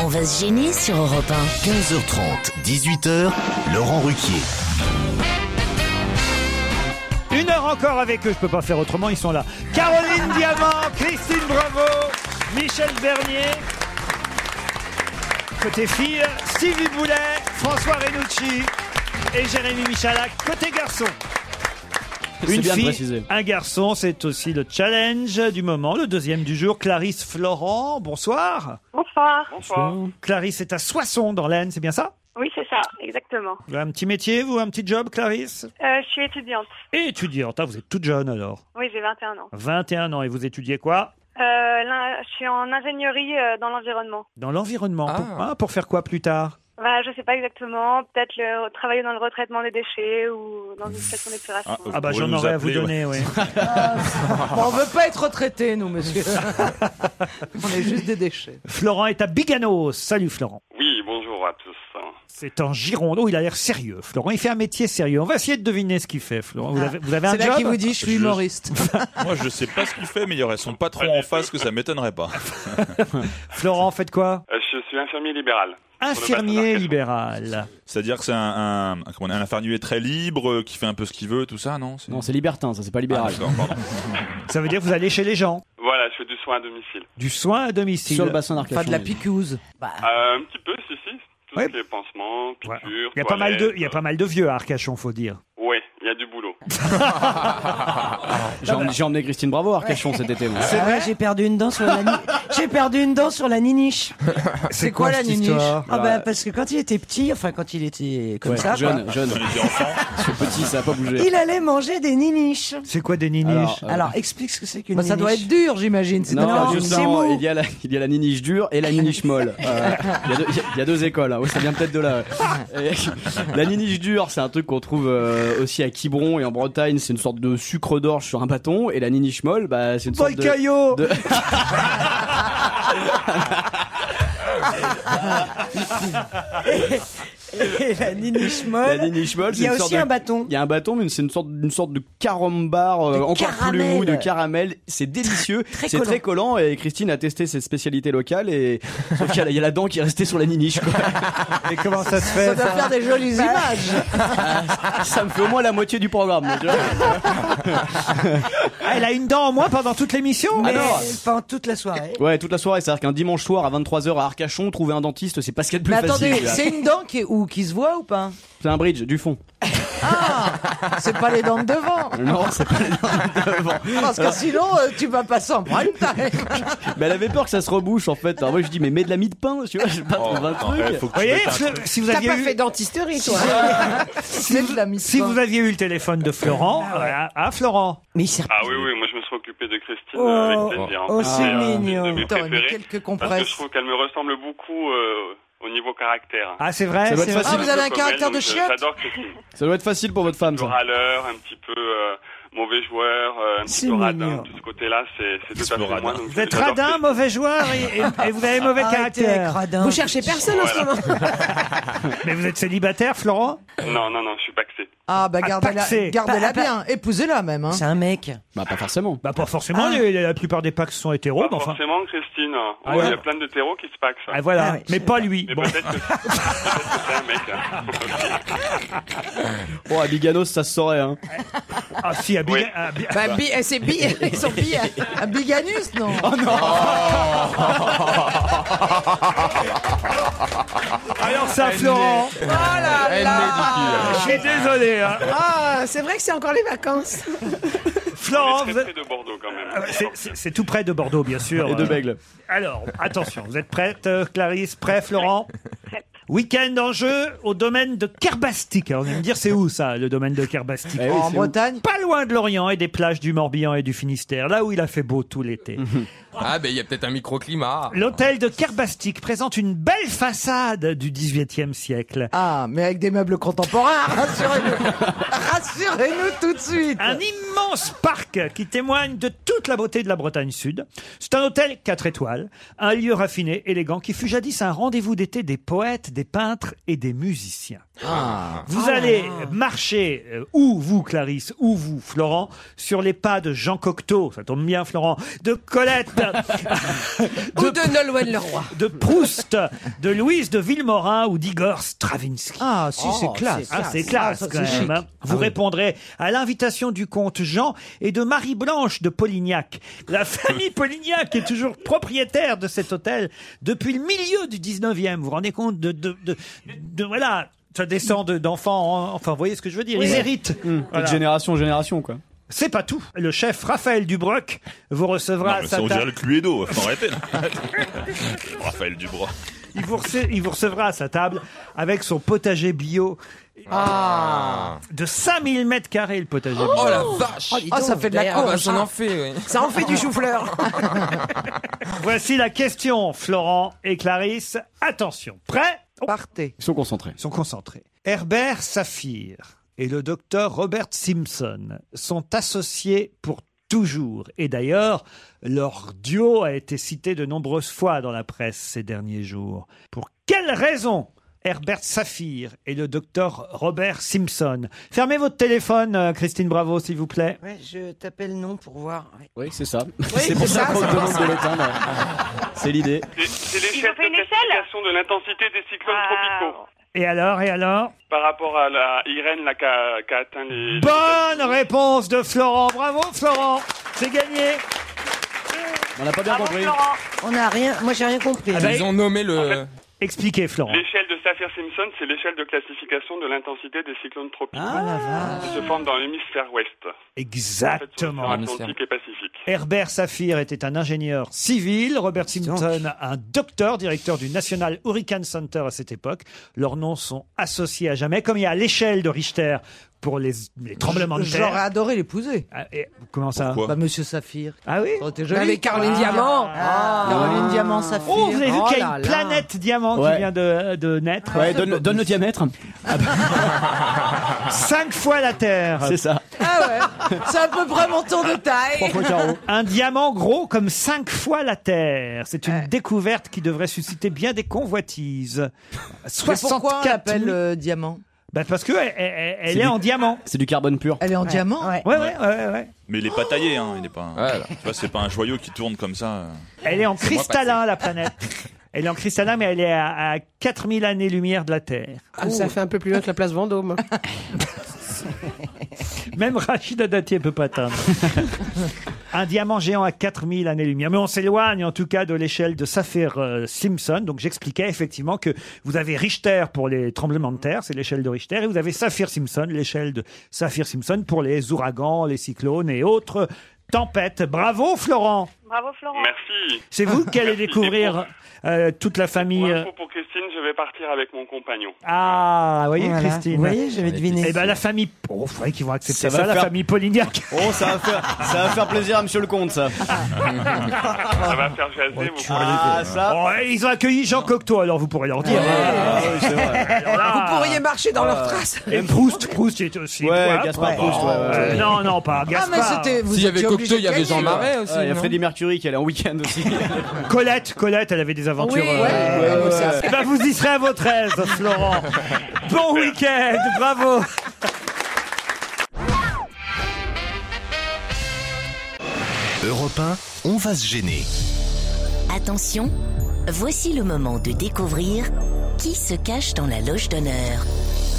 Speaker 1: On va se gêner sur Europe
Speaker 2: 15h30, 18h, Laurent Ruquier.
Speaker 3: Une heure encore avec eux, je peux pas faire autrement, ils sont là. Caroline Diamant, Christine Bravo, Michel Bernier. Côté filles, Sylvie Boulet, François Renucci et Jérémy Michalak. Côté garçon.
Speaker 14: Euh,
Speaker 13: C'est
Speaker 3: Une
Speaker 13: bien de
Speaker 3: fille,
Speaker 13: préciser.
Speaker 3: un garçon, c'est aussi le challenge du moment. Le deuxième du jour, Clarisse Florent, bonsoir.
Speaker 10: Bonsoir.
Speaker 11: Bonsoir.
Speaker 3: Clarisse est à Soissons dans l'Aisne, c'est bien ça
Speaker 10: Oui, c'est ça, exactement.
Speaker 3: Vous avez un petit métier, vous, un petit job, Clarisse
Speaker 10: Euh, je suis étudiante.
Speaker 3: Et étudiante, hein, vous êtes toute jeune alors.
Speaker 10: Oui, j'ai 21 ans.
Speaker 3: 21 ans et vous étudiez quoi
Speaker 10: Euh, l'in- je suis en ingénierie euh, dans l'environnement.
Speaker 3: Dans l'environnement.
Speaker 6: Ah.
Speaker 3: Pour, hein, pour faire quoi plus tard
Speaker 14: Voilà, je sais pas exactement. Peut-être le, travailler dans le retraitement des déchets ou dans une station d'épuration.
Speaker 3: Ah bah j'en aurais à vous donner, oui.
Speaker 5: On veut pas être retraité, nous, monsieur. On est juste des déchets.
Speaker 3: Florent est à Biganos. Salut Florent.
Speaker 16: Oui, bonjour à tous.
Speaker 3: C'est en Gironde. Oh, il a l'air sérieux, Florent. Il fait un métier sérieux. On va essayer de deviner ce qu'il fait, Florent. Vous
Speaker 5: Ah.
Speaker 3: avez, vous avez un
Speaker 5: C'est là
Speaker 3: job
Speaker 5: qu'il vous dit, je suis humoriste.
Speaker 9: Moi, je sais pas ce qu'il fait, mais il y aurait son patron en face que ça m'étonnerait pas.
Speaker 3: Florent, faites quoi
Speaker 16: Euh, Je suis infirmier libéral.
Speaker 3: Infirmier libéral.
Speaker 9: C'est-à-dire que c'est un, un, comment on dit, un infirmier très libre euh, qui fait un peu ce qu'il veut, tout ça, non Ah,
Speaker 13: Non, c'est libertin, ça, c'est pas libéral.
Speaker 3: Ça veut dire que vous allez chez les gens.
Speaker 16: Voilà, je fais du soin à domicile.
Speaker 3: Du soin à domicile.
Speaker 13: Sur le bassin d'Arcachon,
Speaker 5: Pas de la piquouse.
Speaker 3: Bah.
Speaker 16: Euh, un petit peu, si, si. Tout
Speaker 3: Ouais.
Speaker 16: ce qui est pansement, piqûres,
Speaker 3: Il y a pas mal de, il y a pas mal de vieux à Arcachon, faut dire.
Speaker 16: Oui, il y a du boulot.
Speaker 3: Ah,
Speaker 13: J'ai
Speaker 3: bah.
Speaker 13: emmené, j'ai emmené Christine Bravo à Arcachon cet été. moi.
Speaker 8: Ah ouais, j'ai perdu une dent sur la ni- j'ai perdu une dent sur la niniche.
Speaker 13: C'est quoi, quoi, la cette niniche histoire
Speaker 8: Ah bah, parce que quand il était petit, enfin quand il était comme
Speaker 13: Ouais,
Speaker 8: ça,
Speaker 13: jeune,
Speaker 8: quoi,
Speaker 13: jeune. C'est petit, ça a pas bougé.
Speaker 8: il allait manger des niniches.
Speaker 3: C'est quoi des
Speaker 8: Alors,
Speaker 13: niniches
Speaker 8: alors, explique ce que c'est qu'une
Speaker 5: Bah, ça doit
Speaker 8: niniche.
Speaker 5: être dur, j'imagine.
Speaker 13: Non,
Speaker 5: dans la-
Speaker 13: justement, il y, a la, il y a la niniche dure et la niniche molle. Euh, Il y a deux- il y, a- il y a deux écoles, hein. Ouais, ça vient peut-être de là. ouais. Et la niniche dure, c'est un truc qu'on trouve euh, aussi à Quiberon et en Bretagne, c'est une sorte de sucre d'orge sur un bâton. Et la niniche molle, bah, c'est une sorte de...
Speaker 3: caillot
Speaker 13: de-
Speaker 8: Et la niniche molle.
Speaker 13: La niniche molle,
Speaker 8: Il y
Speaker 13: c'est
Speaker 8: a
Speaker 13: une sorte
Speaker 8: aussi
Speaker 13: de-
Speaker 8: un bâton.
Speaker 13: Il y a un bâton, mais c'est une sorte, une sorte de carambar euh, encore plus
Speaker 8: caramel.
Speaker 13: mou, de caramel. C'est délicieux, c'est
Speaker 8: collant.
Speaker 13: très collant. Et Christine a testé cette spécialité locale et sauf qu'il y a- il y a la dent qui est restée sur la niniche. quoi.
Speaker 3: Et comment ça se fait
Speaker 5: Ça doit faire des jolies images.
Speaker 13: Ah, Ça me fait au moins la moitié du programme. donc, tu vois.
Speaker 3: Ah, elle a une dent en moins pendant toute l'émission
Speaker 13: Ah non.
Speaker 8: Pendant toute la soirée.
Speaker 13: Ouais, toute la soirée, c'est-à-dire qu'un dimanche soir à 23h à Arcachon, trouver un dentiste, c'est pas ce qu'il y a de plus
Speaker 5: Mais attendez,
Speaker 13: facile.
Speaker 5: c'est une dent qui, est où, qui se voit ou pas
Speaker 13: C'est un bridge, du fond.
Speaker 5: Ah, C'est pas les dents de devant. Ah,
Speaker 13: Non, c'est pas devant.
Speaker 5: Parce que
Speaker 13: Alors-
Speaker 5: sinon, euh, tu vas passer en prime time.
Speaker 13: Mais elle avait peur que ça se rebouche en fait. Alors moi je dis, mais mets de la mie de pain, tu vois, je vais pas trouver un truc.
Speaker 9: ouais, faut
Speaker 3: Vous voyez, Fle- si vous
Speaker 7: T'as
Speaker 3: aviez
Speaker 7: pas
Speaker 3: eu...
Speaker 7: fait dentisterie, toi
Speaker 3: Si, vous, si vous aviez eu le téléphone de Florent, ah, ah, Florent.
Speaker 8: Mais
Speaker 16: Ah oui, oui, moi je me suis occupé de Christine
Speaker 3: Oh,
Speaker 16: euh, avec plaisir.
Speaker 3: oh, c'est
Speaker 16: Et, euh,
Speaker 3: mignon.
Speaker 16: de mes
Speaker 3: Attends, mais
Speaker 16: préférées,
Speaker 3: quelques
Speaker 16: Parce que
Speaker 3: compresses.
Speaker 16: je trouve qu'elle me ressemble beaucoup euh, au niveau caractère.
Speaker 3: Ah, c'est vrai, Ça doit être c'est vrai. facile. Ah, vous avez un
Speaker 16: Comme
Speaker 3: caractère
Speaker 16: elle,
Speaker 3: de
Speaker 16: donc,
Speaker 3: chiotte
Speaker 16: J'adore Christine.
Speaker 13: Ça doit être facile pour votre femme.
Speaker 16: Toujours
Speaker 13: Ça.
Speaker 16: à l'heure, un petit peu euh, mauvais joueur, euh, un
Speaker 13: C'est
Speaker 16: petit peu radin.
Speaker 13: mignon.
Speaker 16: Tout ce côté-là, c'est c'est tout à fait moi. donc
Speaker 3: Vous êtes
Speaker 16: j'adore
Speaker 3: radin, mauvais joueur et, et- et vous avez mauvais
Speaker 16: Arrêtez
Speaker 3: caractère.
Speaker 16: avec radin. Vous cherchez personne en ce Voilà.
Speaker 3: Mais vous êtes célibataire, Florent
Speaker 16: Non, non, non, je suis paxé.
Speaker 5: Ah, bah gardez-la
Speaker 3: paxé.
Speaker 5: gardez-la
Speaker 3: Pas-
Speaker 16: Bah,
Speaker 5: bien.
Speaker 3: pas-
Speaker 5: Épousez-la même. hein. Ah. C'est un
Speaker 8: mec.
Speaker 13: Bah, pas forcément.
Speaker 3: Bah, pas forcément. les- la plupart des packs sont
Speaker 16: Bah,
Speaker 3: hétéros, mais Oh, bah, enfin.
Speaker 16: Forcément, Christine. hein.
Speaker 3: Ah
Speaker 16: Ouais,
Speaker 3: ouais.
Speaker 16: Il y a plein de terreaux qui se paxent.
Speaker 3: Ah, voilà. mais pas lui.
Speaker 16: Mais
Speaker 3: Bon.
Speaker 16: peut-être que, peut-être que c'est un mec. hein.
Speaker 13: Bon, Oh, à Biganos, ça se saurait. Hein.
Speaker 3: Ah si, à
Speaker 13: Biganos.
Speaker 7: Bah, bi-
Speaker 5: eh,
Speaker 7: euh, c'est bi, ils sont bi.
Speaker 17: hein.
Speaker 5: Un biganus, non
Speaker 13: Oh non
Speaker 3: Alors
Speaker 12: Ah,
Speaker 3: ça, Florent.
Speaker 7: Oh là là
Speaker 3: Je suis désolé. hein.
Speaker 7: Ah, c'est vrai que c'est encore les vacances.
Speaker 3: Florent, vous êtes-
Speaker 16: de Bordeaux quand même.
Speaker 3: Ah, bah, c'est- c'est c'est tout près de Bordeaux, bien sûr.
Speaker 13: Et de
Speaker 3: Euh,
Speaker 13: Bègle.
Speaker 3: Alors, attention, vous êtes prête, euh, Clarisse Prêt, Florent Week-end en jeu au domaine de Kerbastik. Alors, vous allez me dire, c'est où ça, le domaine de Kerbastik
Speaker 5: oui, En c'est où Bretagne
Speaker 3: Pas loin de l'Orient et des plages du Morbihan et du Finistère, là où il a fait beau tout l'été.
Speaker 6: Ah, ben il y a peut-être un microclimat.
Speaker 3: L'hôtel de Kerbastik présente une belle façade du XVIIIe siècle.
Speaker 5: Ah, mais avec des meubles contemporains, rassurez-nous. rassurez-nous tout de suite.
Speaker 3: Un immense parc qui témoigne de toute la beauté de la Bretagne Sud. C'est un hôtel 4 étoiles, un lieu raffiné, élégant, qui fut jadis un rendez-vous d'été des poètes, des peintres et des musiciens.
Speaker 5: Ah.
Speaker 3: Vous allez marcher, euh, ou vous, Clarisse, ou vous, Florent, sur les pas de Jean Cocteau, ça tombe bien, Florent, de Colette,
Speaker 7: Ou de Nolwenn Leroy.
Speaker 3: de Proust, de Louise de Villemorin ou d'Igor Stravinsky.
Speaker 5: Ah, si, c'est Oh, classe. c'est
Speaker 3: Ah, c'est
Speaker 5: classe.
Speaker 3: classe,
Speaker 5: Ah, ça,
Speaker 3: quand
Speaker 5: c'est
Speaker 3: même,
Speaker 5: chic.
Speaker 3: hein. Vous répondrez à l'invitation du comte Jean et de Marie-Blanche de Polignac. La famille Polignac est toujours propriétaire de cet hôtel depuis le milieu du 19e. Vous vous rendez compte de, de, de, de- voilà. Ça descend de- d'enfants, en- enfin, vous voyez ce que je veux dire.
Speaker 13: Oui.
Speaker 3: Ils héritent.
Speaker 5: Mmh.
Speaker 13: Hum, et
Speaker 3: Voilà.
Speaker 13: De génération en génération, quoi.
Speaker 3: C'est pas tout. Le chef Raphaël Dubroc vous recevra
Speaker 9: Non,
Speaker 3: à
Speaker 9: mais
Speaker 3: sa
Speaker 9: ça, on dirait
Speaker 3: table.
Speaker 9: le Cluedo. Faut arrêter. là. Raphaël Dubrois.
Speaker 3: Il vous, rece- il vous recevra à sa table avec son potager bio. De 5000 mètres carrés le potager bio.
Speaker 6: Oh, la vache
Speaker 5: Ah, ça fait de la hein.
Speaker 6: Ah, bah,
Speaker 5: courge.
Speaker 3: hein.
Speaker 6: j'en en fais, oui.
Speaker 7: Ça en fait du chou-fleur.
Speaker 3: Voici la question, Florent et Clarisse. Attention, prêt
Speaker 5: Partez.
Speaker 13: Ils sont concentrés.
Speaker 3: Ils sont concentrés. Herbert Saphir et le docteur Robert Simpson sont associés pour toujours. Et d'ailleurs, leur duo a été cité de nombreuses fois dans la presse ces derniers jours. Pour quelle raison Herbert Saphir et le docteur Robert Simpson. Fermez votre téléphone, euh, Christine Bravo, s'il vous plaît.
Speaker 7: Ouais, je tapais le nom pour voir. ouais.
Speaker 13: Oui, c'est ça.
Speaker 7: c'est
Speaker 13: c'est pour ça
Speaker 7: ça,
Speaker 13: qu'on
Speaker 7: c'est
Speaker 13: te
Speaker 7: pour
Speaker 13: demande
Speaker 7: ça.
Speaker 13: de l'éteindre.
Speaker 8: Ah,
Speaker 13: C'est l'idée.
Speaker 16: C'est l'échelle de classification de l'intensité des cyclones tropicaux
Speaker 3: Et alors, et alors
Speaker 16: par rapport à la Irène là, qui a, qui a atteint les.
Speaker 3: Bonne réponse de Florent. Bravo, Florent. C'est gagné.
Speaker 13: On n'a pas bien compris.
Speaker 7: On n'a rien. Moi, j'ai rien compris.
Speaker 3: Ah bah,
Speaker 6: Ils ont nommé le.
Speaker 13: euh,
Speaker 3: Expliquez, Florent.
Speaker 16: L'échelle de Saffir-Simpson, c'est l'échelle de classification de l'intensité des cyclones tropicaux
Speaker 7: Oh,
Speaker 3: Ah.
Speaker 16: qui se forment dans l'hémisphère ouest.
Speaker 3: Exactement.
Speaker 13: Ah,
Speaker 16: En fait, sur l'océan Atlantique et Pacifique.
Speaker 3: Herbert Saphir était un ingénieur civil, Robert Simpson un docteur, directeur du National Hurricane Center à cette époque. Leurs noms sont associés à jamais, comme il y a l'échelle de Richter pour les, les tremblements de
Speaker 5: J'aurais
Speaker 3: terre.
Speaker 5: adoré l'épouser.
Speaker 3: Comment ça
Speaker 5: Bah, Monsieur Saphir.
Speaker 3: Ah oui
Speaker 5: Avec Caroline Ah. Diamant. Caroline Diamant Saphir.
Speaker 3: Ah. Oh, vous avez vu
Speaker 5: Ah. Oh
Speaker 3: qu'il y a
Speaker 5: là
Speaker 3: une
Speaker 5: là.
Speaker 3: planète diamant qui
Speaker 13: Ouais.
Speaker 3: vient de, de naître. Ah,
Speaker 13: Ouais, donne, donne le diamètre.
Speaker 3: Cinq fois la Terre.
Speaker 13: C'est ça.
Speaker 5: Ah ouais. C'est à peu près mon tour de taille.
Speaker 3: Un diamant gros comme cinq fois la Terre. C'est une découverte qui devrait susciter bien des convoitises.
Speaker 5: Mais pourquoi on
Speaker 3: 64
Speaker 5: l'appelle euh, diamant
Speaker 3: Bah, parce que elle, elle- elle
Speaker 13: C'est
Speaker 3: est
Speaker 13: du-
Speaker 3: en diamant.
Speaker 13: C'est du carbone pur.
Speaker 5: Elle est en diamant
Speaker 3: Ouais, ouais, ouais, ouais.
Speaker 9: Mais il est pas taillé, hein. Il est pas. Tu vois, c'est pas un joyau qui tourne comme ça. euh.
Speaker 3: Elle est en
Speaker 9: C'est moi
Speaker 3: cristallin, la planète. Elle est en cristallin, mais elle est à, à 4000 années-lumière de la Terre. Oh.
Speaker 17: Ah, ça fait un peu plus loin que la place Vendôme.
Speaker 3: Même Rachida Dati ne peut pas atteindre. un diamant géant à 4000 années-lumière. Mais on s'éloigne en tout cas de l'échelle de Saphir-Simpson. Donc j'expliquais effectivement que vous avez Richter pour les tremblements de terre, c'est l'échelle de Richter, et vous avez Saphir-Simpson, l'échelle de Saphir-Simpson pour les ouragans, les cyclones et autres tempêtes. Bravo Florent
Speaker 14: Bravo Florent.
Speaker 16: Merci.
Speaker 3: C'est vous qui allez
Speaker 16: Merci.
Speaker 3: découvrir euh, toute la famille.
Speaker 16: Pour
Speaker 3: euh,
Speaker 16: info, pour Christine, je vais partir avec mon compagnon.
Speaker 3: Ah, vous voyez
Speaker 16: Voilà.
Speaker 3: Christine
Speaker 16: Vous voyez,
Speaker 3: j'avais deviné. Eh ben la famille... Oh, vous voyez qu'ils vont accepter ça,
Speaker 13: Ça va
Speaker 3: la
Speaker 13: faire-
Speaker 3: famille Polignac Ah,
Speaker 13: Oh, ça va faire, ça va faire plaisir à Monsieur le Comte, ça.
Speaker 16: Ça va faire jaser vos
Speaker 13: Ah, ça.
Speaker 3: Oh, et ils ont accueilli Jean Cocteau, alors vous pourrez leur dire. hein.
Speaker 13: Ah, oui, c'est vrai.
Speaker 3: Ah.
Speaker 7: Vous pourriez marcher dans leurs traces.
Speaker 3: Et Proust, Proust il était aussi.
Speaker 13: Ouais,
Speaker 3: voilà.
Speaker 13: Gaspard Proust, ouais, ouais,
Speaker 3: Euh,
Speaker 13: ouais.
Speaker 3: Non, non, pas Gaspard.
Speaker 13: S'il y avait Cocteau, il y avait
Speaker 6: gagner,
Speaker 13: Jean
Speaker 6: quoi.
Speaker 13: Marais aussi.
Speaker 6: Ouais, il y a
Speaker 13: non
Speaker 6: Freddie
Speaker 13: Mercury qui allait en week-end aussi.
Speaker 3: Colette, Colette, elle avait des aventures. euh,
Speaker 13: Oui, ouais, ouais, ouais.
Speaker 3: Eh ben, vous y serez à votre aise, Florent. Bon week-end, bravo.
Speaker 2: Europe 1, on va se gêner.
Speaker 1: Attention, voici le moment de découvrir qui se cache dans la loge d'honneur.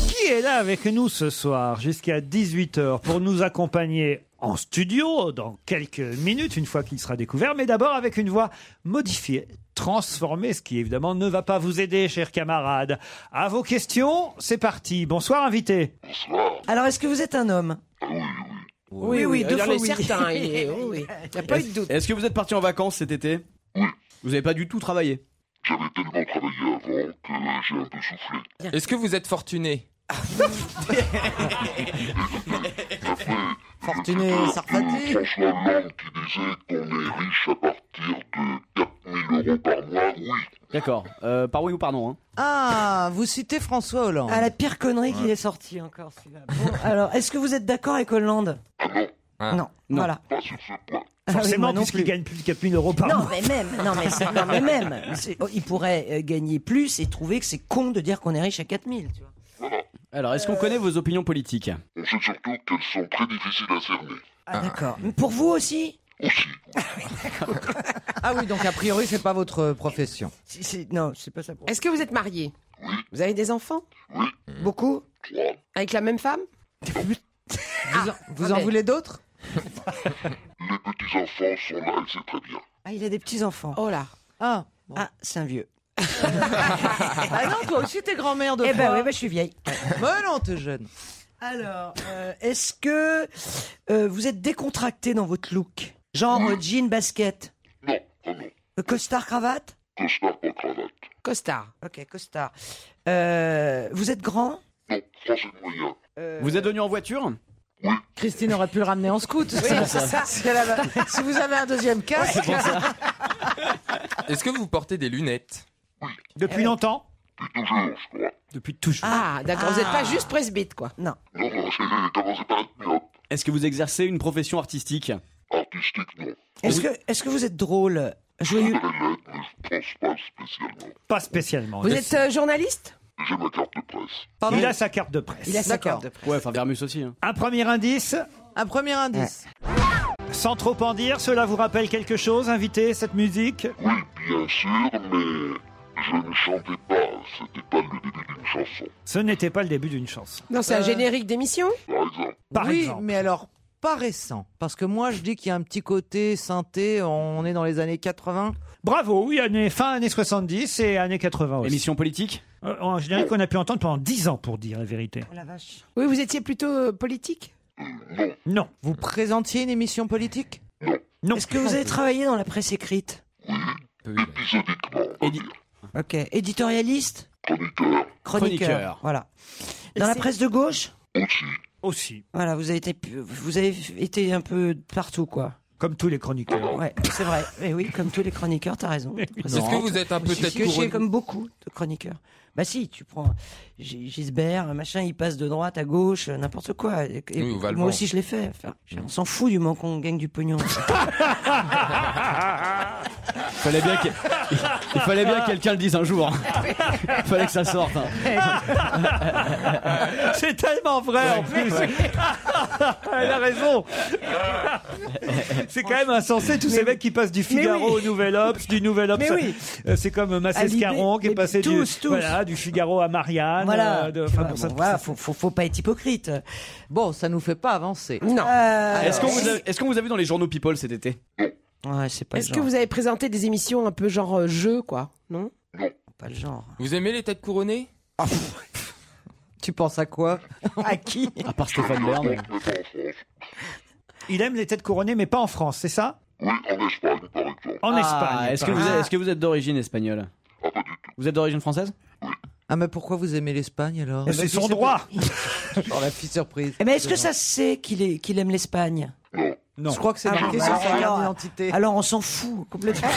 Speaker 3: Qui est là avec nous ce soir jusqu'à 18h pour nous accompagner en studio dans quelques minutes, une fois qu'il sera découvert, mais d'abord avec une voix modifiée, transformée, ce qui évidemment ne va pas vous aider, chers camarades. À vos questions, c'est parti. Bonsoir, invité.
Speaker 5: Alors, est-ce que vous êtes un homme
Speaker 17: Oui, oui, deux fois oui. certain. Il
Speaker 8: Eh
Speaker 17: est, oh oui. Il y a pas eu de doute.
Speaker 13: Est-ce que vous êtes parti en vacances cet été Vous n'avez pas du tout travaillé
Speaker 6: Est-ce que vous êtes fortuné
Speaker 5: Fortuné Sarfati
Speaker 13: D'accord. Euh, par oui ou par non hein.
Speaker 5: Ah, vous citez François Hollande.
Speaker 8: Ah, la pire connerie qu'il
Speaker 13: Ouais.
Speaker 8: est sortie encore, celui-là. Bon, alors, est-ce que vous êtes d'accord avec Hollande non. Voilà. Ah
Speaker 3: Forcément,
Speaker 8: moi non plus.
Speaker 3: puisqu'il gagne plus de 4000 euros par
Speaker 8: Non
Speaker 3: mois.
Speaker 8: mais même, non mais, c'est- non, mais même, C'est- oh, il pourrait euh, gagner plus et trouver que c'est con de dire qu'on est riche à 4000. Tu vois.
Speaker 13: Alors, est-ce qu'on connaît vos opinions politiques
Speaker 12: On sait surtout qu'elles sont très difficiles à cerner.
Speaker 8: Ah, d'accord. Mais Pour vous aussi
Speaker 5: Ah oui, donc a priori, c'est pas votre euh, profession.
Speaker 8: Si, si, Non, c'est pas ça.
Speaker 17: Est-ce que vous êtes marié Vous avez des enfants Beaucoup Avec la même femme Ah,
Speaker 5: Vous en, vous en
Speaker 17: mais-
Speaker 5: voulez d'autres
Speaker 12: Les petits-enfants sont là, elle sait très bien.
Speaker 8: Ah, il a des petits-enfants.
Speaker 17: Oh là.
Speaker 8: Ah, ah c'est un vieux.
Speaker 5: Ah non, toi aussi, t'es grand-mère de
Speaker 8: eh ben
Speaker 5: fois.
Speaker 8: oui, ben, je suis vieille.
Speaker 5: Mais non, t'es jeune.
Speaker 8: Alors, euh, est-ce que euh, vous êtes décontracté dans votre look Genre euh, jean, basket
Speaker 12: Non, non, non.
Speaker 8: Euh, Costard, cravate
Speaker 12: Costard, pas cravate.
Speaker 8: Costard. Ok, costard. Euh, vous êtes grand
Speaker 12: Non, français moyen.
Speaker 17: Ah. Euh,
Speaker 13: Vous êtes venu en voiture
Speaker 5: Christine aurait pu le ramener en scout.
Speaker 8: c'est ça.
Speaker 5: Si, elle avait- si vous avez un deuxième casque.
Speaker 6: Est-ce que vous portez des lunettes
Speaker 3: Depuis longtemps
Speaker 12: toujours, je crois.
Speaker 18: Depuis toujours.
Speaker 17: Eh Ah, d'accord. Vous n'êtes
Speaker 13: Ah.
Speaker 17: pas juste presbyte, quoi.
Speaker 8: Non.
Speaker 12: Non, non, c'est commencé par être myope.
Speaker 13: Est-ce que vous exercez une profession artistique
Speaker 12: Artistique, non.
Speaker 8: Est-ce que, est-ce que vous êtes drôle Joyeux
Speaker 12: Je devrais l'être, mais je pense pas spécialement.
Speaker 3: Pas spécialement.
Speaker 17: Vous êtes euh, journaliste
Speaker 12: J'ai ma carte de presse.
Speaker 17: Pardon
Speaker 3: Il a sa carte de presse.
Speaker 17: Il a sa D'accord. carte de
Speaker 13: presse. Ouais, enfin Vermus aussi. hein.
Speaker 3: Un premier indice
Speaker 5: Un premier indice.
Speaker 3: Sans trop en dire, cela vous rappelle quelque chose, invité, cette musique
Speaker 12: Oui, bien sûr, mais je ne chantais pas. C'était pas le début d'une chanson.
Speaker 3: Ce n'était pas le début d'une chanson.
Speaker 17: Non, c'est un
Speaker 5: Euh,
Speaker 17: générique d'émission
Speaker 12: Par exemple,
Speaker 3: Par
Speaker 5: oui,
Speaker 3: exemple.
Speaker 5: mais alors pas récent. Parce que moi, je dis qu'il y a un petit côté synthé, on est dans les années 80.
Speaker 3: Bravo, oui, année, fin années 70 et années 80 aussi.
Speaker 13: Émission politique
Speaker 3: Euh, En général, qu'on a pu entendre pendant 10 ans, pour dire la vérité.
Speaker 17: Oui, vous étiez plutôt euh, politique
Speaker 3: Non.
Speaker 5: Vous présentiez une émission politique
Speaker 3: Non.
Speaker 8: Est-ce que vous avez travaillé dans la presse écrite Édi- Ok. Éditorialiste Chroniqueur.
Speaker 5: Chroniqueur.
Speaker 8: Voilà. Dans la presse de gauche
Speaker 3: Aussi.
Speaker 8: Voilà, vous avez été, vous avez été un peu partout, quoi.
Speaker 3: Comme tous les chroniqueurs.
Speaker 8: Ouais, c'est vrai. Mais oui, comme tous les chroniqueurs, t'as raison.
Speaker 6: Est-ce que vous êtes un peu
Speaker 8: Je suis
Speaker 6: tête
Speaker 8: que j'ai
Speaker 6: couronne
Speaker 8: comme beaucoup de chroniqueurs. Bah si, tu prends G- Gisbert, machin, il passe de droite à gauche, euh, n'importe quoi. Et- et
Speaker 6: Oui, ou Valbon.
Speaker 8: moi aussi, je l'ai fait. Enfin, je- on s'en fout du moment qu'on gagne du pognon.
Speaker 13: Fallait bien qu'il- Il fallait bien que quelqu'un le dise un jour. hein. Il fallait que ça sorte. hein.
Speaker 3: C'est tellement vrai en plus. Elle a raison. C'est quand même insensé tous ces mecs qui passent du Figaro au Nouvel Obs, du Nouvel Obs.
Speaker 8: Mais oui.
Speaker 3: Euh, C'est comme
Speaker 8: À
Speaker 3: Massé
Speaker 8: Libé,
Speaker 3: Scarron qui est
Speaker 8: mais
Speaker 3: passé
Speaker 8: tous,
Speaker 3: du,
Speaker 8: tous.
Speaker 3: Voilà, du Figaro à Marianne.
Speaker 8: Voilà.
Speaker 3: euh, de-
Speaker 8: Tu
Speaker 3: enfin,
Speaker 8: vois,
Speaker 3: pour ça-
Speaker 8: bon, voilà, faut, faut, faut pas être hypocrite. Euh,
Speaker 5: Bon, ça nous fait pas avancer.
Speaker 17: Non.
Speaker 13: Est-ce qu'on vous, a- est-ce qu'on vous a vu dans les journaux People cet été
Speaker 8: Ouais, c'est pas
Speaker 17: Est-ce que vous avez présenté des émissions un peu genre euh, jeu, quoi Non
Speaker 8: Pas le genre.
Speaker 6: Vous aimez les têtes couronnées
Speaker 5: Tu penses à quoi
Speaker 8: À qui
Speaker 13: À part Stéphane Bern.
Speaker 12: mais pas en France.
Speaker 3: Il aime les têtes couronnées, mais pas en France, c'est ça
Speaker 12: Oui, en Espagne, par exemple.
Speaker 3: En
Speaker 13: Ah,
Speaker 3: Espagne.
Speaker 13: Est-ce que,
Speaker 3: par
Speaker 13: vous
Speaker 3: exemple.
Speaker 13: êtes- est-ce que vous êtes d'origine espagnole Vous êtes d'origine française
Speaker 5: Ah, mais pourquoi vous aimez l'Espagne alors
Speaker 3: C'est son droit.
Speaker 5: Oh, la fille surprise.
Speaker 8: Eh ben, est-ce que ça se sait qu'il est, qu'il aime l'Espagne
Speaker 5: Je crois que c'est
Speaker 8: Ah,
Speaker 5: marqué
Speaker 8: bah,
Speaker 5: sur sa
Speaker 8: alors-
Speaker 5: carte d'identité.
Speaker 8: Alors on s'en fout complètement.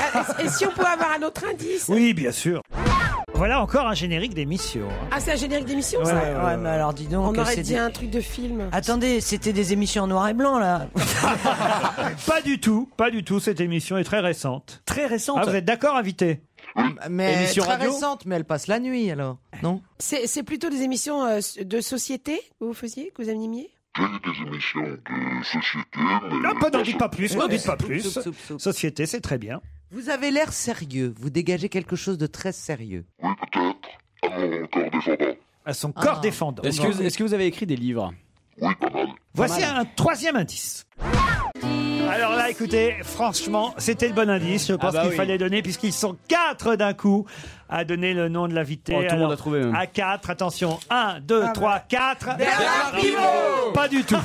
Speaker 17: Et et si on pouvait avoir un autre indice
Speaker 3: Oui, bien sûr. Voilà encore un générique d'émission.
Speaker 17: Ah, c'est un générique d'émission,
Speaker 3: Ouais,
Speaker 17: ça
Speaker 3: ouais, ouais.
Speaker 8: Ouais, mais alors dis donc.
Speaker 17: On aurait
Speaker 8: c'est
Speaker 17: dit
Speaker 8: des- Ah,
Speaker 17: un truc de film.
Speaker 8: Attendez, c'était des émissions en noir et blanc là.
Speaker 3: Pas du tout, pas du tout. Cette émission est très récente.
Speaker 8: Très récente.
Speaker 3: Ah, vous êtes d'accord, invité
Speaker 5: Mais
Speaker 13: Émission
Speaker 5: très
Speaker 13: radio
Speaker 5: récente, mais elle passe la nuit alors, non
Speaker 17: C'est c'est plutôt des émissions euh, de société que vous faisiez, que vous animiez
Speaker 12: J'ai eu des émissions de société, mais...
Speaker 3: Non, pas, n'en dites pas plus, n'en
Speaker 5: Ouais.
Speaker 3: dites pas plus.
Speaker 5: Soupe, soupe, soupe.
Speaker 3: Société, c'est très bien.
Speaker 5: Vous avez l'air sérieux, vous dégagez quelque chose de très sérieux.
Speaker 12: Oui, peut-être. À mon corps défendant.
Speaker 3: À son corps
Speaker 5: Ah.
Speaker 3: défendant.
Speaker 13: Est-ce que, vous- est-ce que vous avez écrit des livres
Speaker 12: Oui, pas mal.
Speaker 3: Voici un troisième indice. Alors là, écoutez, franchement, c'était le bon indice, je pense
Speaker 13: bah
Speaker 3: qu'il
Speaker 13: oui.
Speaker 3: fallait donner, puisqu'ils sont quatre d'un coup à donner le nom de l'invité.
Speaker 13: Oh, tout le
Speaker 3: Alors,
Speaker 13: monde a trouvé, même.
Speaker 3: À quatre, attention, un, deux, trois, quatre.
Speaker 17: Ah bah. Bernard Pivot
Speaker 3: Pas du tout.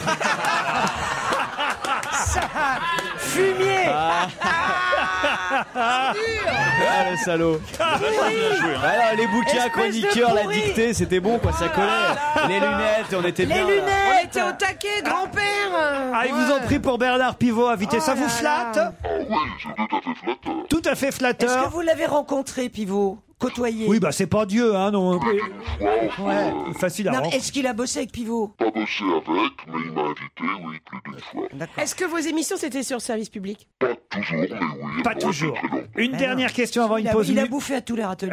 Speaker 3: bah.
Speaker 8: Fumier
Speaker 3: Ah.
Speaker 13: Ah le salaud Alors, Les bouquins,
Speaker 8: hein. Espèce de
Speaker 13: chroniqueurs, la
Speaker 8: pourri. Ah,
Speaker 13: dictée, c'était bon quoi, ça collait Les lunettes, on était
Speaker 8: Les
Speaker 13: bien
Speaker 8: lunettes
Speaker 17: On était au taquet, grand-père
Speaker 3: Ah, ils vous ont pris pour Bernard Pivot, invité.
Speaker 17: Oh
Speaker 3: Ça vous
Speaker 17: là
Speaker 3: flatte
Speaker 17: là.
Speaker 12: Ah oui, c'est tout à fait flatteur.
Speaker 3: Tout à fait
Speaker 8: Est-ce que
Speaker 3: flatteur.
Speaker 8: vous l'avez rencontré, Pivot Côtoyé
Speaker 3: Oui, bah c'est pas Dieu, hein, non.
Speaker 12: Moi, enfin,
Speaker 8: Ouais.
Speaker 12: euh,
Speaker 3: Facile à
Speaker 8: Non,
Speaker 3: rendre.
Speaker 8: mais est-ce qu'il a bossé avec Pivot
Speaker 12: pas bossé avec, mais il m'a invité, oui, plus d'une fois.
Speaker 17: Est-ce que vos émissions, c'était sur service public
Speaker 12: Pas toujours, mais oui.
Speaker 3: Pas
Speaker 12: Ouais,
Speaker 3: toujours.
Speaker 12: c'est très long.
Speaker 3: Une
Speaker 8: Mais
Speaker 3: dernière
Speaker 8: Eh non.
Speaker 3: question avant
Speaker 8: il
Speaker 3: une
Speaker 8: a,
Speaker 3: pause.
Speaker 8: il a
Speaker 3: minute.
Speaker 8: bouffé à tous les râteliers.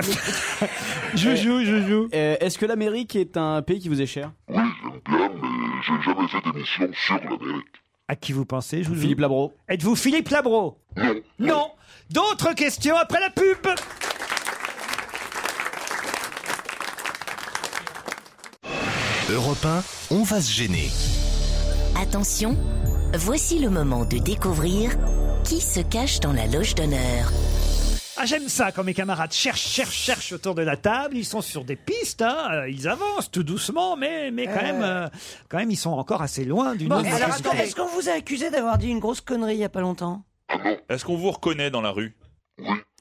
Speaker 3: Je joue, je joue.
Speaker 13: Euh, Est-ce que l'Amérique est un pays qui vous est cher
Speaker 12: Oui, j'aime bien, mais j'ai jamais fait d'émission sur l'Amérique.
Speaker 3: À qui vous pensez je vous
Speaker 13: Philippe Labro
Speaker 3: Êtes-vous Philippe Labro
Speaker 12: Non.
Speaker 3: Non. D'autres questions après la pub
Speaker 2: Europe 1, on va se gêner.
Speaker 1: Attention, voici le moment de découvrir qui se cache dans la loge d'honneur.
Speaker 3: Ah, j'aime ça quand mes camarades cherchent, cherchent, cherchent autour de la table. Ils sont sur des pistes, hein. Euh, ils avancent tout doucement, mais, mais quand, même, euh, quand même, ils sont encore assez loin du
Speaker 8: Bon,
Speaker 3: nombre de
Speaker 8: alors
Speaker 3: questions.
Speaker 8: attends, est-ce qu'on vous a accusé d'avoir dit une grosse connerie il y a pas longtemps
Speaker 9: Est-ce qu'on vous reconnaît dans la rue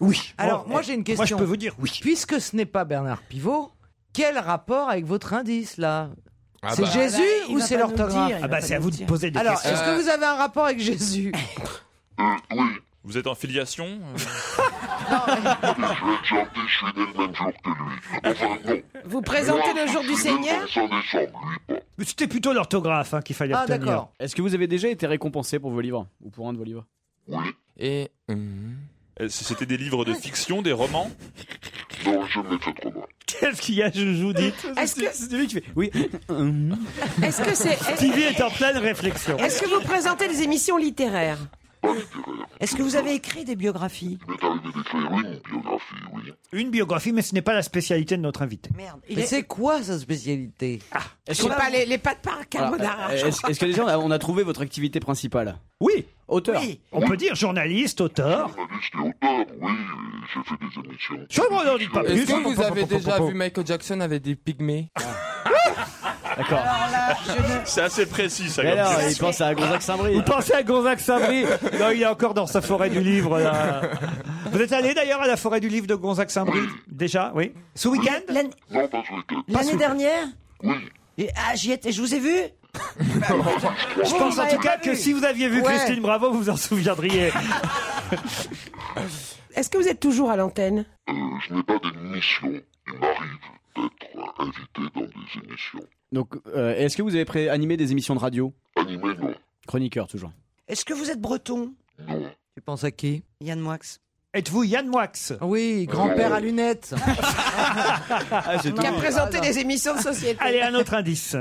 Speaker 3: Oui.
Speaker 5: Alors
Speaker 3: Bon,
Speaker 5: moi j'ai une question.
Speaker 3: Oh, eh, Moi, je peux vous dire oui.
Speaker 5: Puisque ce n'est pas Bernard Pivot, quel rapport avec votre indice là
Speaker 6: Ah
Speaker 5: C'est
Speaker 6: bah.
Speaker 5: Jésus
Speaker 8: Il
Speaker 5: ou
Speaker 8: va
Speaker 5: c'est
Speaker 8: pas nous le
Speaker 5: l'orthographe
Speaker 8: dire, il va
Speaker 3: Ah, bah,
Speaker 8: pas
Speaker 3: c'est à
Speaker 8: nous
Speaker 3: vous
Speaker 8: le
Speaker 3: de
Speaker 8: dire.
Speaker 3: poser des
Speaker 5: Alors,
Speaker 3: questions.
Speaker 5: est-ce que vous avez un rapport avec Jésus
Speaker 12: Euh, oui,
Speaker 9: Vous êtes en filiation euh
Speaker 12: je vais être gentil, je suis né le même jour que lui. Enfin, non.
Speaker 7: Vous présentez
Speaker 12: Moi,
Speaker 7: le jour du
Speaker 12: je suis né
Speaker 7: Seigneur
Speaker 12: le 25 décembre, lui.
Speaker 3: Mais c'était plutôt l'orthographe hein, qu'il fallait
Speaker 13: Ah,
Speaker 3: retenir.
Speaker 13: d'accord. Est-ce que vous avez déjà été récompensé pour vos livres ou pour un de vos livres
Speaker 6: Et.
Speaker 9: Euh, C'était des livres de fiction, des romans
Speaker 12: Non, je ne fait trop mal.
Speaker 3: Qu'est-ce qu'il y a, Joujou dites
Speaker 7: Est-ce que-
Speaker 13: C'est lui qui fait. Oui.
Speaker 7: Est-ce que c'est-
Speaker 3: Stevie est en pleine réflexion.
Speaker 7: Est-ce que vous présentez des émissions littéraires
Speaker 8: Est-ce que vous avez écrit des biographies
Speaker 12: Il m'est arrivé d'écrire une biographie, oui.
Speaker 3: Une biographie, mais ce n'est pas la spécialité de notre invité. Ah. Merde.
Speaker 5: Mais c'est quoi sa spécialité
Speaker 13: Est-ce
Speaker 7: C'est
Speaker 13: qu'on a-
Speaker 7: pas les, les pâtes par
Speaker 13: Alors,
Speaker 7: carbonara.
Speaker 13: euh, Est-ce est-ce que déjà on a, on a trouvé votre activité principale Oui, auteur.
Speaker 3: On peut dire journaliste, auteur.
Speaker 12: Journaliste et auteur, oui, et j'ai fait des émissions.
Speaker 3: Je m'en dis pas plus.
Speaker 6: Est-ce que vous avez déjà vu Michael Jackson avec des pygmées
Speaker 13: D'accord.
Speaker 9: C'est assez précis, ça.
Speaker 13: Mais
Speaker 9: comme
Speaker 13: alors,
Speaker 9: question.
Speaker 13: il pense à Gonzague Saint-Brieuc.
Speaker 3: Vous pensez à Gonzague Sabri Non, il est encore dans sa forêt du livre. là. Vous êtes allé d'ailleurs à la forêt du livre de Gonzague Saint-Brieuc Déjà, oui. Ce week-end
Speaker 12: Non, pas ce week-end.
Speaker 8: L'année dernière
Speaker 3: Et, ah, j'y étais, je vous ai vu Je
Speaker 8: Vous,
Speaker 3: pense
Speaker 8: vous
Speaker 3: en
Speaker 8: m'avez
Speaker 3: tout cas
Speaker 8: pas
Speaker 3: que
Speaker 8: vu.
Speaker 3: si vous aviez vu
Speaker 7: bah, Ouais.
Speaker 3: Christine Bravo, vous vous en souviendriez.
Speaker 7: Est-ce que vous êtes toujours à l'antenne
Speaker 12: Euh, je n'ai pas d'émission. Il m'arrive d'être euh, invité dans des émissions.
Speaker 13: Donc, euh, est-ce que vous avez pré- animé des émissions de radio
Speaker 12: Animé, non.
Speaker 13: Chroniqueur, toujours.
Speaker 8: Est-ce que vous êtes breton
Speaker 5: Tu penses à qui
Speaker 8: Yann Moix.
Speaker 3: Êtes-vous Yann Moix Euh,
Speaker 5: Oui, grand-père à lunettes.
Speaker 8: Ah,
Speaker 3: Ah,
Speaker 7: Qui a présenté des émissions de société
Speaker 3: Allez, un autre indice.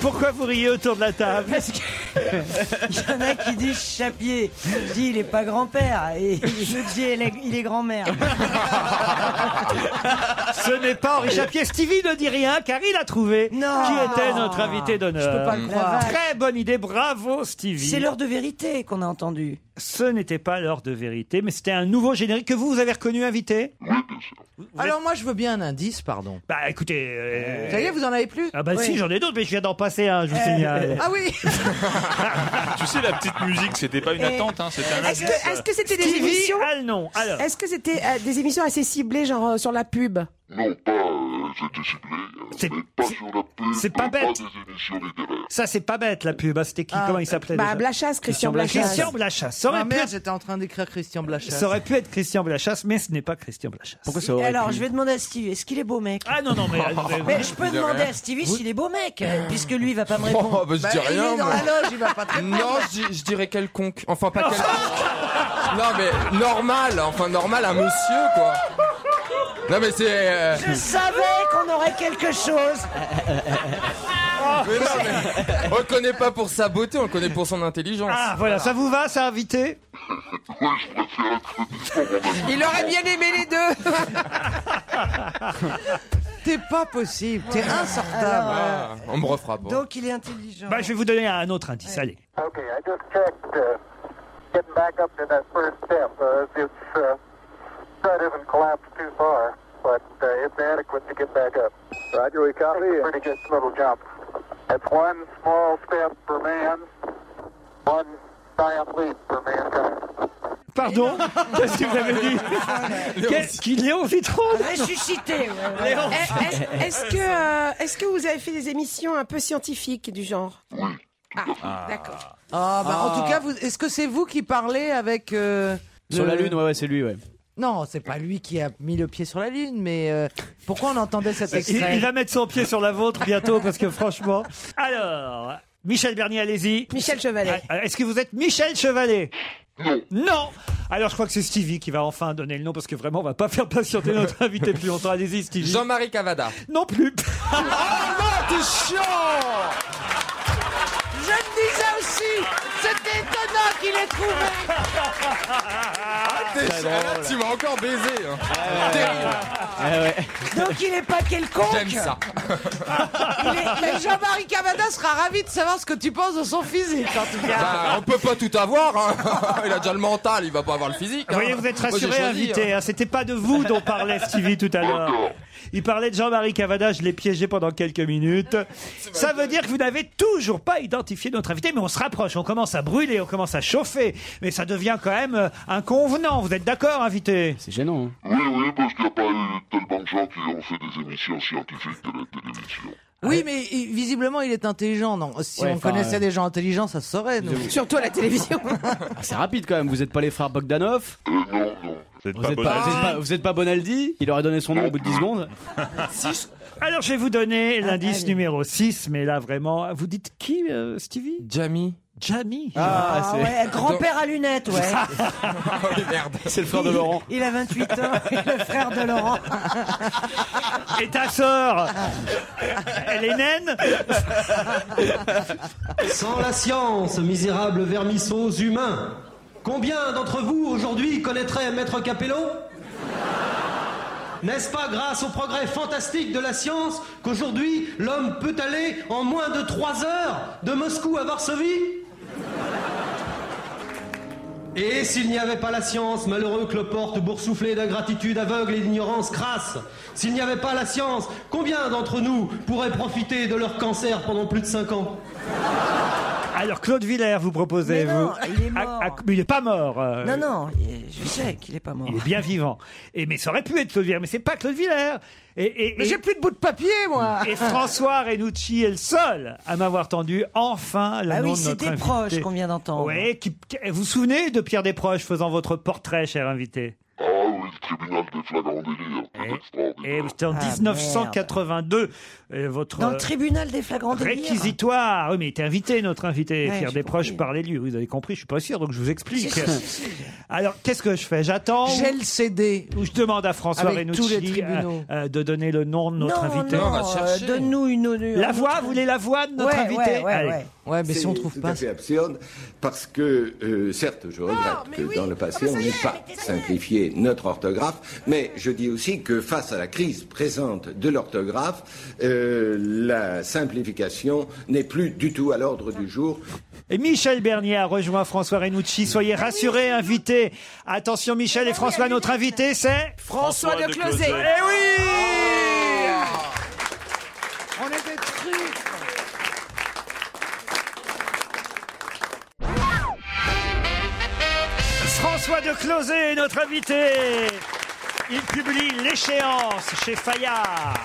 Speaker 3: Pourquoi vous riez autour de la table
Speaker 8: Il y en a qui disent chapier. Je dis, il est pas grand-père. Et je dis, il est, il est grand-mère.
Speaker 3: Ce n'est pas Henri Chapier. Stevie ne dit rien car il a trouvé qui
Speaker 7: Ah.
Speaker 3: était notre invité d'honneur.
Speaker 8: Je peux pas le croire.
Speaker 3: Très bonne idée, bravo Stevie.
Speaker 8: C'est l'heure de vérité qu'on a entendu.
Speaker 3: Ce n'était pas l'heure de vérité, mais c'était un nouveau générique que vous, vous avez reconnu, invité
Speaker 5: Alors moi, je veux bien un indice, pardon.
Speaker 3: Bah écoutez. euh,
Speaker 5: Ça y est, vous en avez plus
Speaker 3: Ah bah
Speaker 5: Oui.
Speaker 3: si, j'en ai d'autres, mais je viens d'en passer un,
Speaker 8: Euh,
Speaker 3: je vous signale.
Speaker 5: Ah oui
Speaker 9: Tu sais, la petite musique, c'était pas une
Speaker 7: Et-
Speaker 9: attente, hein, c'était un
Speaker 7: Est-ce
Speaker 9: indice.
Speaker 7: que est-ce que c'était des
Speaker 3: Stevie,
Speaker 7: émissions
Speaker 3: ah non, alors.
Speaker 7: Est-ce que c'était euh, des émissions assez ciblées, genre euh, sur la pub
Speaker 12: Non, pas, euh, j'étais ciblé, euh, mais pas sur la pub,
Speaker 3: c'est pas
Speaker 12: euh,
Speaker 3: bête.
Speaker 12: des émissions littéraires.
Speaker 3: Ça, c'est pas bête la pub. hein. C'était qui
Speaker 5: Ah.
Speaker 3: Comment il s'appelait
Speaker 5: Bah,
Speaker 3: déjà
Speaker 5: Blachas, Christian Blachas.
Speaker 3: Christian Blachas. Ça aurait
Speaker 5: Ah
Speaker 3: pu
Speaker 5: merde,
Speaker 3: être-
Speaker 5: j'étais en train d'écrire Christian Blachas.
Speaker 3: ça aurait pu être Christian Blachas, mais ce n'est pas Christian Blachas. Pourquoi
Speaker 8: Alors, je vais demander à Stevie, est-ce qu'il est beau mec
Speaker 3: Ah non, non, mais. Ah.
Speaker 8: Mais je peux
Speaker 3: Vous avez
Speaker 8: demander
Speaker 3: rien.
Speaker 8: à Stevie s'il est beau mec, euh, puisque lui, il va pas me répondre.
Speaker 6: Oh, bah, je dis
Speaker 8: il
Speaker 6: rien,
Speaker 8: est dans
Speaker 6: moi.
Speaker 8: la loge, il va pas te répondre.
Speaker 6: Non, je, dis- je dirais quelconque. Enfin, pas quelconque. non, mais normal. Enfin, normal, un monsieur, quoi. Non, mais c'est. euh,
Speaker 8: Je savais qu'on aurait quelque chose.
Speaker 3: Oh,
Speaker 6: mais non, mais on le connaît pas pour sa beauté, on le connaît pour son intelligence.
Speaker 3: Ah, voilà, ça vous va, ça, invité
Speaker 7: Il aurait bien aimé les deux.
Speaker 5: T'es pas possible, t'es insortable.
Speaker 6: Ah, on me refera pas.
Speaker 5: Donc il est intelligent.
Speaker 3: Bah, je vais vous donner un autre indice. Allez.
Speaker 18: Okay, I just checked. Uh, getting back up to that first step, uh, it's uh, that hasn't collapsed too far, but uh, it's adequate to get back up. Roger, we copy. pretty good little jump. It's one small step for man, one giant leap for mankind.
Speaker 3: Pardon Qu'est-ce que vous avez
Speaker 7: Ah,
Speaker 3: dit Qu'est-ce qu'il est en vitron
Speaker 7: Ressuscité.
Speaker 3: Léon.
Speaker 7: Est-ce que, euh, est-ce que vous avez fait des émissions un peu scientifiques du genre Ah, d'accord.
Speaker 5: Ah, bah,
Speaker 13: Ah.
Speaker 5: En tout cas, vous- est-ce que c'est vous qui parlez avec... euh,
Speaker 13: Sur
Speaker 5: le-
Speaker 13: la Lune, ouais, ouais, c'est lui, ouais.
Speaker 5: Non, c'est pas lui qui a mis le pied sur la Lune, mais euh, pourquoi on entendait cet
Speaker 3: Il,
Speaker 5: extrait
Speaker 3: il va mettre son pied sur la vôtre bientôt parce que franchement. Alors, Michel Bernier, allez-y.
Speaker 7: Michel Chevalet.
Speaker 3: Ah, Est-ce que vous êtes Michel Chevalet Non Alors je crois que c'est Stevie qui va enfin donner le nom parce que vraiment on va pas faire patienter notre invité plus longtemps. Allez-y Stevie.
Speaker 6: Jean-Marie Cavada.
Speaker 3: Non plus
Speaker 7: Je me disais aussi, c'était étonnant qu'il ait trouvé.
Speaker 6: T'es-
Speaker 7: très drôle.
Speaker 6: là, tu m'as encore baisé. hein.
Speaker 5: Ah
Speaker 12: Ah,
Speaker 5: Donc il est pas quelconque
Speaker 6: J'aime ça.
Speaker 5: Il est- mais Jean-Marie Cavada sera ravi de savoir ce que tu penses de son physique, en tout cas.
Speaker 6: Bah, on peut pas tout avoir. hein. Il a déjà le mental, il va pas avoir le physique.
Speaker 3: Vous voyez, vous êtes rassuré, invité. hein. C'était pas de vous dont parlait Stevie tout à l'heure. Il parlait de Jean-Marie Cavada, je l'ai piégé pendant quelques minutes. Ça veut dire que vous n'avez toujours pas identifié notre invité, mais on se rapproche, on commence à brûler, on commence à chauffer. Mais ça devient quand même euh, inconvenant. Vous êtes d'accord, invité
Speaker 13: C'est gênant. hein.
Speaker 12: Oui, oui, parce qu'il n'y a pas eu tellement de gens qui ont fait des émissions scientifiques de la télévision.
Speaker 5: Oui, mais il- visiblement, il est intelligent. Non, si
Speaker 13: Ouais,
Speaker 5: on
Speaker 13: enfin,
Speaker 5: connaissait
Speaker 13: euh,
Speaker 5: des gens intelligents, ça se saurait. nous.
Speaker 13: Ah, Surtout à la télévision. c'est rapide quand même, vous êtes pas les frères Bogdanov
Speaker 12: Euh, non, non.
Speaker 9: Vous êtes
Speaker 13: Vous êtes pas, vous êtes pas- vous êtes pas Bonaldi Il aurait donné son nom au bout de 10 secondes
Speaker 3: Alors, je vais vous donner
Speaker 13: Ah,
Speaker 3: l'indice numéro 6, mais là, vraiment, vous dites qui, euh, Stevie
Speaker 6: Jamie.
Speaker 3: Jamie.
Speaker 5: Ah, ouais, grand-père à lunettes, ouais.
Speaker 13: C'est le frère de Laurent.
Speaker 5: Il a 28 ans, il est le frère de Laurent.
Speaker 3: Et ta sœur Elle est naine
Speaker 19: Sans la science, misérables vermisseaux humains, combien d'entre vous aujourd'hui connaîtraient Maître Capello N'est-ce pas grâce au progrès fantastique de la science qu'aujourd'hui l'homme peut aller en moins de 3 heures de Moscou à Varsovie Et s'il n'y avait pas la science, malheureux cloporte boursouflé d'ingratitude aveugle et d'ignorance crasse, s'il n'y avait pas la science, combien d'entre nous pourraient profiter de leur cancer pendant plus de 5 ans
Speaker 3: Alors, Claude Villers, vous proposez,
Speaker 19: Mais non,
Speaker 3: vous
Speaker 19: il est
Speaker 3: Ah, ah, mais il n'est pas mort. euh,
Speaker 7: Non, non, je sais qu'il est pas mort.
Speaker 3: Il est bien vivant. Et, mais ça aurait pu être Claude Villers, mais c'est pas Claude Villers. Et,
Speaker 5: Mais j'ai
Speaker 3: plus de bout de papier, moi. Et François Renucci est le seul à m'avoir tendu enfin la
Speaker 8: Ah oui,
Speaker 3: nom de
Speaker 8: c'est
Speaker 3: notre
Speaker 8: des
Speaker 3: invité.
Speaker 8: proches qu'on vient d'entendre.
Speaker 3: Ouais, qui- qui- vous vous souvenez de Pierre Desproges faisant votre portrait, cher invité
Speaker 12: Ah oui, le tribunal des flagrants délires. C'est extraordinaire.
Speaker 3: Et eh, c'était en
Speaker 12: Ah,
Speaker 3: 1982. euh, votre
Speaker 8: Dans le
Speaker 3: euh,
Speaker 8: tribunal des flagrants hein. délires.
Speaker 3: Réquisitoire. Oui, mais il était invité, notre invité.
Speaker 8: Ouais,
Speaker 3: Pierre
Speaker 8: j'ai
Speaker 3: Desproges
Speaker 8: compris.
Speaker 3: parlait lui. Vous avez compris, je suis pas sûr, donc je vous explique.
Speaker 5: Si, si, si.
Speaker 3: Alors, qu'est-ce que je fais J'attends.
Speaker 5: J'ai le CD.
Speaker 3: Ou je demande à François
Speaker 5: Avec
Speaker 3: Renucci
Speaker 5: tous les tribunaux.
Speaker 3: euh, euh, de donner le nom de notre
Speaker 5: Non,
Speaker 3: invité.
Speaker 5: non, On va chercher. euh, donne-nous
Speaker 3: une, La
Speaker 5: une-
Speaker 3: voix, vous voulez la voix de notre
Speaker 5: Ouais,
Speaker 3: invité
Speaker 5: ouais, ouais,
Speaker 3: Allez.
Speaker 5: ouais. Ouais, mais si
Speaker 20: C'est
Speaker 5: on trouve
Speaker 20: tout
Speaker 5: pas-
Speaker 20: à fait absurde parce que, euh, certes, je regrette que dans le passé, on n'ait pas simplifié notre orthographe, mais je dis aussi que face à la crise présente de l'orthographe, euh, la simplification n'est plus du tout à l'ordre du jour.
Speaker 3: Et Michel Bernier a rejoint François Renucci.
Speaker 5: Ah
Speaker 3: Soyez rassurés, invités. Attention, Michel et François, notre invité, c'est
Speaker 7: François François de de Closé. Closé.
Speaker 3: Eh oui
Speaker 5: On était trucs.
Speaker 3: François de Closé est notre invité. Il publie L'échéance chez Fayard.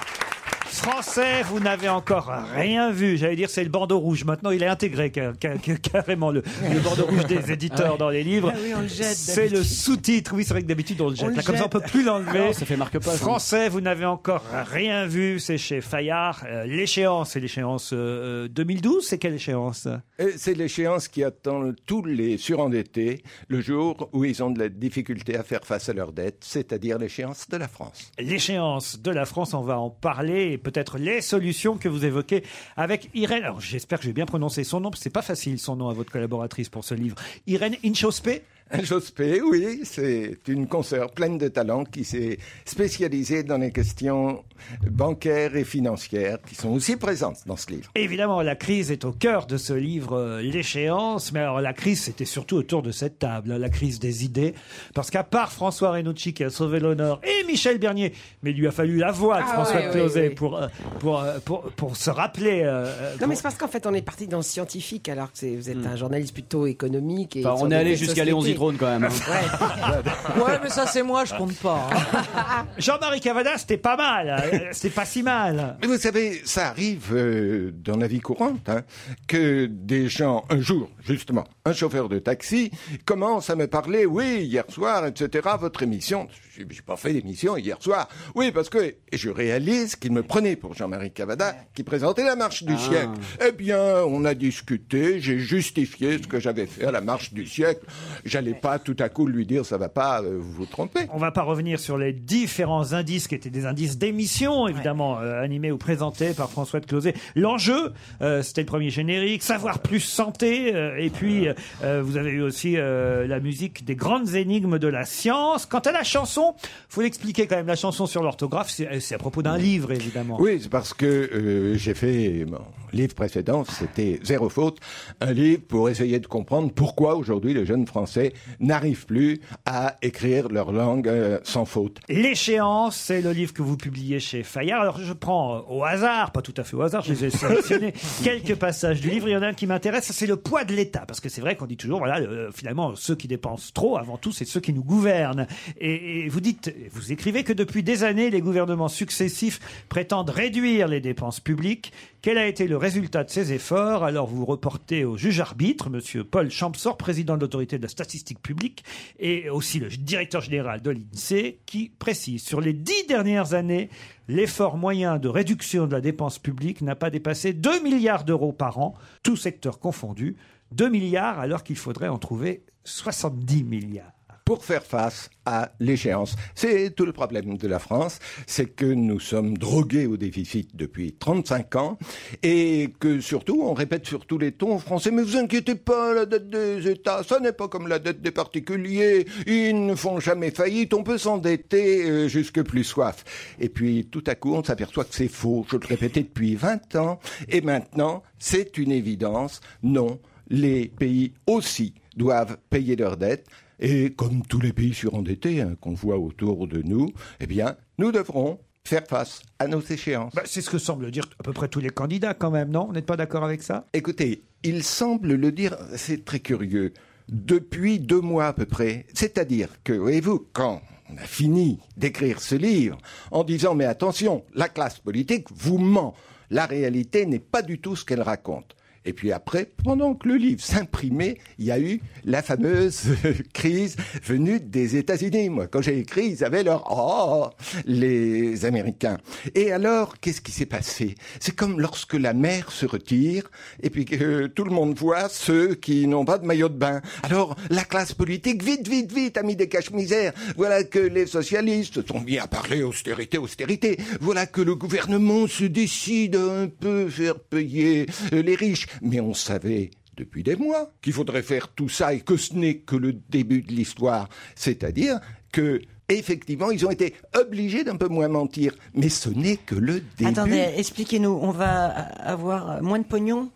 Speaker 3: Français, vous n'avez encore rien vu. J'allais dire, c'est le bandeau rouge. Maintenant, il est intégré ca- ca- ca- carrément le, le bandeau rouge des éditeurs dans les livres.
Speaker 5: Ah oui, on le jette
Speaker 3: C'est le sous-titre. Oui, c'est vrai que d'habitude on le jette.
Speaker 5: le
Speaker 3: Là, comme ça, on
Speaker 5: jette.
Speaker 3: peut plus l'enlever.
Speaker 5: Non, ça fait marque-page, hein.
Speaker 3: Français, vous n'avez encore rien vu. C'est chez Fayard. Euh, l'échéance, c'est l'échéance euh, 2012. C'est quelle échéance
Speaker 20: Et C'est l'échéance qui attend tous les surendettés le jour où ils ont de la difficulté à faire face à leurs dettes, c'est-à-dire l'échéance de la France.
Speaker 3: L'échéance de la France, on va en parler et peut-être les solutions que vous évoquez avec Irène. Alors j'espère que j'ai bien prononcé son nom, parce que c'est pas facile son nom à votre collaboratrice pour ce livre. Irène Inchospé
Speaker 20: Jospé, oui, c'est une consoeur pleine de talent qui s'est spécialisée dans les questions bancaires et financières qui sont aussi présentes dans ce livre.
Speaker 3: Évidemment, la crise est au cœur de ce livre, euh, l'échéance. Mais alors, la crise, c'était surtout autour de cette table, hein, la crise des idées. Parce qu'à part François Renucci qui a sauvé l'honneur et Michel Bernier, mais il lui a fallu la voix de
Speaker 17: Ah
Speaker 3: François
Speaker 17: ouais, ouais,
Speaker 3: Clauset
Speaker 17: ouais.
Speaker 3: Pour, euh, pour, euh, pour, pour se rappeler. euh, euh,
Speaker 17: Non, mais
Speaker 3: pour-
Speaker 17: c'est parce qu'en fait, on est parti dans le scientifique, alors que c'est- vous
Speaker 3: Hmm.
Speaker 17: êtes un journaliste plutôt économique. Et
Speaker 13: Enfin,
Speaker 17: sur
Speaker 13: on est
Speaker 17: des
Speaker 13: allé
Speaker 17: faits de
Speaker 13: jusqu'à
Speaker 17: société.
Speaker 13: Léon Zitrone, quand même, hein.
Speaker 17: Ouais.
Speaker 5: Ouais, mais ça, c'est moi, je compte pas. hein.
Speaker 3: Jean-Marie Cavada, c'était pas mal. hein, C'était pas si mal.
Speaker 20: Mais vous savez, ça arrive euh, dans la vie courante hein, que des gens, un jour justement, un chauffeur de taxi commence à me parler, oui, hier soir, etc., votre émission. J'ai j'ai pas fait d'émission hier soir. Oui, parce que et je réalise qu'il me prenait pour Jean-Marie Cavada qui présentait la marche du
Speaker 21: Ah.
Speaker 20: siècle. Eh bien, on a discuté, j'ai justifié ce que j'avais fait à la marche du siècle. J'allais pas tout à coup lui dire, ça va pas, euh, vous vous trompez.
Speaker 3: On va pas revenir sur les différents indices qui étaient des indices d'émissions, évidemment, euh, animés ou présentés par François de Closet. L'enjeu, euh, c'était le premier générique, savoir plus santé, euh, et puis euh, euh, vous avez eu aussi euh, la musique des grandes énigmes de la science. Quant à la chanson, faut l'expliquer quand même, la chanson sur l'orthographe, c'est c'est à propos d'un livre, évidemment.
Speaker 20: Oui, c'est parce que euh, j'ai fait mon livre précédent, c'était Zéro faute, un livre pour essayer de comprendre pourquoi aujourd'hui les jeunes Français n'arrivent plus à écrire leur langue euh, sans faute.
Speaker 3: L'échéance, c'est le livre que vous publiez chez Fayard. Alors je prends euh, au hasard, pas tout à fait au hasard, je les ai sélectionnés, quelques passages du livre. Il y en a un qui m'intéresse, c'est le poids de l'État. Parce que c'est vrai vrai qu'on dit toujours, voilà, euh, finalement, ceux qui dépensent trop, avant tout, c'est ceux qui nous gouvernent. Et, et vous dites, vous écrivez que depuis des années, les gouvernements successifs prétendent réduire les dépenses publiques. Quel a été le résultat de ces efforts Alors vous reportez au juge-arbitre, Monsieur Paul Champsor, président de l'autorité de la statistique publique, et aussi le directeur général de l'INSEE, E, qui précise, sur les dix dernières années, L'effort moyen de réduction de la dépense publique n'a pas dépassé 2 milliards d'euros par an, tous secteurs confondus. 2 milliards alors qu'il faudrait en trouver 70 milliards.
Speaker 20: pour faire face à l'échéance. C'est tout le problème de la France, c'est que nous sommes drogués au déficit depuis 35 ans et que surtout, on répète sur tous les tons aux français, mais vous inquiétez pas, la dette des États, ça n'est pas comme la dette des particuliers, ils ne font jamais faillite, on peut s'endetter euh, jusque plus soif. Et puis tout à coup, on s'aperçoit que c'est faux, je le répétais depuis 20 ans, et maintenant, c'est une évidence, non, les pays aussi doivent payer leurs dettes. Et comme tous les pays surendettés hein, qu'on voit autour de nous, eh bien, nous devrons faire face à nos échéances.
Speaker 3: Bah, c'est ce que semblent dire à peu près tous les candidats quand même, non Vous n'êtes pas d'accord avec ça
Speaker 20: Écoutez, il semble le dire, c'est très curieux, depuis deux mois à peu près. C'est-à-dire que, voyez-vous, quand on a fini d'écrire ce livre, en disant, mais attention, la classe politique vous ment, la réalité n'est pas du tout ce qu'elle raconte. Et puis après, pendant que le livre s'imprimait, il y a eu la fameuse crise venue des États-Unis. Moi, quand j'ai écrit, ils avaient leur oh les Américains. Et alors, qu'est-ce qui s'est passé C'est comme lorsque la mer se retire et puis que tout le monde voit ceux qui n'ont pas de maillot de bain. Alors, la classe politique, vite, vite, vite, a mis des caches-misères. Voilà que les socialistes sont mis à parler austérité, austérité. Voilà que le gouvernement se décide à un peu faire payer euh, les riches. Mais on savait depuis des mois qu'il faudrait faire tout ça et que ce n'est que le début de l'histoire. C'est-à-dire que, effectivement, ils ont été obligés d'un peu moins mentir. Mais ce n'est que le début.
Speaker 8: Attendez, expliquez-nous, on va avoir moins de pognon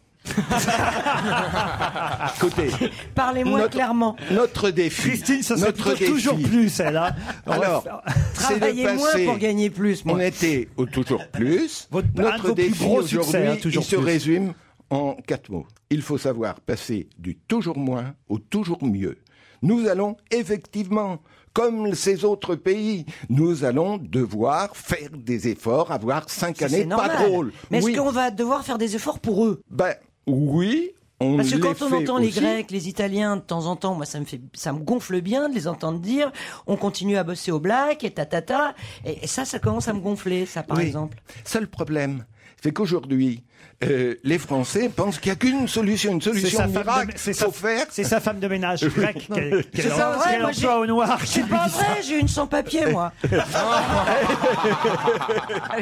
Speaker 20: Écoutez,
Speaker 8: Parlez-moi
Speaker 20: notre-
Speaker 8: clairement.
Speaker 20: Notre défi.
Speaker 3: Christine, ça
Speaker 20: notre
Speaker 3: s'écoute
Speaker 20: défi.
Speaker 3: toujours plus, celle-là. On va
Speaker 20: Alors,
Speaker 3: faire-
Speaker 20: c'est de
Speaker 8: Travaillez moins
Speaker 20: passer-
Speaker 8: pour gagner plus, moi.
Speaker 20: On était au toujours plus.
Speaker 3: un de vos
Speaker 20: Notre
Speaker 3: plus
Speaker 20: défi
Speaker 3: gros succès,
Speaker 20: aujourd'hui,
Speaker 3: hein, toujours
Speaker 20: il se
Speaker 3: plus.
Speaker 20: résume en quatre mots. Il faut savoir passer du toujours moins au toujours mieux. Nous allons effectivement, comme ces autres pays, nous allons devoir faire des efforts, avoir cinq
Speaker 8: Ça,
Speaker 20: années
Speaker 8: c'est
Speaker 20: pas
Speaker 8: normal.
Speaker 20: drôles.
Speaker 8: Mais est-ce
Speaker 20: Oui.
Speaker 8: qu'on va devoir faire des efforts pour eux
Speaker 20: Ben oui, on
Speaker 8: Parce que
Speaker 20: les
Speaker 8: quand on
Speaker 20: fait
Speaker 8: entend les
Speaker 20: aussi.
Speaker 8: Grecs, les Italiens, de temps en temps, moi ça me fait, ça me gonfle bien de les entendre dire, on continue à bosser au black et ta ta ta, et, et ça, ça commence à me gonfler, ça par
Speaker 20: Oui.
Speaker 8: exemple.
Speaker 20: Seul problème, c'est qu'aujourd'hui, euh, les Français pensent qu'il n'y a qu'une solution, une
Speaker 3: C'est
Speaker 20: solution
Speaker 3: sa, femme
Speaker 20: miracle.
Speaker 3: de, c'est, sa, c'est sa femme de ménage grecque
Speaker 20: Non.
Speaker 3: qu'elle,
Speaker 20: C'est
Speaker 3: qu'elle,
Speaker 20: ça,
Speaker 3: qu'elle
Speaker 20: ouais, moi,
Speaker 3: emploie
Speaker 20: j'ai-
Speaker 3: au noir. qui
Speaker 8: C'est
Speaker 3: lui
Speaker 8: pas
Speaker 3: dit ça.
Speaker 8: vrai, j'ai une sans papier moi.
Speaker 5: Elle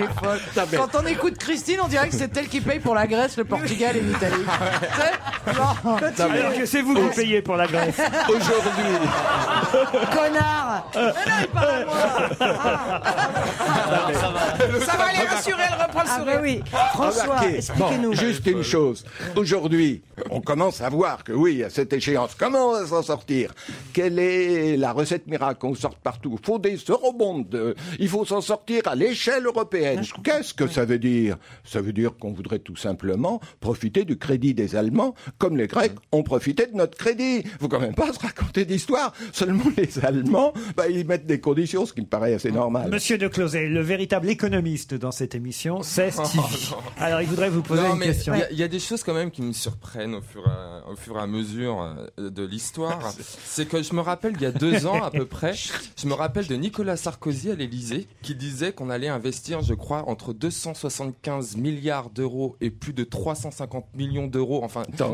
Speaker 5: est folle. Quand on écoute Christine, on dirait que c'est elle qui paye pour la Grèce, le Portugal et l'Italie. Tu sais Genre, quand il-
Speaker 3: Alors que c'est vous qui payez pour la Grèce.
Speaker 20: Aujourd'hui.
Speaker 8: Connard
Speaker 7: Ça va les rassurer, elle reprend le sourire.
Speaker 8: oui. François,
Speaker 20: Remarquez,
Speaker 8: expliquez-nous.
Speaker 20: Ah, bah, bon, juste une chose. Aujourd'hui, on commence à voir que oui, à cette échéance, comment on va s'en sortir Quelle est la recette miracle qu'on sorte partout Il faut des eurobonds. Il faut s'en sortir à l'échelle
Speaker 8: Ah,
Speaker 20: européenne. Qu'est-ce que ça veut dire Ça veut dire qu'on voudrait tout simplement profiter du crédit des Allemands, comme les Grecs ont profité de notre crédit. Faut quand même pas se raconter d'histoire. Seulement les Allemands, bah, ils mettent des conditions, ce qui me paraît
Speaker 8: Ah.
Speaker 20: assez normal.
Speaker 3: Monsieur de Closet, le véritable économiste dans cette émission, c'est Stevie.
Speaker 6: Oh,
Speaker 3: Alors, il voudrait vous poser
Speaker 6: Non,
Speaker 3: une
Speaker 6: mais
Speaker 3: question.
Speaker 6: Il y a- il y, a des choses quand même qui me surprennent au fur et à, au fur et à mesure euh, de l'histoire. C'est que je me rappelle, il y a deux ans à peu près, je me rappelle de Nicolas Sarkozy à l'Élysée qui disait qu'on allait investir, je crois, entre 275 milliards d'euros et plus de 350 millions d'euros, enfin,
Speaker 20: Attends,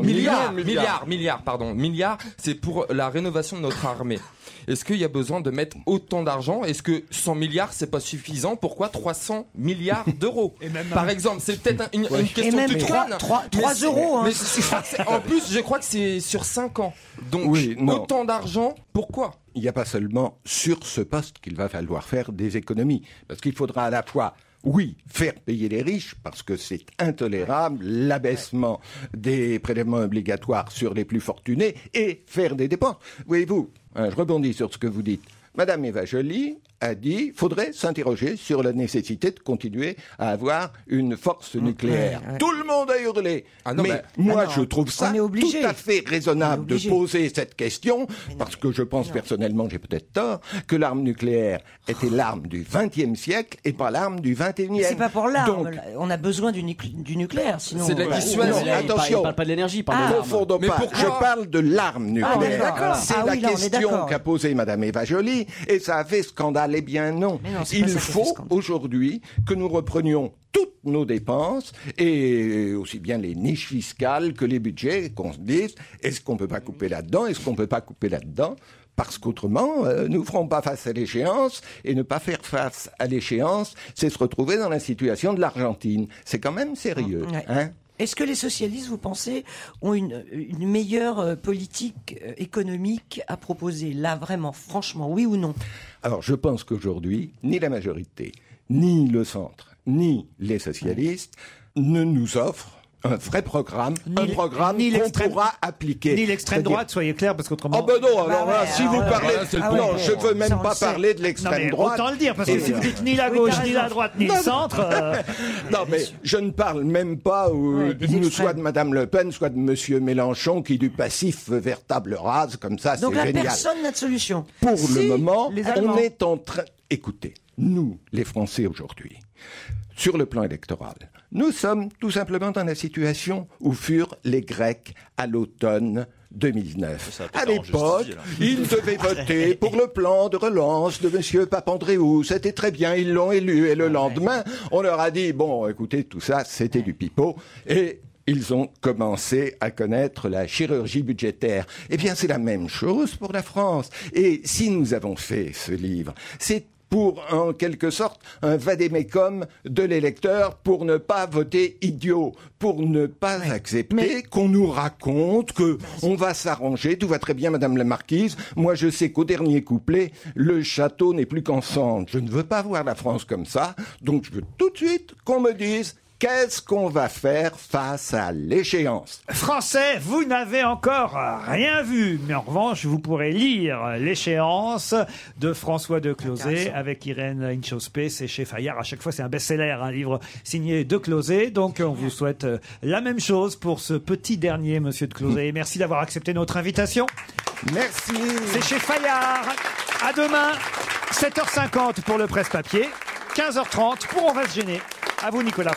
Speaker 20: milliards,
Speaker 6: milliards, milliards, milliards, pardon, milliards, c'est pour la rénovation de notre armée. Est-ce qu'il y a besoin de mettre autant d'argent Est-ce que 100 milliards, c'est pas suffisant Pourquoi 300 milliards d'euros Par exemple, c'est peut-être un- une,
Speaker 8: Ouais.
Speaker 6: une
Speaker 8: Et
Speaker 6: question
Speaker 8: même
Speaker 6: toute
Speaker 8: trois-
Speaker 6: conne,
Speaker 8: trois-
Speaker 6: mais
Speaker 8: trois
Speaker 6: c'est-
Speaker 8: euros, hein.
Speaker 6: mais c'est- je crois que c'est- en plus, je crois que c'est sur 5 ans. Donc,
Speaker 20: Oui, non.
Speaker 6: autant d'argent, pourquoi
Speaker 20: il n'y a pas seulement sur ce poste qu'il va falloir faire des économies, parce qu'il faudra à la fois, oui, faire payer les riches, parce que c'est intolérable, l'abaissement des prélèvements obligatoires sur les plus fortunés, et faire des dépenses. Voyez-vous, hein, je rebondis sur ce que vous dites. Madame Eva Joly a dit faudrait s'interroger sur la nécessité de continuer à avoir une force nucléaire. Mm. ouais, ouais. Tout le monde a hurlé. non, mais bah- moi, Ah non, je trouve ça on est obligé. tout à fait On est raisonnable de obligé. poser cette question, parce que je pense personnellement, j'ai peut-être tort, que l'arme nucléaire était l'arme du XXe siècle et pas l'arme du XXIe.
Speaker 22: Oh. C'est pas pour
Speaker 8: Ah,
Speaker 22: l'arme.
Speaker 20: Donc,
Speaker 22: là. On a besoin du, nuclé- du nucléaire, sinon.
Speaker 20: C'est de la
Speaker 8: euh,
Speaker 22: Bah,
Speaker 20: dissuasion.
Speaker 22: non, non,
Speaker 20: Attention.
Speaker 22: Ah.
Speaker 20: Confondons
Speaker 22: Mais
Speaker 20: pas.
Speaker 22: pourquoi
Speaker 20: Je parle de l'arme
Speaker 22: Ah, on est
Speaker 20: nucléaire.
Speaker 22: d'accord.
Speaker 20: c'est
Speaker 22: Ah
Speaker 20: la
Speaker 22: oui, là, on est
Speaker 20: question
Speaker 22: d'accord.
Speaker 20: qu'a posée Madame Eva Joly et ça a fait scandale. Eh bien non.
Speaker 22: Mais non, c'est pas
Speaker 20: Il
Speaker 22: ça qui a fait
Speaker 20: faut aujourd'hui que nous reprenions toutes nos dépenses et aussi bien les niches fiscales que les budgets, qu'on se dise est-ce qu'on peut pas couper là-dedans, est-ce qu'on peut pas couper là-dedans parce qu'autrement, euh, nous ne ferons pas face à l'échéance, et ne pas faire face à l'échéance, c'est se retrouver dans la situation de l'Argentine. C'est quand même sérieux.
Speaker 22: Ouais.
Speaker 20: Hein
Speaker 22: Est-ce que les socialistes, vous pensez, ont une, une meilleure euh, politique euh, économique à proposer Là, vraiment, franchement, oui ou non
Speaker 20: Alors, je pense qu'aujourd'hui, ni la majorité, ni le centre, ni les socialistes ne nous offrent un vrai programme, un
Speaker 3: l-
Speaker 20: programme
Speaker 3: ni
Speaker 20: qu'on
Speaker 3: l'extrême-
Speaker 20: pourra appliquer.
Speaker 3: Ni l'extrême
Speaker 20: C'est-à-dire-
Speaker 3: droite, soyez clair, parce qu'autrement. Bah
Speaker 20: Oh ben non, alors là, si vous parlez,
Speaker 3: ah
Speaker 20: non, je veux même pas parler de
Speaker 3: Non, mais
Speaker 20: l'extrême droite.
Speaker 3: Autant le dire, parce que
Speaker 20: Et-
Speaker 3: si vous dites ni la gauche, ni la droite, ni le
Speaker 20: Non,
Speaker 3: centre. euh,
Speaker 20: non, mais je ne parle même pas euh, soit de Madame Le Pen, soit de Monsieur Mélenchon, qui du passif euh, vers table rase, comme ça, Ah, c'est
Speaker 22: Donc là,
Speaker 20: génial.
Speaker 22: personne n'a de solution.
Speaker 20: Pour
Speaker 22: Si,
Speaker 20: le moment,
Speaker 22: les
Speaker 20: on
Speaker 22: Allemands.
Speaker 20: est en train. Écoutez, nous, les Français aujourd'hui, sur le plan électoral, nous sommes tout simplement dans la situation où furent les Grecs à l'automne 2009.
Speaker 9: peut-être
Speaker 20: À
Speaker 9: arranger
Speaker 20: l'époque,
Speaker 9: ce style, là.
Speaker 20: ils devaient voter pour le plan de relance de M. Papandréou. C'était très bien, ils l'ont élu. Et le lendemain, on leur a dit, bon, écoutez, tout ça, c'était du pipeau. Et ils ont commencé à connaître la chirurgie budgétaire. Eh bien, c'est la même chose pour la France. Et si nous avons fait ce livre, c'est pour, en quelque sorte, un vadémécum de l'électeur pour ne pas voter idiot, pour ne pas accepter qu'on nous raconte que on va s'arranger, tout va très bien, Madame la Marquise. Moi, je sais qu'au dernier couplet, le château n'est plus qu'en cendres. Je ne veux pas voir la France comme ça, donc je veux tout de suite qu'on me dise qu'est-ce qu'on va faire face à l'échéance.
Speaker 3: Français, vous n'avez encore rien vu, mais en revanche, vous pourrez lire l'échéance de François de Closet avec Irène Inchospé, c'est chez Fayard. À chaque fois, c'est un best-seller, un livre signé de Closet. Donc, on vous souhaite euh, la même chose pour ce petit dernier, Monsieur de Closet. Et Merci d'avoir accepté notre invitation.
Speaker 20: Merci.
Speaker 3: C'est chez Fayard. À demain, 7h50 pour le presse-papier, 15h30 pour On va se gêner. À vous, Nicolas.